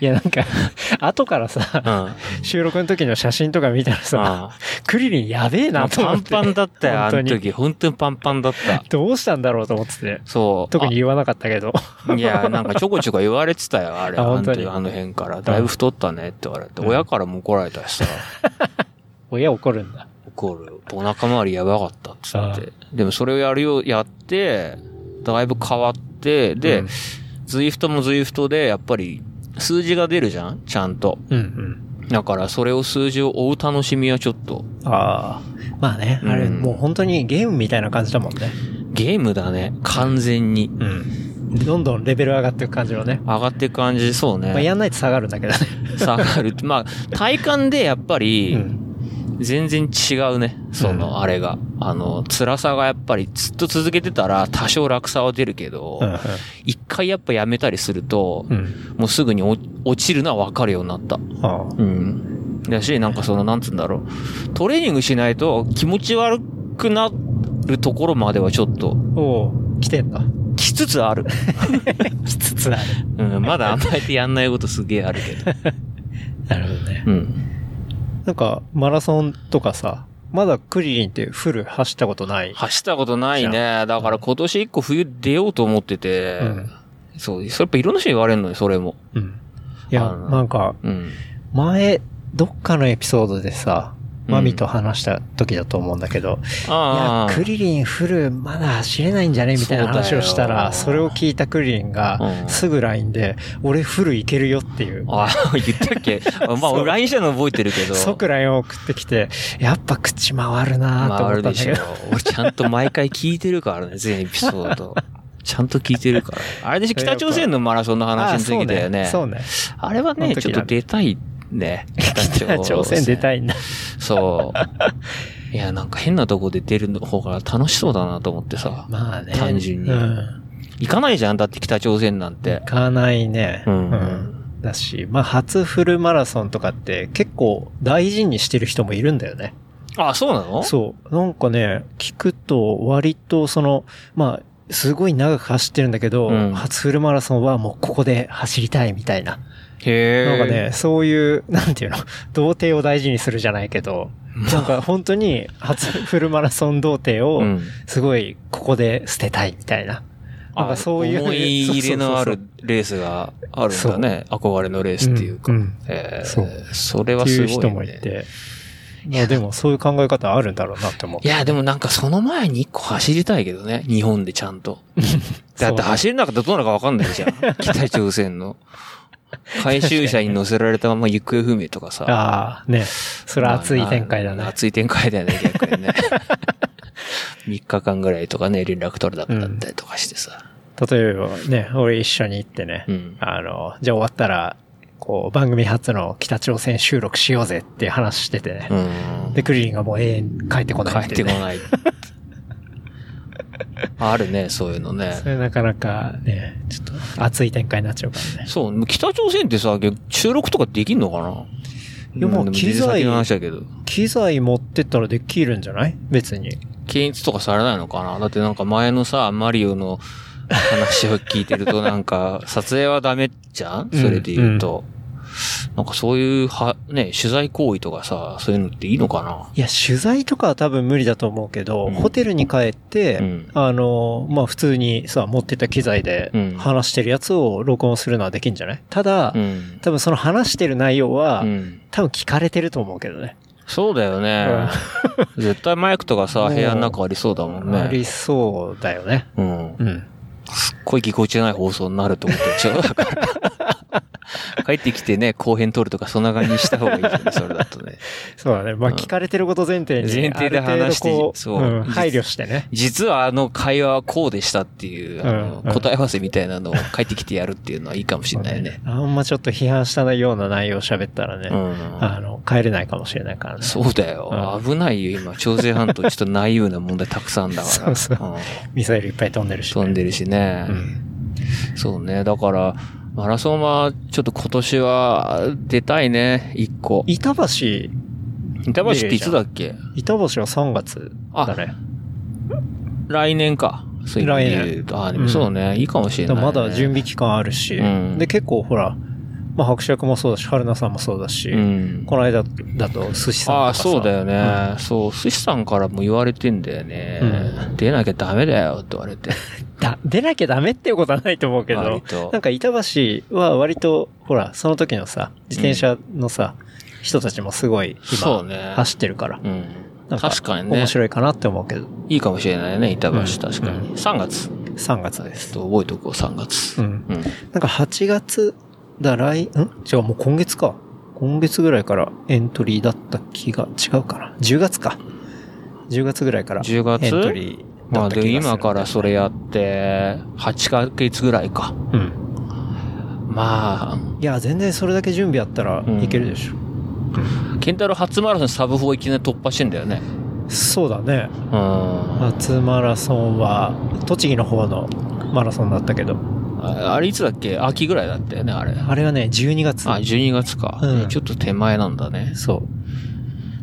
いや、なんか、 後からさ、うん。収録の時の写真とか見たらさ、あクリリンやべえなとパ思っンて。パンだったよ、あ本の当に。時。本当にパンパンだった。どうしたんだろうと思ってて。そう。特に言わなかったけど。あ。いや、なんかちょこちょこ言われてたよ、あれ。ああ本の当に時、あの辺から。だいぶ太ったねって言われて。親からも怒られたしさ。親怒るんだ。怒る。お腹周りやばかったって言って。でもそれをやるよう、やって、だいぶ変わって、で、うんズイフトもズイフトで、やっぱり、数字が出るじゃんちゃんと。うんうん。だから、それを数字を追う楽しみはちょっと、ああ。まあね、あれ、うんもう本当にゲームみたいな感じだもんね。ゲームだね。完全に。うん。どんどんレベル上がっていく感じのね。上がっていく感じ、そうね。まあ、やんないと下がるんだけどね。下が る。まあ、体感でやっぱうり、ん。全然違うね。そうんの、あれが。あの、辛さがやっぱり、ずっと続けてたら、多少楽さは出るけどう、ん一回やっぱやめたりするとう、ん。もうすぐに落落ちるのは分かるようになった。うん。ああ。うん。だし、なんかその、なんつうんだろう。トレーニングしないと気持ち悪くなるところまではちょっと、おお、来てんだ。きつつ ある。きつつある。うん、まだ甘えてやんないことすげえある けど。なるほどね。うん。なんか、マラソンとかさ、まだクリリンってフル走ったことない。走ったことないじね。だから今年一個冬出ようと思ってて、うんそう、それやっぱいろんな人に言われるのよ、それも。うん。いや、あのなんか、うん。前、どっかのエピソードでさ、うんマミと話した時だと思うんだけど、いやあ、クリリンフルまだ走れないんじゃねみたいな話をしたら、そそうだよれを聞いたクリリンがう、んすぐ LINE で、俺フルいけるよっていう、あ。あ、 言っ たっけまあ、そう俺 LINE したの覚えてるけど。即 LINE を送ってきて、やっぱ口回るなとまあ、あ思るったんだでしけょど。。俺ちゃんと毎回聞いて るからね、全エピソード。ちゃんと聞いてるから。あれでしょ、北朝鮮のマラソンのあ話の時だよね。そうね。あれはあのね、時ちだょっと出たい ね。そうね朝鮮出たいんだ。そう。いや、なんか変なとこで出る方が楽しそうだなと思ってさ。まあね。単純にうん。行かないじゃん、だって北朝鮮なんて行。かないね。うんんだし、まあ、初フルマラソンとかって結構大事にしてる人もいるんだよね。あ、そうなのそう。なんかね、聞くと割とその、まあ、すごい長く走ってるんだけど、うん初フルマラソンはもうここで走りたいみたいな。へなえ。んかね、そういう、なんていうの、 童貞を大事にするじゃないけど、なんか本当に初フルマラソン童貞うをん。すごいここで捨てたいみたいな。なんかそういう。思い入れのあそうるそうレースがあるんだね。憧れのレースっていうか。うんうんえーそそうれそうはってすいうごい、ね。人もいて。まあでもそういう考え方あるんだろうなって思うい。や、でもなんかその前に一個走りたいけどね。日本でちゃんと。 だって走れなかったらどうなるかわかんないじゃん。北朝鮮 の。回収車に乗せられたまま行方不明とかさ。ああ、ね。それは熱い展開だまあね。熱い展開だよね、逆 にね。3日間ぐらいとかね、連絡取れなくなったりとかしてさ。例えばね、俺一緒に行ってね、うん。あの、じゃあ終わったら、こう、番組初の北朝鮮収録しようぜっていう話しててね。うん。で、クリリンがもう永遠帰ってこない帰ってこいない。 あるね、そういうのねう。そ。れなかなかね、ちょっと熱い展開になっちゃうからね。そう、北朝鮮ってさ、収録とかできんのかないやもうで機材全然先の話だけど。機材持ってったらできるんじゃない別に。検閲とかされないのかなだってなんか前のさ、マリオの話を聞いてる となんか、撮影はダメじゃんそれで言うと。なんかそういう、は、ね、取材行為とかさ、そういうのっていいのかないや、取材とかは多分無理だと思うけど、うんホテルに帰って、うんあの、まあ、普通にさ、持ってった機材でうん話してるやつを録音するのはできんじゃないただ、うん。多分その話してる内容は、うん。多分聞かれてると思うけどね。そうだよね。絶対マイクとか さ、部屋の中ありそうだもんあね。りそうだよね。うん。うん。すっごいぎこちない放送になると思ってちゃ う。だから帰ってきてね、後編撮るとか、そんな感じにした方がいいよね、それだとね。そうだね。まあ、うん聞かれてること前提に。前提あでる程度話してこうそううん配慮してね。実はあの会話はこうでしたっていう、あのうんうん答え合わせみたいなのを帰ってきてやるっていうのはいいかもしれないね。あんまちょっと批判したような内容を喋ったらね、うん。あの、帰れないかもしれないからね。そうだよ。危ないよ、今。朝鮮半島、ちょっと内憂な問題たくさんだか ら。そうそうんミサイルいっぱい飛んでるし、ね。飛んでるしね。うん。そうね。だから、マラソンは、ちょっと今年は、出たいね、一個。板橋、板板橋っていつだっけ橋は3月だね。来年か。そういう意味で言うと、ああ、でもそうね、いいかもしれだない、かね。らまだ準備期間あるし、うんで、結構ほら、まあ、伯爵もそうだし、春菜さんもそうだし、うん。この間だと、寿司さんとあかあ、さそうだよね。そう、寿司さんからも言われてんだよね。出なきゃダメだよって言われて。だ出なきゃダメっていうことはないと思うけど割、となんか板橋は割と、ほら、その時のさ、自転車のさ、人たちもすごいそう今、ね。走ってるから、うん。なんか確かにね面。白いかなって思うけど、いいかもしれないね、板橋、うん確かに。3月。ちょ3月です。っと覚えておこう、3月う。ん。うん。なんか8月だ、来、ん違う、もう今月か。今月ぐらいからエントリーだった気が、違うかな。10月か。10月ぐらいからエン10月トリーまだあった気がする。で、今からそれやって、8ヶ月ぐらいか。うん。まいや、全然それだけ準備あったらいけるでしょ。あ、ケンタロウ初マラソンサブ4いきなり突破してんだよね。そうだね。うん。初マラソンは、栃木の方のマラソンだったけど、ああれいつだっけ秋ぐらいだったよね、あれ。あれがね、12月。あ、12月か、うんちょっと手前なんだね。そ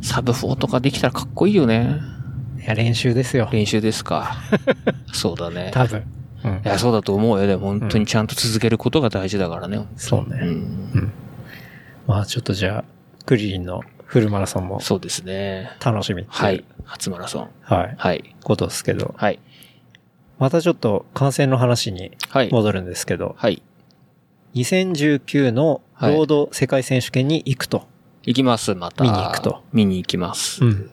サブ4とかできたらかっこいいよね。う。いや、練習ですよ。練習で すか。そうだね。多分。うんい。や、そうだと思うよ。でも本当にちゃんと続けることが大事だからね。そううね。ん。まあ、ちょっとじゃあ、クリリンのフルマラソンもそうですね。楽しみってうはい。。初マラソン。はい。はい。ことですけど。はい。またちょっと感染の話にはい。戻るんですけど、はい。 2019のロード世界選手権に行くと。行きます、また。見に行くと。見に行きます。うん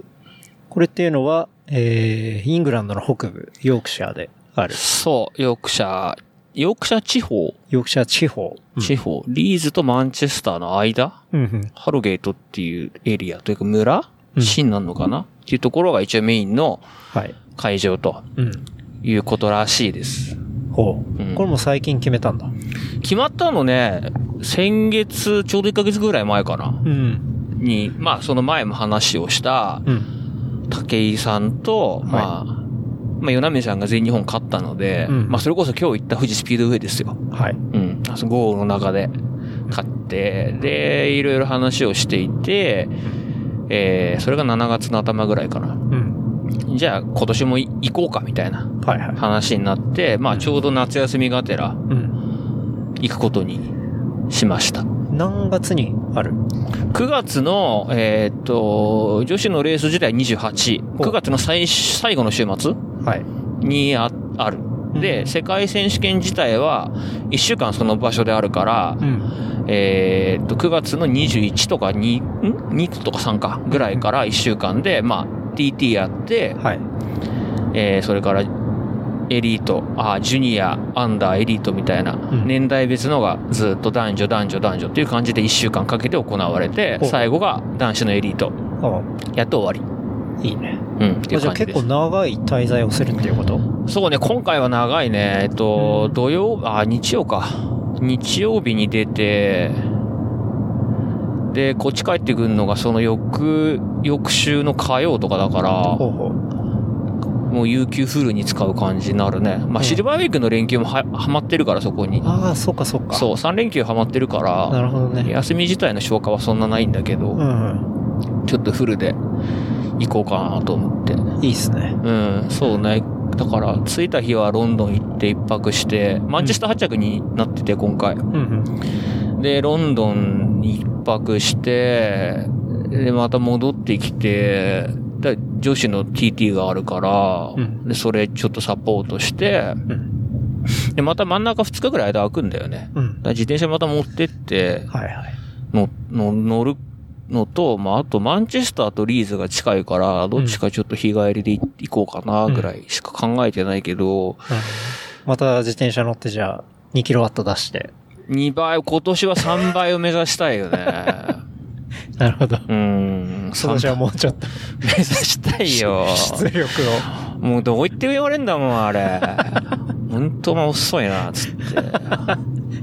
これっていうのは、えー、イングランドの北部、ヨークシャーである。そう、ヨークシャー、ヨークシャー地方、ヨークシャー地方。地方、リーズとマンチェスターの間うんうんハロゲートっていうエリアというか村うん市になるのかな、っていうところが一応メインのはい。会場とうん。いうことらしいです。ほう。うんこれも最近決めたんだ。決まったのね、先月、ちょうど1ヶ月ぐらい前かなうん。に、まあその前も話をした、うん。武井さんと、いまあ、まあ、ヨナミさんが全日本勝ったので、うんまあ、それこそ今日行った富士スピードウェイですよ。はい。うん。あその豪雨の中で勝って、で、いろいろ話をしていて、えー、それが7月の頭ぐらいかな。うん。じゃあ、今年もい行こうか、みたいなはいはい。話になって、まあ、ちょうど夏休みがてらうん。行くことにしました。何月にある9月の、えーっと、女子のレース自体28、ほう9月の最最後の週末はい。にあある。で、世界選手権自体は1週間その場所であるから、うん。えーっと、9月の21とか2、ん ?2 とか3かぐらいから1週間で、まあ、TT やって、はい。えーそれから、エリート、あー、ジュニア、アンダー、エリートみたいな、ん年代別のがずっと男女、男女、男女っていう感じで1週間かけて行われて、ほう最後が男子のエリート、あやっと終わいいね。り。うん、っていあうじゃあ結感じで構す。長い滞在をするっていうことそうね、今回は長いね。えっと、土曜、あ、日曜か。日曜日に出て、で、こっち帰ってくるのがその翌、翌週の火曜とかだから、ほうほう。もう有給フルに使う感じになるね。まあ、シルバーウィークの連休もは、はまってるから、そこに。ああ、そっかそっか。そう、3連休はまってるかなら、るほどね。休み自体の消化はそんなないんだけど、うんちょっとフルで行こうかなと思って。うん。いいっすね。うん、そうね。だから、着いた日はロンドン行って一泊して、マンチェスター発着になってて、今回。うんで、ロンドンに一泊して、で、また戻ってきて、で女子の TT があるから、うんで、それちょっとサポートして、で、また真ん中2日ぐらい間空くんだよね。うん。うだん。から自転車また持ってって、はいはい。の、の、乗るのと、まあ、あとマンチェスターとリーズが近いから、どっちかちょっと日帰りで行行こうかな、ぐらいしか考えてないけど、なるほどまた自転車乗ってじゃあ、2キロワット出して。 2倍、今年は3倍を目指したいよ ね。なるほど。うーん、今年はもうちょっと目指したいよ。出力を。もうどう言って言われんだもん、あれ。本当もう遅いな、つって。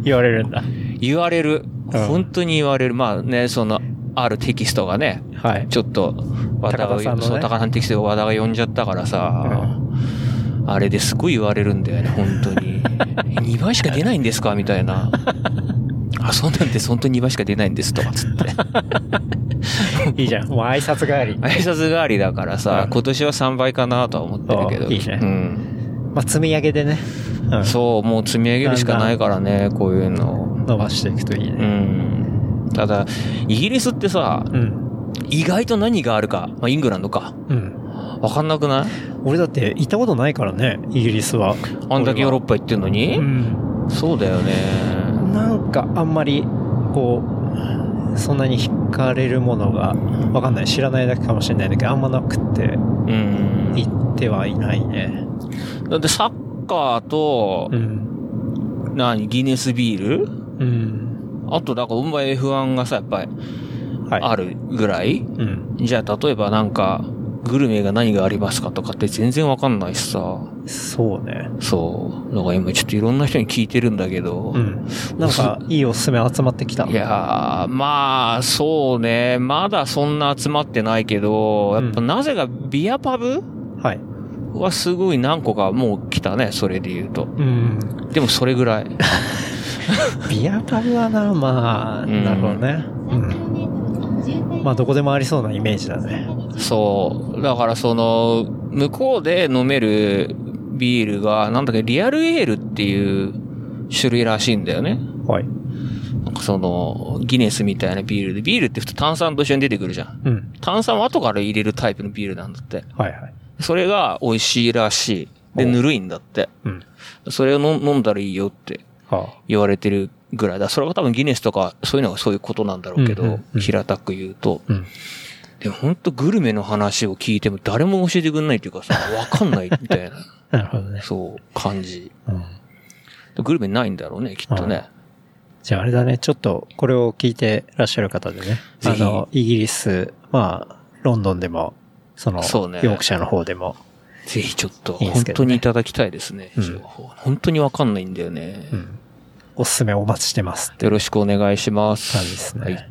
言われるんだ。言われる。うん本当に言われる。まあね、その、あるテキストがね、はい。ちょっと、和田高が、田さんのねそう、高田さんテキストを和田が呼んじゃったからさ、あれですごい言われるんだよね、本当に。2倍 しか出ないんですかみた いな。あ、そうなんです。本当に2倍しか出ないんです、とか、つ って。いいじゃん。もう挨拶代わりに。挨拶代わりだからうさん、今年は3倍かなとは思ってるけあど。いいねうん。まあ、積み上げでね、うんそう、もう積み上げるしかないからね、こういうの。伸ばしていくといいうね。ん。ただ、イギリスってさ、うん。意外と何があるか、まあ、イングランドか、うん。わかんなくない俺だって行ったことないからね、イギリスは。あんだけヨーロッパ行ってんのに、うん。そうだよね。なんかあんまり、こう、そんなに惹かれるものが、わかんない。知らないだけかもしれないんだけど、あんまなくって、うん。行ってはいないね。だってサッカーと、うん。何、ギネスビールうん。あと、だから、お前 F1 がさ、やっぱり、はい。あるぐらい、うん。じゃあ、例えばなんか、グルメが何がありますかとかって全然わかんないしさ。そうね。そう。だから今ちょっといろんな人に聞いてるんだけど。うん。なんか、いいおすすめ集まってきた。 いやー、まあ、そうね。まだそんな集まってないけど、やっぱうんなぜかビアパブはい。はすごい何個かもう来たね、それで言うと。うん。でもそれぐらい。ビアパブはな、まあ、うんなるほどね。うん。うんまあ、どこでもありそうなイメージだね。そう。だからその、向こうで飲めるビールが、なんだっけ、リアルエールっていう種類らしいんだよね。はい。なんかその、ギネスみたいなビールで、ビールって普通炭酸と一緒に出てくるじゃん。うん。炭酸は後から入れるタイプのビールなんだって。はいはい。それが美味しいらしい。で、ほうぬるいんだって。うん。それを飲飲んだらいいよっては言われてるぐらいだ。それが多分ギネスとか、そういうのがそういうことなんだろうけど、うんうんうん平たく言うと。うんでも本当グルメの話を聞いても誰も教えてくんないっていうかさ、わかんないみた いな、あ。なるほどね。そう、感じ。うん。グルメないんだろうね、きっとね。じゃああれだね、ちょっとこれを聞いてらっしゃる方でね、ぜあひの、イギリス、まあ、ロンドンでも、その、そうねヨークシャーの方でも、ぜひちょっと、いいです本け当どねにいただきたいですね、うん情報。本当にわかんないんだよね。うん、おすすめお待ちしてますってよろしくお願いします。感じですね。はい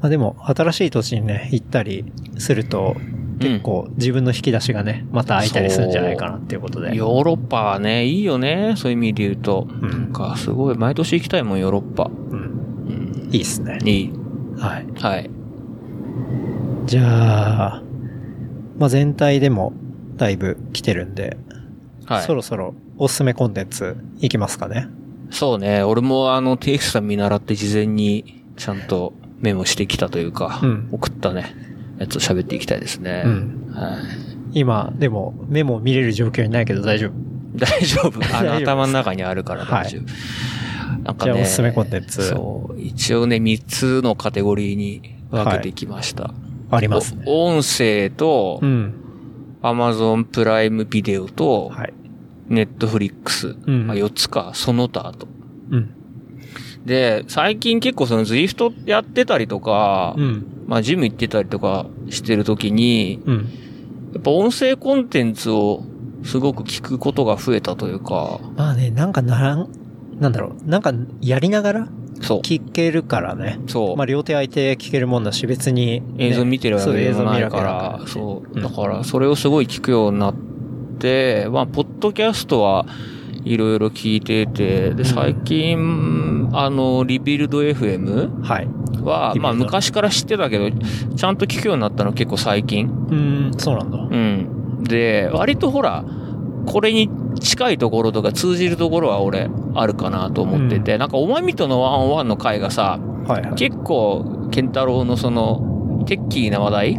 まあでも、新しい土地にね、行ったりすると、結構自分の引き出しがね、また開いたりするんじゃないかなっていうことで。ヨーロッパはね、いいよね。そういう意味で言うと。うなんん、か、すごい、毎年行きたいもん、ヨーロッパ。うん、うん。いいですね。いい。はい。はい。じゃあ、まあ全体でもだいぶ来てるんで、はい。そろそろおすすめコンテンツいきますかね。そうね。俺も、あの、テイクさん見習って事前に、ちゃんとメモしてきたというか、うん送ったね、やつを喋っていきたいですね。うんはい。今、でも、メモ見れる状況にないけど大丈夫。大丈 夫。大丈あの、夫です頭の中にあるから大丈夫。なんかじゃね。あおすすめコンテンツそう。一応ね、3つのカテゴリーに分けてきました。ありますね。お音声と、うん。 Amazon プライムビデオと、はい。 Netflix、うんまあ4つか、その他と。うん。で、最近結構その Zwift やってたりとか、うん。まあジム行ってたりとかしてるときに、うん。やっぱ音声コンテンツをすごく聞くことが増えたというか、まあね、なんかならん、なんだろう。なんか、やりながらそう。聞けるからね。そう。まあ、両手空いて聞けるもんだし、別にね、映像見てるわけそうで映も像な見いるわけかだら、ねそう。んだから、それをすごい聞くようになって、まあ、ポッドキャストはいろいろ聞いてて、で、最近、あの、リビルド FM はい。は、リビルドまあ、昔から知ってたけど、ちゃんと聞くようになったの結構最近。うん、そうなんだ。うん。で、割とほら、これに近いところとか通じるところは俺、あるかなと思ってて、なんか、おまみとのワンオンワンの回がさ、はいはい。結構、ケンタロウのその、テッキーな話題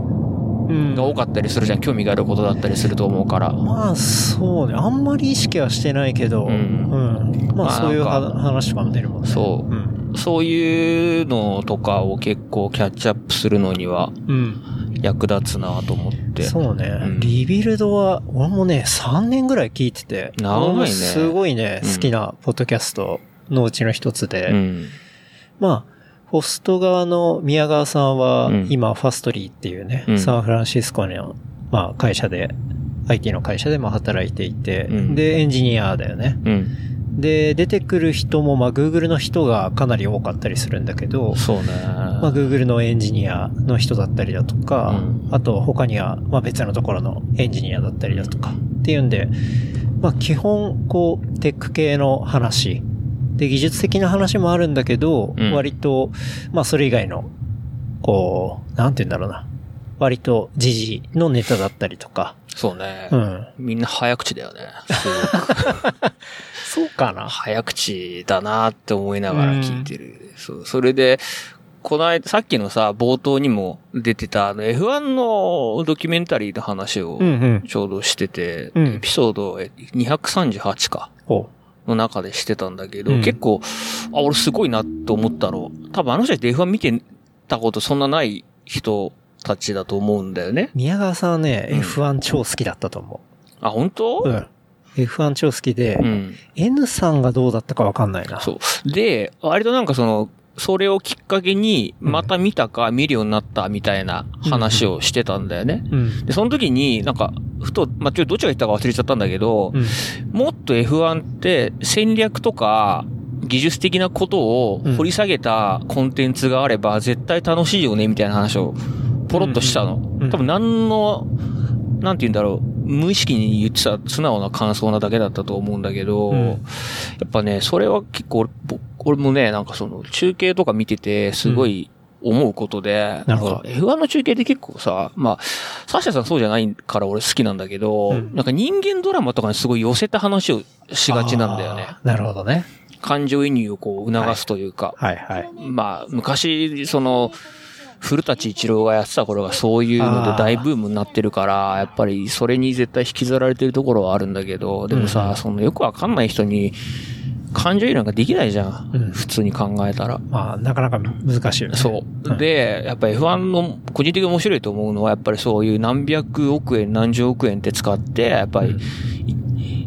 うんが多かったりするじゃん。興味があることだったりすると思うから。まあ、そうね。あんまり意識はしてないけど、ううんん。ままああ、そういうなんはか話とかも出るもんね。。そううん。う。そういうのとかを結構キャッチアップするのにはうん。役立つなと思って。そうね、うんリビルドは、俺もね、3年ぐらい聞いてて。長いね俺もすごいね、うん好きなポッドキャストのうちの一つで。うん。まあ、ホスト側の宮川さんはうん、今、ファストリーっていうね、うんサンフランシスコの、まあ、会社で、IT の会社でも働いていて、うんで、エンジニアだよね。うん。で、出てくる人も、まあ、Google の人がかなり多かったりするんだけど、そうね。まあ、Google のエンジニアの人だったりだとか、あと他には、まあ、別のところのエンジニアだったりだとかっていうんで、まあ、基本、こう、テック系の話、で、技術的な話もあるんだけど、うん割と、まあ、それ以外の、こう、なんて言うんだろうな、割と時事のネタだったりとか。そうねう。ん。みんな早口だよね。すごくそうかな。早口だなって思いながら聞いてる。そう、それで、この間、さっきのさ、冒頭にも出てた、あの、F1 のドキュメンタリーの話をうんうん。ちょうどしてて、うんエピソードえ238か、ほの中でしてたんだけど、うん結構、あ、俺すごいなと思ったの。多分あの人たち F1 見てたことそんなない人たちだと思うんだよね。う。宮川さんはね、うん F1 超好きだったと思あ、本当う。うん。F1 超好きで、うん。 N さんがどうだったかわかんないな。そう。で、割となんかその、それをきっかけに、うんまた見たか見るようになったみたいな話をしてたんだよね。うん。で、その時に、なんか、ふと、まあ、ちょっとどっちが言ったか忘れちゃったんだけど、うん。もっと F1 って戦略とか、技術的なことを掘り下げたコンテンツがあれば絶対楽しいよね、みたいな話をポロッとしたの。うん多分何の、なんて言うんだろう、無意識に言ってた素直な感想なだけだったと思うんだけど、うんやっぱね、それは結構俺、僕俺もね、なんかその中継とか見てて、すごい思うことで、なるほどんか F1 の中継って結構さ、まあ、サッシャさんそうじゃないから俺好きなんだけど、うんなんか人間ドラマとかにすごい寄せた話をしがちなんだよね。あー。なるほどね。感情移入をこう促すというか。はいはい。まあ、昔、その、古舘一郎がやってた頃がそういうので大ブームになってるから、やっぱりそれに絶対引きずられてるところはあるんだけど、でもさ、うんそのよくわかんない人に感情移入なんかできないじゃん。うん普通に考えたら。まあ、なかなか難しいよね。そうう。んで、やっぱ F1 の個人的に面白いと思うのは、やっぱりそういう何百億円、何十億円って使って、やっぱりうん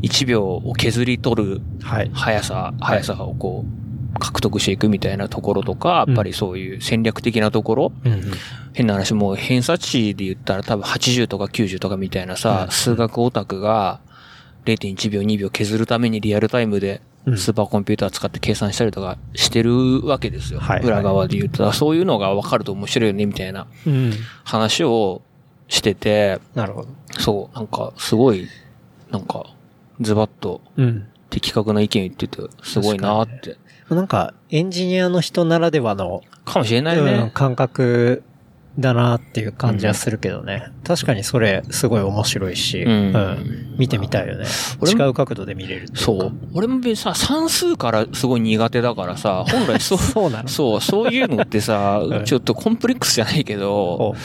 1秒を削り取るはい。速さ、速さをこう、獲得していくみたいなところとか、うんやっぱりそういう戦略的なところ、うんうん。変な話、もう偏差値で言ったら多分80とか90とかみたいなさ、うん数学オタクが0.1秒、2秒削るためにリアルタイムでうんスーパーコンピューター使って計算したりとかしてるわけですよ。はい裏側で言ったら、そういうのが分かると面白いよね、みたいなうん。話をしてて、なるほど。そう、なんかすごい、なんか、ズバッとうん。的確な意見言ってて、すごいなーって。なんか、エンジニアの人ならではの、かもしれないうんね。感覚だなっていう感じはするけどね。確かにそれ、すごい面白いし、うんうん見てみたいよね。俺違もう角度で見れるっていかそう。。俺も別にさ、算数からすごい苦手だからさ、本来そう、そうなのそう、そういうのって さうん、ちょっとコンプレックスじゃないけど、お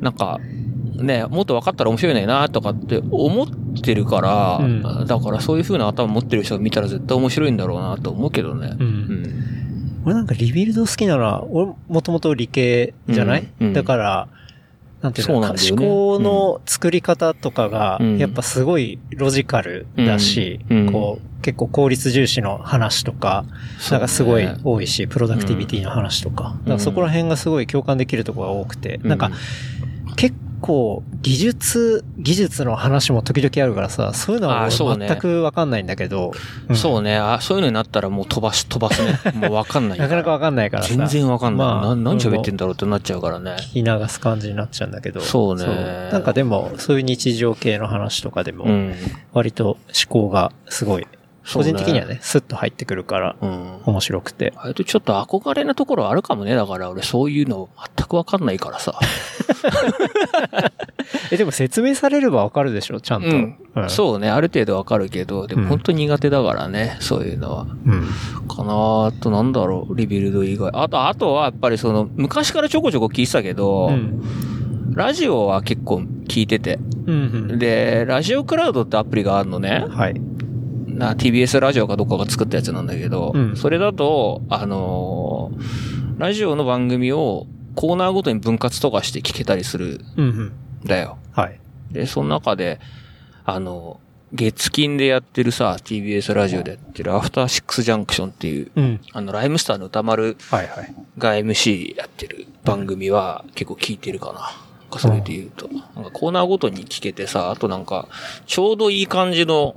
なんか、ね、もっと分かったら面白いねんなとかって思ってるから、うんだからそういう風な頭持ってる人が見たら絶対面白いんだろうなと思うけどねう。。うんん。俺なんかリビルド好きなら、俺もともと理系じゃない、うんうんだから、なんていうそうのなんか、だよ思ね考の作り方とかが、うんやっぱすごいロジカルだし、うんうんこう、結構効率重視の話とか、そうねなんかすごい多いし、プロダクティビティの話とか、だからそこら辺がすごい共感できるところが多くて、うんなんか、結構技術、技術の話も時々あるからさ、そういうのはあそう俺ね全くわかんないんだけど、うんそうね。あ、そういうのになったらもう飛ばし、飛ばすね。 もう分かんないら。なかなかわかんないからさ、全然分かんない。まあな何喋ってんだろうってなっちゃうからね。聞き流す感じになっちゃうんだけど。そうねなんかでも、そういう日常系の話とかでうも、ん。割と思考がすごい、そ個うね人的にはね、スッと入ってくるから、うん。面白くて。割とちょっと憧れなところあるかもね。だから俺そういうの全くわかんないからさ。え、でも説明されればわかるでしょ、ちゃんと。うんう。そうね。ある程度わかるけど、でうんも本当苦手だからね。そういうのは。うん。かなあとなんだろう。リビルド以外。あと、あとはやっぱりその、昔からちょこちょこ聞いてたけど、うん。ラジオは結構聞いてて。うん。で、ラジオクラウドってアプリがあるのね。はい。な TBS ラジオかどっかが作ったやつなんだけど、うんそれだと、あのーラジオの番組をコーナーごとに分割とかして聞けたりするうんうん。んだよ。はい。で、その中で、あの、月金でやってるさ、TBS ラジオでやってるアフターシックスジャンクションっていう、うん。あの、ライムスターの歌丸はいはい。が MC やってる番組は結構聞いてるかな。なんかそれで言うと。なんかコーナーごとに聞けてさ、あとなんか、ちょうどいい感じの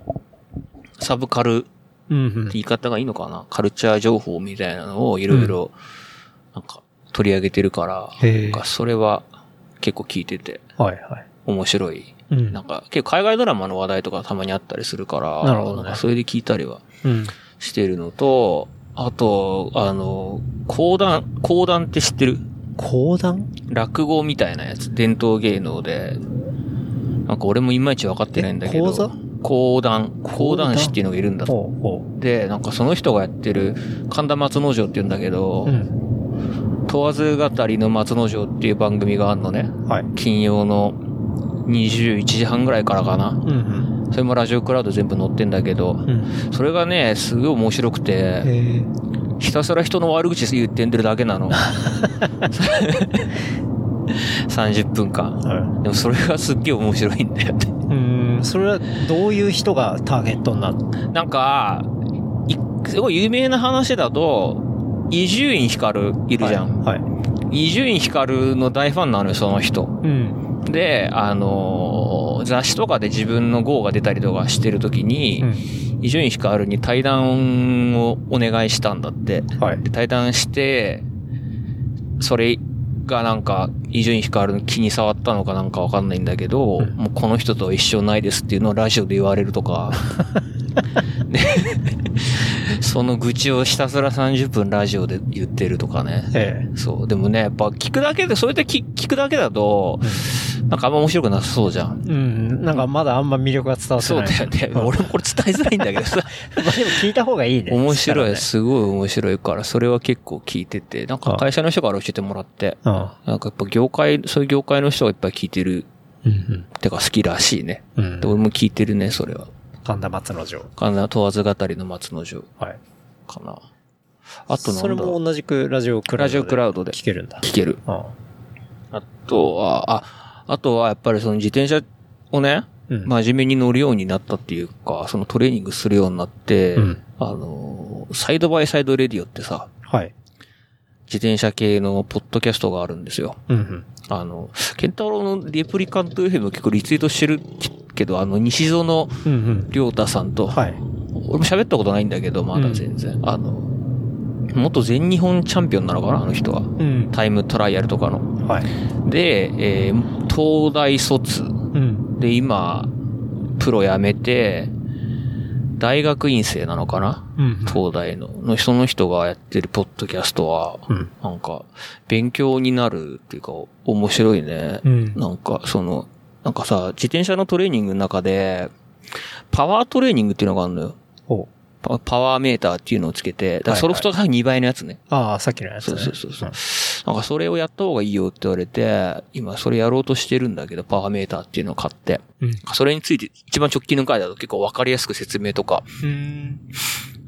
サブカルうんうってん。言い方がいいのかなカルチャー情報みたいなのをいろいろ、なんか取り上げてるから、へえなんかそれは結構聞いててはいはい。面白い。うん。なんか結構海外ドラマの話題とかたまにあったりするから、なるほどねんかそれで聞いたりはうん。してるのと、あと、あの、講談、講談って知ってる講談落語みたいなやつ、伝統芸能で、なんか俺もいまいち分かってないんだけど、講座講談、講談師っていうのがいるんだっほうほて、なんかその人がやってる神田松之丞っていうんだけど、う。うん。問わず語りの松之丞っていう番組があるのね。はい金曜の21時半ぐらいからかな。うんそれもラジオクラウド全部載ってんだけど、うん。うん。それがね、すごい面白くえて、ー、ひたすら人の悪口言ってんでるだけなの。30分間。はでもそれがすっげえ面白いんだよね。い。うん。それはどういう人がターゲットになるなんか、いすごい有名な話だと、伊集院光いるじゃん。はい。伊集院光の大ファンなのよ、その人。うん。で、あのー雑誌とかで自分の号が出たりとかしてるときにう、ん。伊集院光に対談をお願いしたんだって。はい。で対談して、それがなんか、伊集院光の気に触ったのかなんかわかんないんだけど、うんもうこの人とは一生ないですっていうのをラジオで言われるとか、 でその愚痴をひたすら30分ラジオで言ってるとかね。ええそう。でもね、やっぱ聞くだけで、そういった聞聞くだけだと、なんかあんま面白くなさそうじゃん。うん。なんかまだあんま魅力が伝わってそうない。だよね。俺もこれ伝えづらいんだけ どさ。まあでも聞いた方がいいね。面白い。す。すごい面白いから、それは結構聞いてて、なんか会社の人から教えてもらって、うん。なんかやっぱ業界、そういう業界の人がいっぱい聞いてる、うん。てか好きらしいね。うんで、。俺も聞いてるね、それは。神田松之丞。かな、問わず語りの松之丞はい。かな。あとなんだそれも同じくラジオクラウドで。ラジオクラウドで聞けるんだ。聞ける。うん。あとは、あ、あとはやっぱりその自転車をね、うん真面目に乗るようになったっていうか、そのトレーニングするようになって、うんあのー、サイドバイサイドレディオってさ、はい。自転車系のポッドキャストがあるんですよ。うんうん。あの、ケンタロウのレプリカント FM を結構リツイートしてるけど、あの、西園うんうん。亮太さんと、はい。俺も喋ったことないんだけど、まだ全然。あの、元全日本チャンピオンなのかな、あの人は。うん。タイムトライアルとかの。はい。で、えー東大卒。うん。で、今、プロ辞めて、大学院生なのかなうん。東大の。の、その人がやってるポッドキャストは、うん。なんか、勉強になるっていうか、面白いね。うん。なんか、その、なんかさ、自転車のトレーニングの中で、パワートレーニングっていうのがあるのよ。おパパワーメーターっていうのをつけて、だからソフトタイ2倍のやつね。ああ、さっきのやつね。そうそうそうなんかそれをやった方がいいよって言われて、今それやろうとしてるんだけど、パワーメーターっていうのを買って。うんそれについて、一番直近の回だと結構わかりやすく説明とかうん。う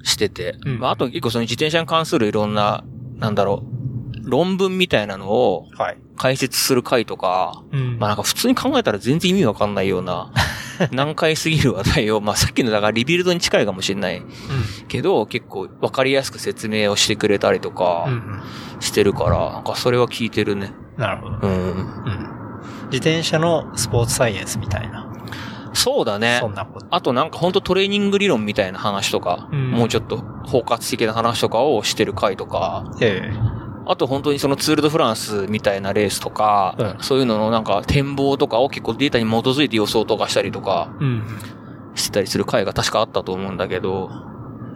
ん。してて、うんまああと結構その自転車に関するいろんな、なんだろう、論文みたいなのをはい。解説する回とか、うんまあなんか普通に考えたら全然意味わかんないよ うな、難解すぎる話題を、まあさっきのだからリビルドに近いかもしれないけど、結構わかりやすく説明をしてくれたりとうん。うかん。してるから、なんかそれは聞いてるね。なるほど。うん。うん。自転車のスポーツサイエンスみたいな。そうだねそ。んなこと。あとなんかほんとトレーニング理論みたいな話とか、うんもうちょっと包括的な話とかをしてる回とか、ええ。あと本当にそのツールドフランスみたいなレースとか、うんそういうののなんか展望とかを結構データに基づいて予想とかしたりとか、うん。してたりする回が確かあったと思うんだけど、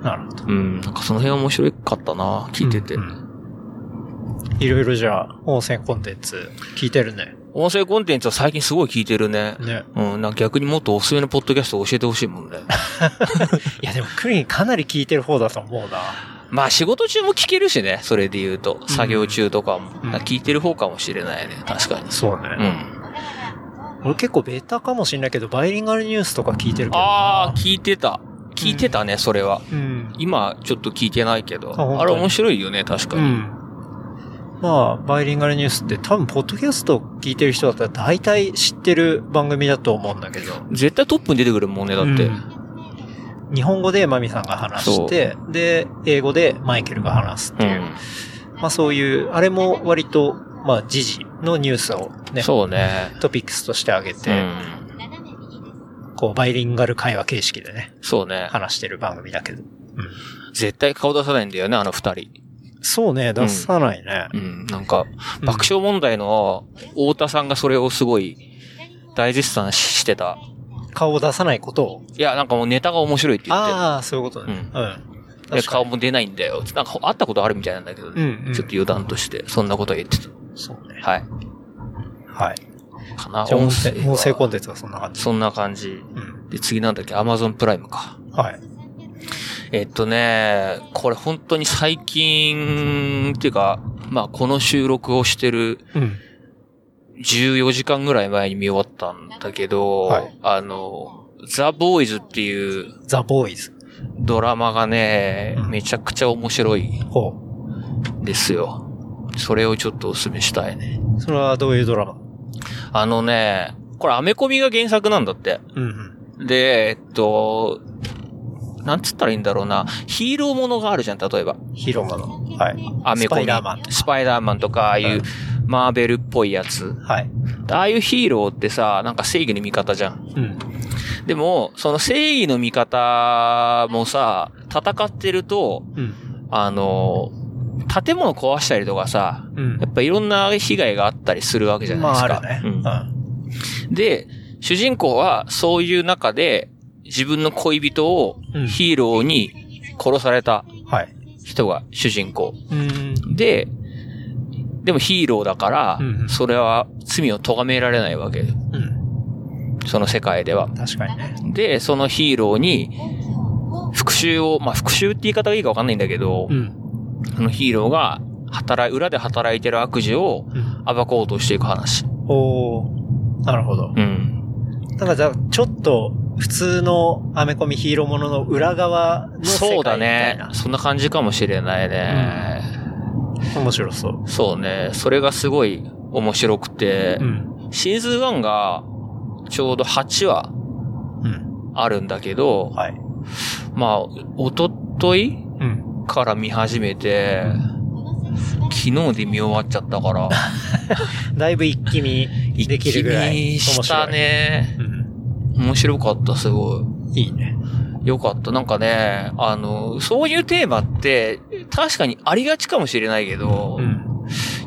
なるほど。うん、なんかその辺は面白かったな、聞いてて。うんいろいろじゃあ、温泉コンテンツ聞いてるね。音声コンテンツは最近すごい聞いてるね。ね。うん、なんか逆にもっとおすすめのポッドキャストを教えてほしいもんね。 いやでもクリーンかなり聞いてる方だと思うな。まあ仕事中も聞けるしね、それで言うと。作業中とかも。うん聞いてる方かもしれないね、確かに。そううね。ん。俺結構ベタかもしんないけど、バイリンガルニュースとか聞いてるけどな。ああ、聞いてた。聞いてたね、それは。うん。今、ちょっと聞いてないけど。本当にあれ面白いよね、確かうに。ん。まあ、バイリンガルニュースって多分、ポッドキャスト聞いてる人だったら大体知ってる番組だと思うんだけど。絶対トップに出てくるもんね、だって。うん日本語でマミさんが話して、で、英語でマイケルが話すっていう。まあそういう、あれも割と、まあ時事のニュースをうんね、そうね。トピックスとしてあげうて、ん。斜め右です。こうバイリンガル会話形式でね、そうね。話してる番組だけど。絶対顔出さないんだよね、あの二人。そうね、出さないね。うん。なんか、うん爆笑問題の太田さんがそれをすごい大絶賛してた。顔を出さないことを。いや、なんかもうネタが面白いって言って。ああ、そういうことね。うん。で確か顔にも出ないんだよ。なんか会ったことあるみたいなんだけどね。うんうんちょっと余談として、そんなことは言ってた。そうね。はい。はい。かな。じゃあ音音声声は音声コンテンツはそんな感じ。そんな感じ。うん。で、次なんだっけ ?Amazon プライムか。はい。えっとね、これ本当に最近、っていうか、まあこの収録をしてるうん。 14時間ぐらい前に見終わったんだけど、はいあの、ザ・ボーイズっていうザ・ボーイズ。ドラマがね、めちゃくちゃ面白いほんですよ。それをちょっとお勧めしたいね。う。それはどういうドラマあのね、これアメコミが原作なんだって。うんうん。で、えっと、なんつったらいいんだろうな。ヒーローものがあるじゃん、例えば。ヒーローマンの。はい。アメコスパミ。イダーマンとかスパイダーマンとか、ああいう、マーベルっぽいやつ。はい。ああいうヒーローってさ、なんか正義の味方じゃん。うん。でも、その正義の味方もさ、戦ってると、うん。あの、建物壊したりとかさ、うんや。っぱいろんな被害があったりするわけじゃないまあ、ですあるか。ね。うんで、主人公はそういう中で自分の恋人をうんヒーローに殺されたはい。人が主人公。うん。で、でもヒーローだからうんう、んそれは罪を咎められないわけ。うん。その世界では。確かにね。で、そのヒーローに復讐を、まあ復讐って言い方がいいかわかんないんだけど、うん。そのヒーローが働い、裏で働いてる悪事をうん。暴こうとしていく話。おー。なるほど。うん。だからじゃあ、ちょっと、普通のアメコミヒーローものの裏側のそ世うだ界みたいねな。。そんな感じかもしれないね。面白そう。そうね。それがすごい面白くて、うん。シーズン1がちょうど8話うん。あるんだけど、はい。まあ、おとというん。から見始めて、昨日で見終わっちゃったから、だいぶ一気見 できるぐらい。一気見したね。面白い。うん。面白かった、すごい。いいね。よかった。なんかね、あの、そういうテーマって、確かにありがちかもしれないけど、うん。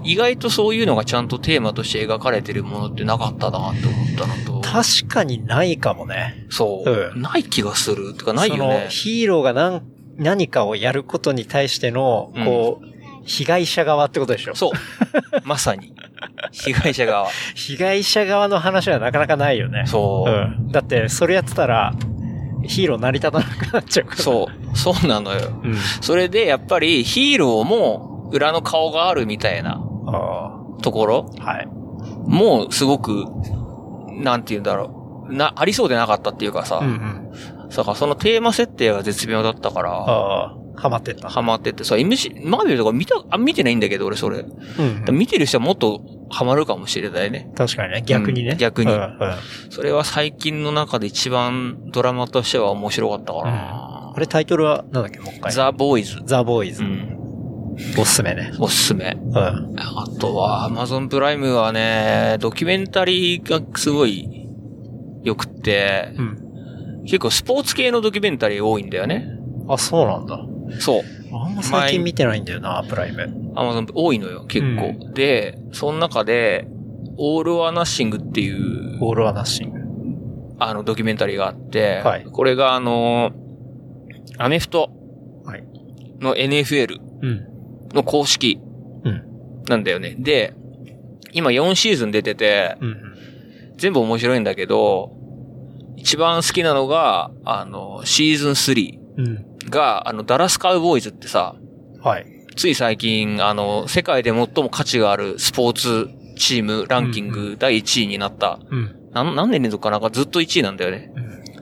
意外とそういうのがちゃんとテーマとして描かれてるものってなかったなって思ったのと。確かにないかもね。そう。うんない気がする。てか、ないよそのね。ヒーローが何、何かをやることに対しての、こう、被害者側ってことでしょそう。まさに。被害 者側。被害者側の話はなかなかないよね。そう。うん。だって、それやってたら、ヒーロー成り立たなくなっちゃうから。そう。そうなのよ。う。うん。それで、やっぱりヒーローも裏の顔があるみたいなあところあ。はい。もうすごく、なんて言うんだろう。な、ありそうでなかったっていうかさ。うんうん。だからそのテーマ設定が絶妙だったから、ああ。ハマってった。ハマってて、そう、MC、マーベルとか見た、あ、見てないんだけど、俺それ。うん見てる人はもっとハマるかもしれないね。確かにね。逆にね。うん逆にうんうんそれは最近の中で一番ドラマとしては面白かったかなあ。れタイトルは、なんだっけ、もう一回。ザ・ボーイズ。ザ・ボーイうズ。ん。おすすめね。おすすめ。うん。あとは、アマゾンプライムはね、ドキュメンタリーがすごい良くて、うん。結構スポーツ系のドキュメンタリー多いんだよね。あ、そうなんだ。そう。あんま最近見てないんだよな、プライム。アマゾン多いのよ、結構。で、その中で、オール・オア・ナッシングっていう、オール・ア・ナッシング。あの、ドキュメンタリーがあって、はいこれがあのーアメフトはいの NFL うん。の公式うん。なんだよね。で、今4シーズン出てて、うん。全部面白いんだけど、一番好きなのが、あの、シーズン3うん。が、あの、ダラスカウボーイズってさ、はい。つい最近、あの、世界で最も価値があるスポーツチームランキング第1位になった、うん。なん何年連続かなんかずっと1位なんだよね。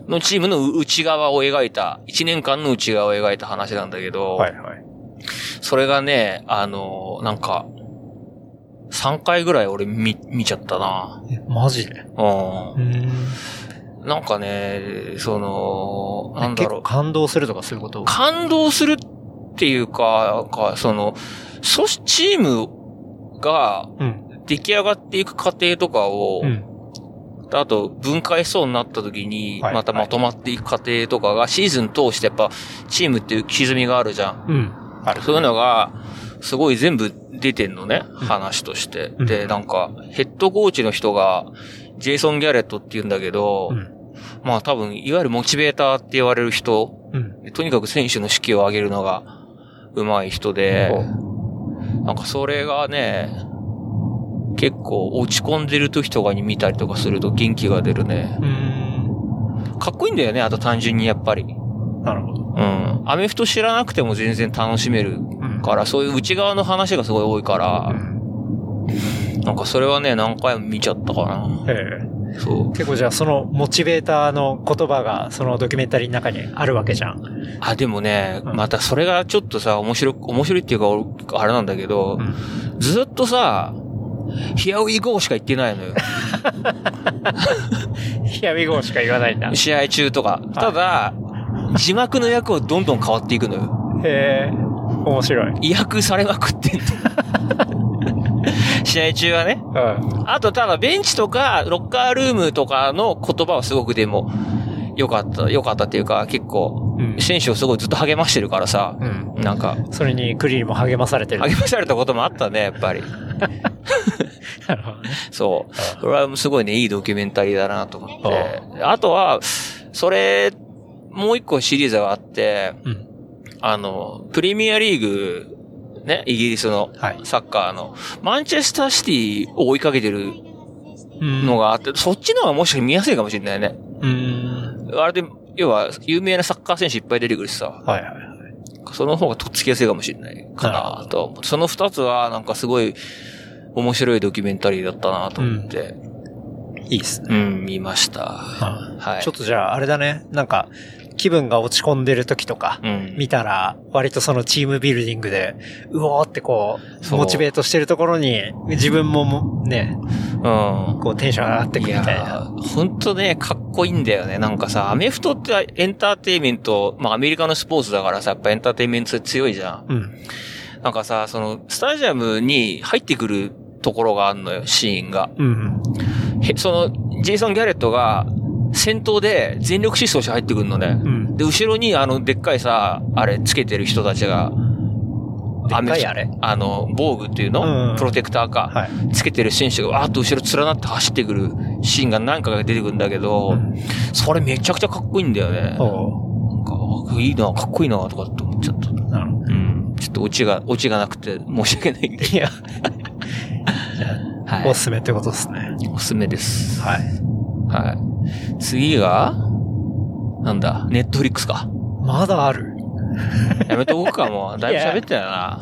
のチームの内側を描いた、1年間の内側を描いた話なんだけど、はいはい。それがね、あの、なんか、3回ぐらい俺見、見ちゃったな。マジでううん。ん。なんかね、その、なんだ結ろ構。う感動するとかそういうこと感動するっていうか、なんかその、そし、チームがうん。出来上がっていく過程とかを、うん。あと分解しそうになった時に、はいまたまとまっていく過程とかが、シーズン通してやっぱ、チームっていう歪みがあるじゃん。うん。ある。そういうのが、すごい全部出てんのね、話として。うんで、なんか、ヘッドコーチの人が、ジェイソン・ギャレットって言うんだけど、うん。まあ多分、いわゆるモチベーターって言われる人うん。とにかく選手の士気を上げるのが上手い人で、なんかそれがね、結構落ち込んでる時とかに見たりとかすると元気が出るね。うん。かっこいいんだよね、あと単純にやっぱり。なるほど。うん。アメフト知らなくても全然楽しめるうんから、そういう内側の話がすごい多いから、なんかそれはね、何回も見ちゃったかな。ええそう。結構じゃあそのモチベーターの言葉がそのドキュメンタリーの中にあるわけじゃん。あ、でもね、うんまたそれがちょっとさ、面白く、面白いっていうか俺、あれなんだけど、うんずっとさ、Here we go しか言ってない のよ。ヒアウィゴーしか言わないんだ。へ試合中とか。ただ、字幕の役はどんどん変わっていくのよ。え、面白い。違約されまくってんの。 試合中はね。うん。あと、ただ、ベンチとか、ロッカールームとかの言葉はすごくでも、良かった、良かったっていうか、結構、うん選手をすごいずっと励ましてるからさ、うん。なんか、それにクリリンも励まされてる。励まされたこともあったね、やっぱり。 なるほどねそうう。んこれはすごいね、いいドキュメンタリーだなと思って。あとは、それ、もう一個シリーズがあって、うんあの、プレミアリーグ、ね、イギリスのはいサッカーの、マンチェスターシティを追いかけてるうんのがあって、そっちの方がもしかして見やすいかもしれないね。うん。あれで、要は、有名なサッカー選手いっぱい出てくるしさ、はいはい。その方がとっつきやすいかもしれないかなとは思う。その二つは、なんかすごい、面白いドキュメンタリーだったなと思って、いいですね。うん、見ました。はい。ちょっとじゃああれだね。なんか、気分が落ち込んでる時とか、うん。見たら、割とそのチームビルディングで、うおーってこう、そうモチベートしてるところに、自分ももね、うん。こうテンション上がってくみやたいな。ー、ほんとね、かっこいいんだよね。なんかさ、アメフトってエンターテインメント、まあアメリカのスポーツだからさ、やっぱエンターテインメント性強いじゃん。うん。なんかさ、その、スタジアムに入ってくるところがあるのよ、シーンが。うん。へその、ジェイソン・ギャレットが、先頭で全力疾走して入ってくるのね。うん。で、後ろにあの、でっかいさ、あれ、つけてる人たちが、でっかいアあれメフトあの、防具っていううんうのんプロテクターか。はい。つけてる選手がわーっと後ろ連なって走ってくるシーンが何回か出てくるんだけど、それめちゃくちゃかっこいいんだよね。おなんかあいいな、かっこいいな、とかって思っちゃった。なるほうん。ちょっとオチが、オチがなくて申し訳ないんだけいや、 ど。は おいす。すめってことですね。おすすめです。はい。はい。次が、なんだ、ネットフリックスか。まだある。やめとこうか、も う。だいぶ喋ったよな。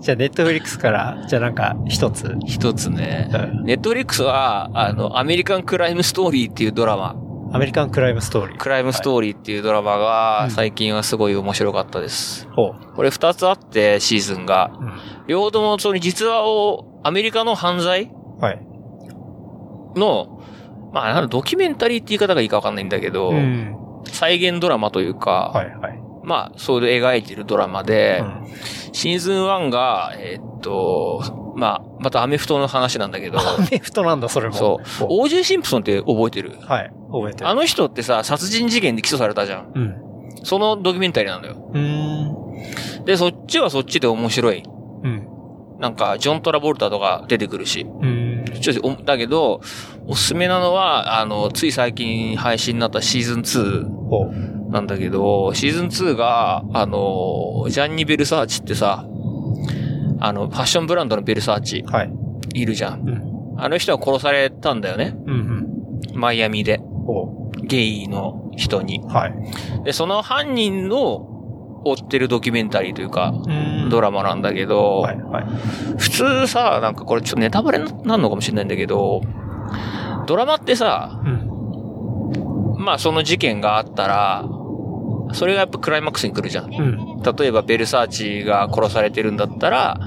じゃあ、ネットフリックスから、じゃあなんか、一つ。一つねう。んネットフリックスは、あの、アメリカンクライムストーリーっていうドラマ。アメリカンクライムストーリー。クライムストーリーっていうドラマうがん最近はすごい面白かったです。ほう。これ二つあって、シーズンが。うん。両方ともその実話を、アメリカの犯罪はい。の、まあ、なんだドキュメンタリーって言い方がいいかわかんないんだけど、うん。再現ドラマというか、はいはい。まあ、それで描いてるドラマで、うんシーズン1が、えーっと、まあ、またアメフトの話なんだけど、アメフト なんだ、それも。そう、ほ OJ シンプソンって覚えてるう。はい。覚えてる。あの人ってさ、殺人事件で起訴されたじゃん。うん。そのドキュメンタリーなんだよ。うーん。で、そっちはそっちで面白い。うん。なんか、ジョン・トラボルタとか出てくるし。うん。ちょっとおだけど、おすすめなのは、あの、つい最近配信になったシーズンほう。 2なんだけど、シーズン2が、あの、ジャンニ・ベルサーチってさ、あの、ファッションブランドのベルサーチはい。いるじゃん。うん。あの人は殺されたんだよね。うんうん。マイアミで。ほゲイの人にう。。はい。で、その犯人を追ってるドキュメンタリーというか、うんドラマなんだけど、はいはい。普通さ、なんかこれちょっとネタバレになんのかもしれないんだけど、ドラマってさ、うん。まあその事件があったら、それがやっぱクライマックスに来るじゃん。うん。例えばベルサーチが殺されてるんだったら、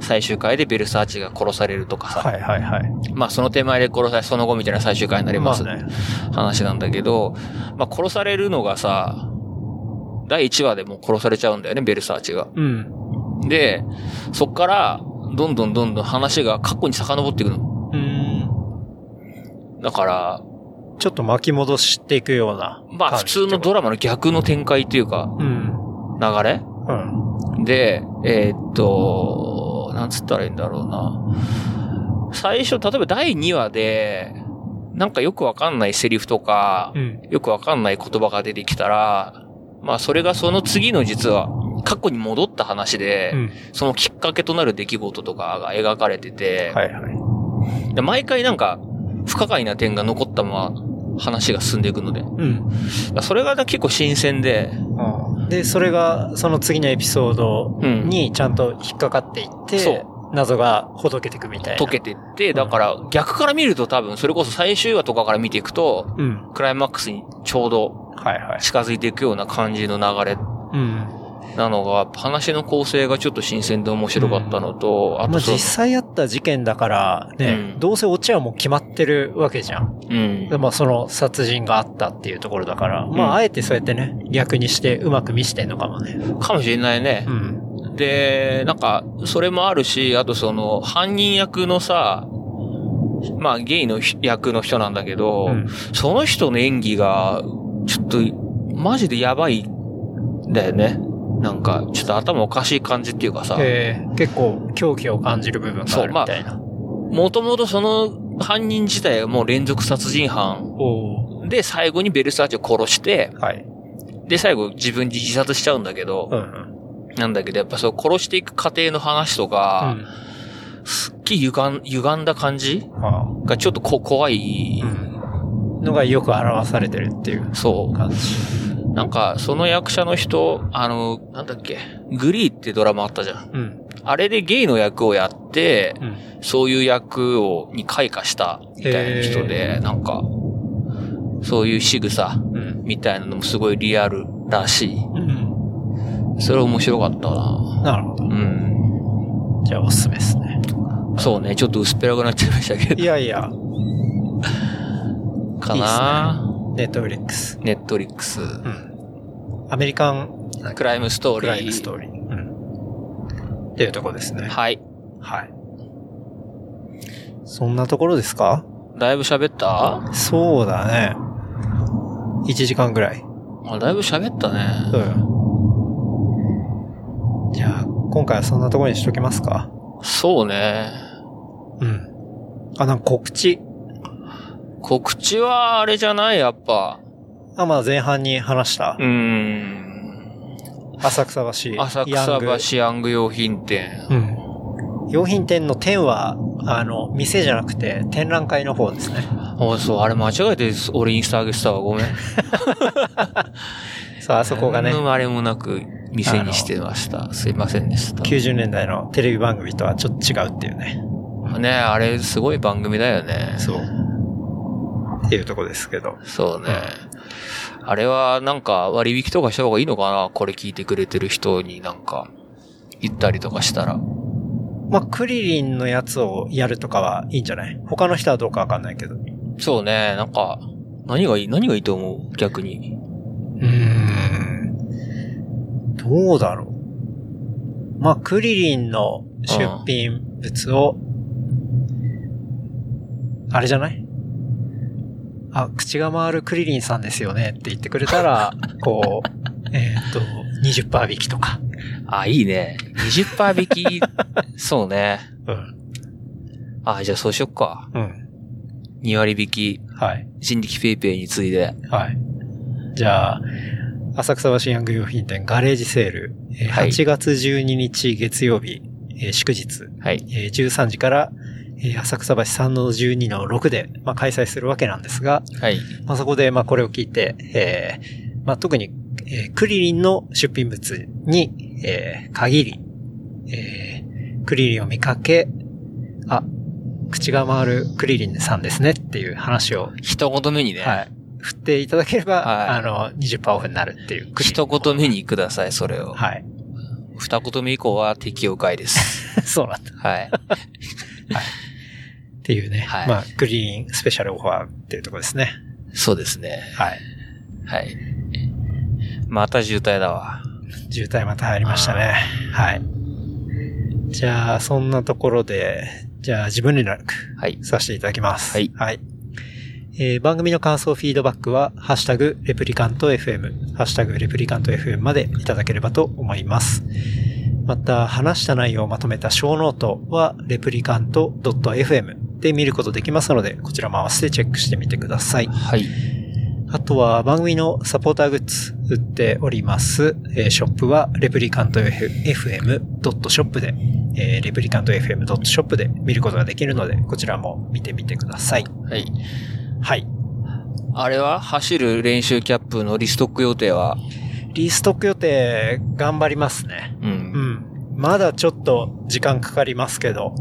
最終回でベルサーチが殺されるとかさ、はいはいはい。まあその手前で殺され、その後みたいな最終回になります、まあね話なんだけど、まあ殺されるのがさ、第1話でもう殺されちゃうんだよね、ベルサーチが。うん。で、そっから、どんどんどんどん話が過去に遡っていくの。うん。だから、ちょっと巻き戻していくような。まあ普通のドラマの逆の展開というか、うん。流れうん。で、えーっと、なんつったらいいんだろうな。最初、例えば第2話で、なんかよくわかんないセリフとかう、ん。よくわかんない言葉が出てきたら、まあそれがその次の実は、過去に戻った話で、うんそのきっかけとなる出来事とかが描かれてて、はいはい。で毎回なんか不可解な点が残ったまま話が進んでいくので、うん。それが結構新鮮で、で、それが、その次のエピソードうんにちゃんと引っかかっていって、そう謎がほどけていくみたいな。溶けてって、だから逆から見ると多分それこそ最終話とかから見ていくと、うん。クライマックスにちょうどはいはい。近づいていくような感じの流れうん。なのが、話の構成がちょっと新鮮で面白かったのと、あまとあ、そう実、際あった事件だから、ね、うんどうせオチはもう決まってるわけじゃん。うんで、まあ、その殺人があったっていうところだから、まうんあ、あえてそうやってね、逆にしてうまく見せてんのかもね。かもしれないねう。ん。で、なんか、それもあるし、あとその、犯人役のさ、まあ、ゲイのひ役の人なんだけど、うんその人の演技が、ちょっと、マジでやばい、だよね。なんか、ちょっと頭おかしい感じっていうかさ、えー結構、狂気を感じる部分があるみたいな。もともとその犯人自体はもう連続殺人犯おで、最後にベルサーチェを殺して、ーはい。で、最後自分で自殺しちゃうんだけどう、ん。なんだけど、やっぱそう殺していく過程の話とか、すっきり歪ん歪んだ感じうんあがちょっとこ怖いーう。んのがよく表されてるっていうそ感じ。う。なんか、その役者の人、あの、なんだっけ、グリーってドラマあったじゃん。うん。あれでゲイの役をやって、うん。そういう役を、に開花したみたいな人で、なんか、そういう仕草うん。みたいなのもすごいリアルらしい。うん。それ面白かったななるほど。うん。じゃあ、おすすめですね。そうね、ちょっと薄っぺらくなっちゃいましたけいど、やいや、かなネットフリックス。ネットリックス。うん。アメリカンクライムストクーリー。ライムストーリー。うん。っていうところですね。はい。はい。そんなところですかだいぶ喋ったそうだね。1時間ぐらい。あだいぶ喋ったね。じゃあ、今回はそんなところにしときますか。そうね。うん。あ、なんか告知。告知はあれじゃないやっぱ。あ、まあ前半に話したう。ーん。浅草橋。浅ヤン草グ橋ヤング用品店。うん。用品店の店は、あの、店じゃなくて展覧会の方ですね。おいそう、あれ間違えて俺インスタ上げてたわ。ご めん。そう、あそこがね、何のあれもなく店にしてました。すいませんでした。 90年代のテレビ番組とはちょっと違うっていうね。ねあれすごい番組だよね。う。っていうとこですけど。そうね。あれはなんか割引とかした方がいいのかなこれ聞いてくれてる人になんか言ったりとかしたら。まあ、クリリンのやつをやるとかはいいんじゃない他の人はどうかわかんないけど。うそうね、なんか、何がいい、何がいいと思う逆に。ーん。どうだろう。まあ、クリリンの出品物を、あれじゃないあ、口が回るクリリンさんですよねって言ってくれたら、こう、 えーっと、20%引きとか。あ、いいね。20%引き、 そうね。うん。あ、じゃあそうしよっか。うん。 2割引き、はい。人力ペイペイに次いで。はい。じゃあ、浅草橋ヤング用品店ガレージセール、えーはい8月12日月曜日、えー祝日、はい。えー13時から、えー浅草橋3の12の6で、まあ、開催するわけなんですが、はい。まあ、そこで、まあ、これを聞いて、えーまあ、特に、えークリリンの出品物に、えー限り、えークリリンを見かけ、あ、口が回るクリリンさんですねっていう話を一言目にね、はい。振っていただければ、はいあの、20%オフになるっていう。一言目にください、それを。はい。 二言目以降は適用外です。そうなんだ。はい。っていうね。はいまあ、グリーンスペシャルオファーっていうところですね。そうですね。はい。はい。また渋滞だわ。渋滞また入りましたね。はい。じゃあ、そんなところで、じゃあ、自分連絡はい。させていただきます。はいえー番組の感想、フィードバックは、ハッシュタグ、レプリカント FM、ハッシュタグ、レプリカント FM までいただければと思います。また、話した内容をまとめた小ノートは、レプリカント .fm で見ることできますので、こちらも合わせてチェックしてみてください。はい。あとは番組のサポーターグッズ売っております。えーショップはレプリカント F- FM.shop で、えーレプリカント FM.shop で見ることができるので、こちらも見てみてください。はい。はい。あれは走る練習キャップのリストック予定は、リストック予定、頑張りますね。う。うんん。まだちょっと時間かかりますけど。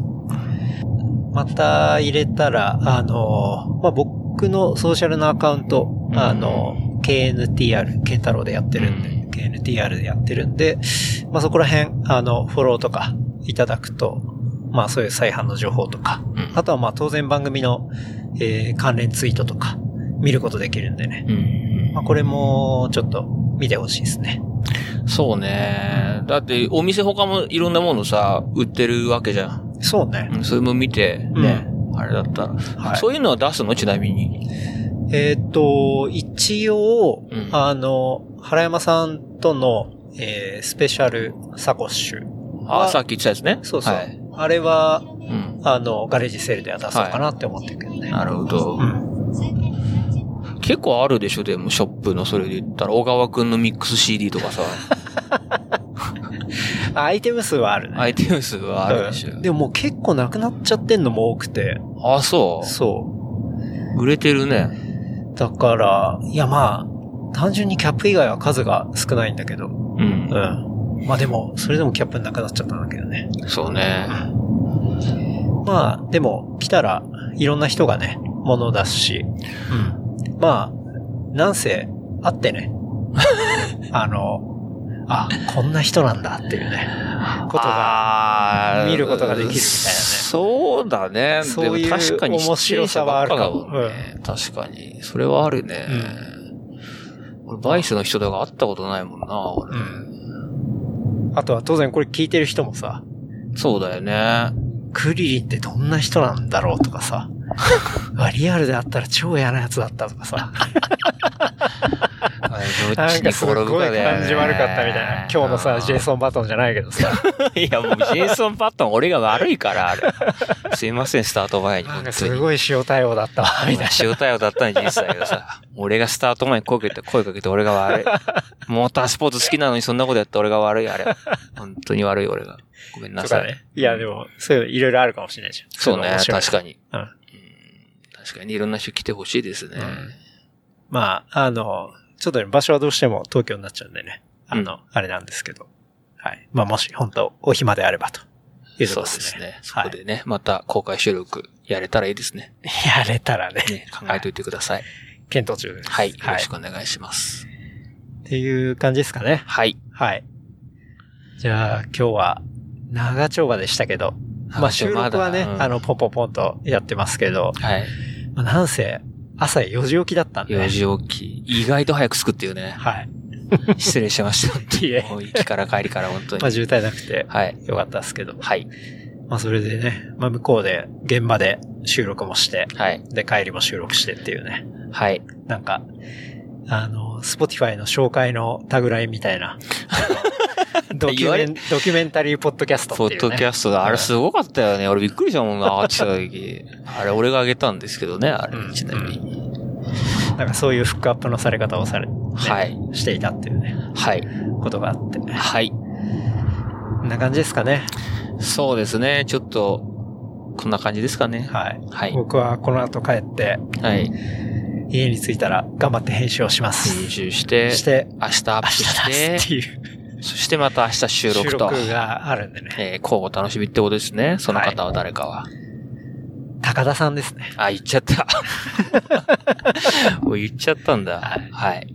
また入れたら、あの、まあ、僕のソーシャルのアカウント、あの、KNTR、慶太郎でやってるんで、KNTR でやってるんで、まあ、そこら辺、あの、フォローとかいただくと、まあ、そういう再販の情報とか、うんあとはまあ、当然番組の、えー関連ツイートとか、見ることできるんでね。うんまあ、これも、ちょっと見てほしいですね。そうね。だって、お店他もいろんなものさ、売ってるわけじゃん。そうね。うんそれも見て、ね。あれだったら、はいそういうのは出すのちなみに。えーっと、一応、うんあの、原山さんとの、えースペシャルサコッシュ。ああさっき言ってたやつね。そうそう。はいあれは、うん。あの、ガレージセールでは出そうかなって思ってるけどね。なるほど。うん。通過に30分結構あるでしょ、でも、ショップのそれで言ったら、小川くんのミックス CD とか さ、アイテム数はあるね。アイテム数はあるでしうんょ。でももう結構なくなっちゃってんのも多くて。あ、そ。そう売れてるね。う。だから、いやまあ、単純にキャップ以外は数が少ないんだけど。うんう。ん。まあでも、それでもキャップなくなっちゃったんだけどね。そうね。まあ、でも、来たらいろんな人がね、物を出すし、まあ、なんせ、会ってね、 あの、あ、こんな人なんだっていうね、ことが、あー見ることができるみたいなねそうだね。そういうでも確かに面白さはあるかも面白さばっかだんね確かに。それはあるね。俺、バイスの人だが会ったことないもんな、俺。あとは当然これ聞いてる人もさ、そうだよね。クリリンってどんな人なんだろうとか さ、うわリアルであったら超嫌なやつだったとかさ、どっ なんちにかす転ごいぶかだよね。感じ悪かったみたいな。今日のさ、ジェイソンバトンじゃないけどさ、 いや、もうジェイソン・パットン、俺が悪いから、あれ。すいません、スタート前に。 なん本か当す に。ごい塩対応だったわ、みたいな。塩対応だったのに事実だけどさ。俺がスタート前に声かけて、声かけて俺が 悪い。モータースポーツ好きなのにそんなことやって俺が悪い、あれ。本当に悪い、俺が。ごめんなとさかい。ね。 いや、でも、そういうのいろいろあるかもしれないじゃん。そうね、いの面白い確かに。うんうん確かにいろんな人来てほしいですね。まあ、あの、ちょっとね、場所はどうしても東京になっちゃうんでね。あの、うあれなんですけど。はい。まあ、もし、本当お暇であればと。いうとそこうろでですすねね。。そこでね、また公開収録やれたらいいですね。はい。やれたらね、ね考えておいてください。検討中です。はい。よはろい。しっくお願いします。ていう感じですかね。はい。はい。じゃあ、今日は、長丁場でしたけど、まあ、話収録はね、まだうんあの、ポンポンポンとやってますけど、はい。まあ、なんせ、朝4時起きだったんで。 4時起き。意外と早く着くっていうね。はい。 失礼しました。本当にいえ もう行きから帰りから本当まあ、に。渋滞なくて、はい。よかったですけど。はい。まあそれでね、まあ向こうで、現場で収録もして、はい。で帰りも収録してっていうね。はい。なんか、あの、スポティファイの紹介のタグラインみたい な。ドキ言ュわメれン、ドキュメンタリーポッドキャストポっていッうドキね。ャストだ。あれすごかったよね。俺びっくりしたもんな。上がってきた 時。あれ俺が上げたんですけどね。あれうん、ちなみに。なんかそういうフックアップのされ方をされ、ねはいしていたっていうね、はい。ことがあって。はい。こんな感じですかね。そうですね。ちょっと、こんな感じですかね。はい。はい。僕はこの後帰って、はい。家に着いたら頑張って編集をします。編集して、して、明日アッ明プ日出し、すってていうそしてまた明日収収録と。録があるんでね。えー、交互楽しみってことですね。その方は誰かは。高田さんですね。あ、言っちゃった。 もう言っちゃったんだ。はい。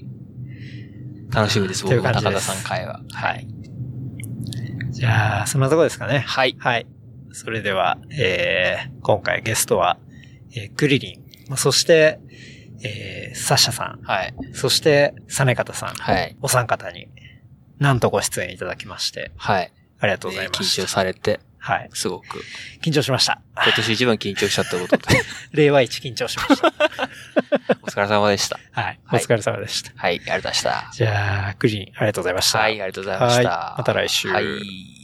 楽しみです、とい僕うも感高じです田さん会は。はい。じゃあ、そんなとこですかね。はい。はい。それでは、えー、今回ゲストは、えー、クリリン、まあそして、えー、サッシャさはい。ん、そして、サネカタさん、はい。お三方に、なんとご出演いただきまして、はい。ありがとうございねま緊し張た。されて、はい。すごく。緊張しました。今年一番緊張しちゃった ことで、令和一緊張しま した。お疲れ様でした。はい。おはい疲れ様でした。はい、ありがとうございました。じゃあ、クリリン、ありがとうございました。はい、ありがとうございました。はいまた来週はい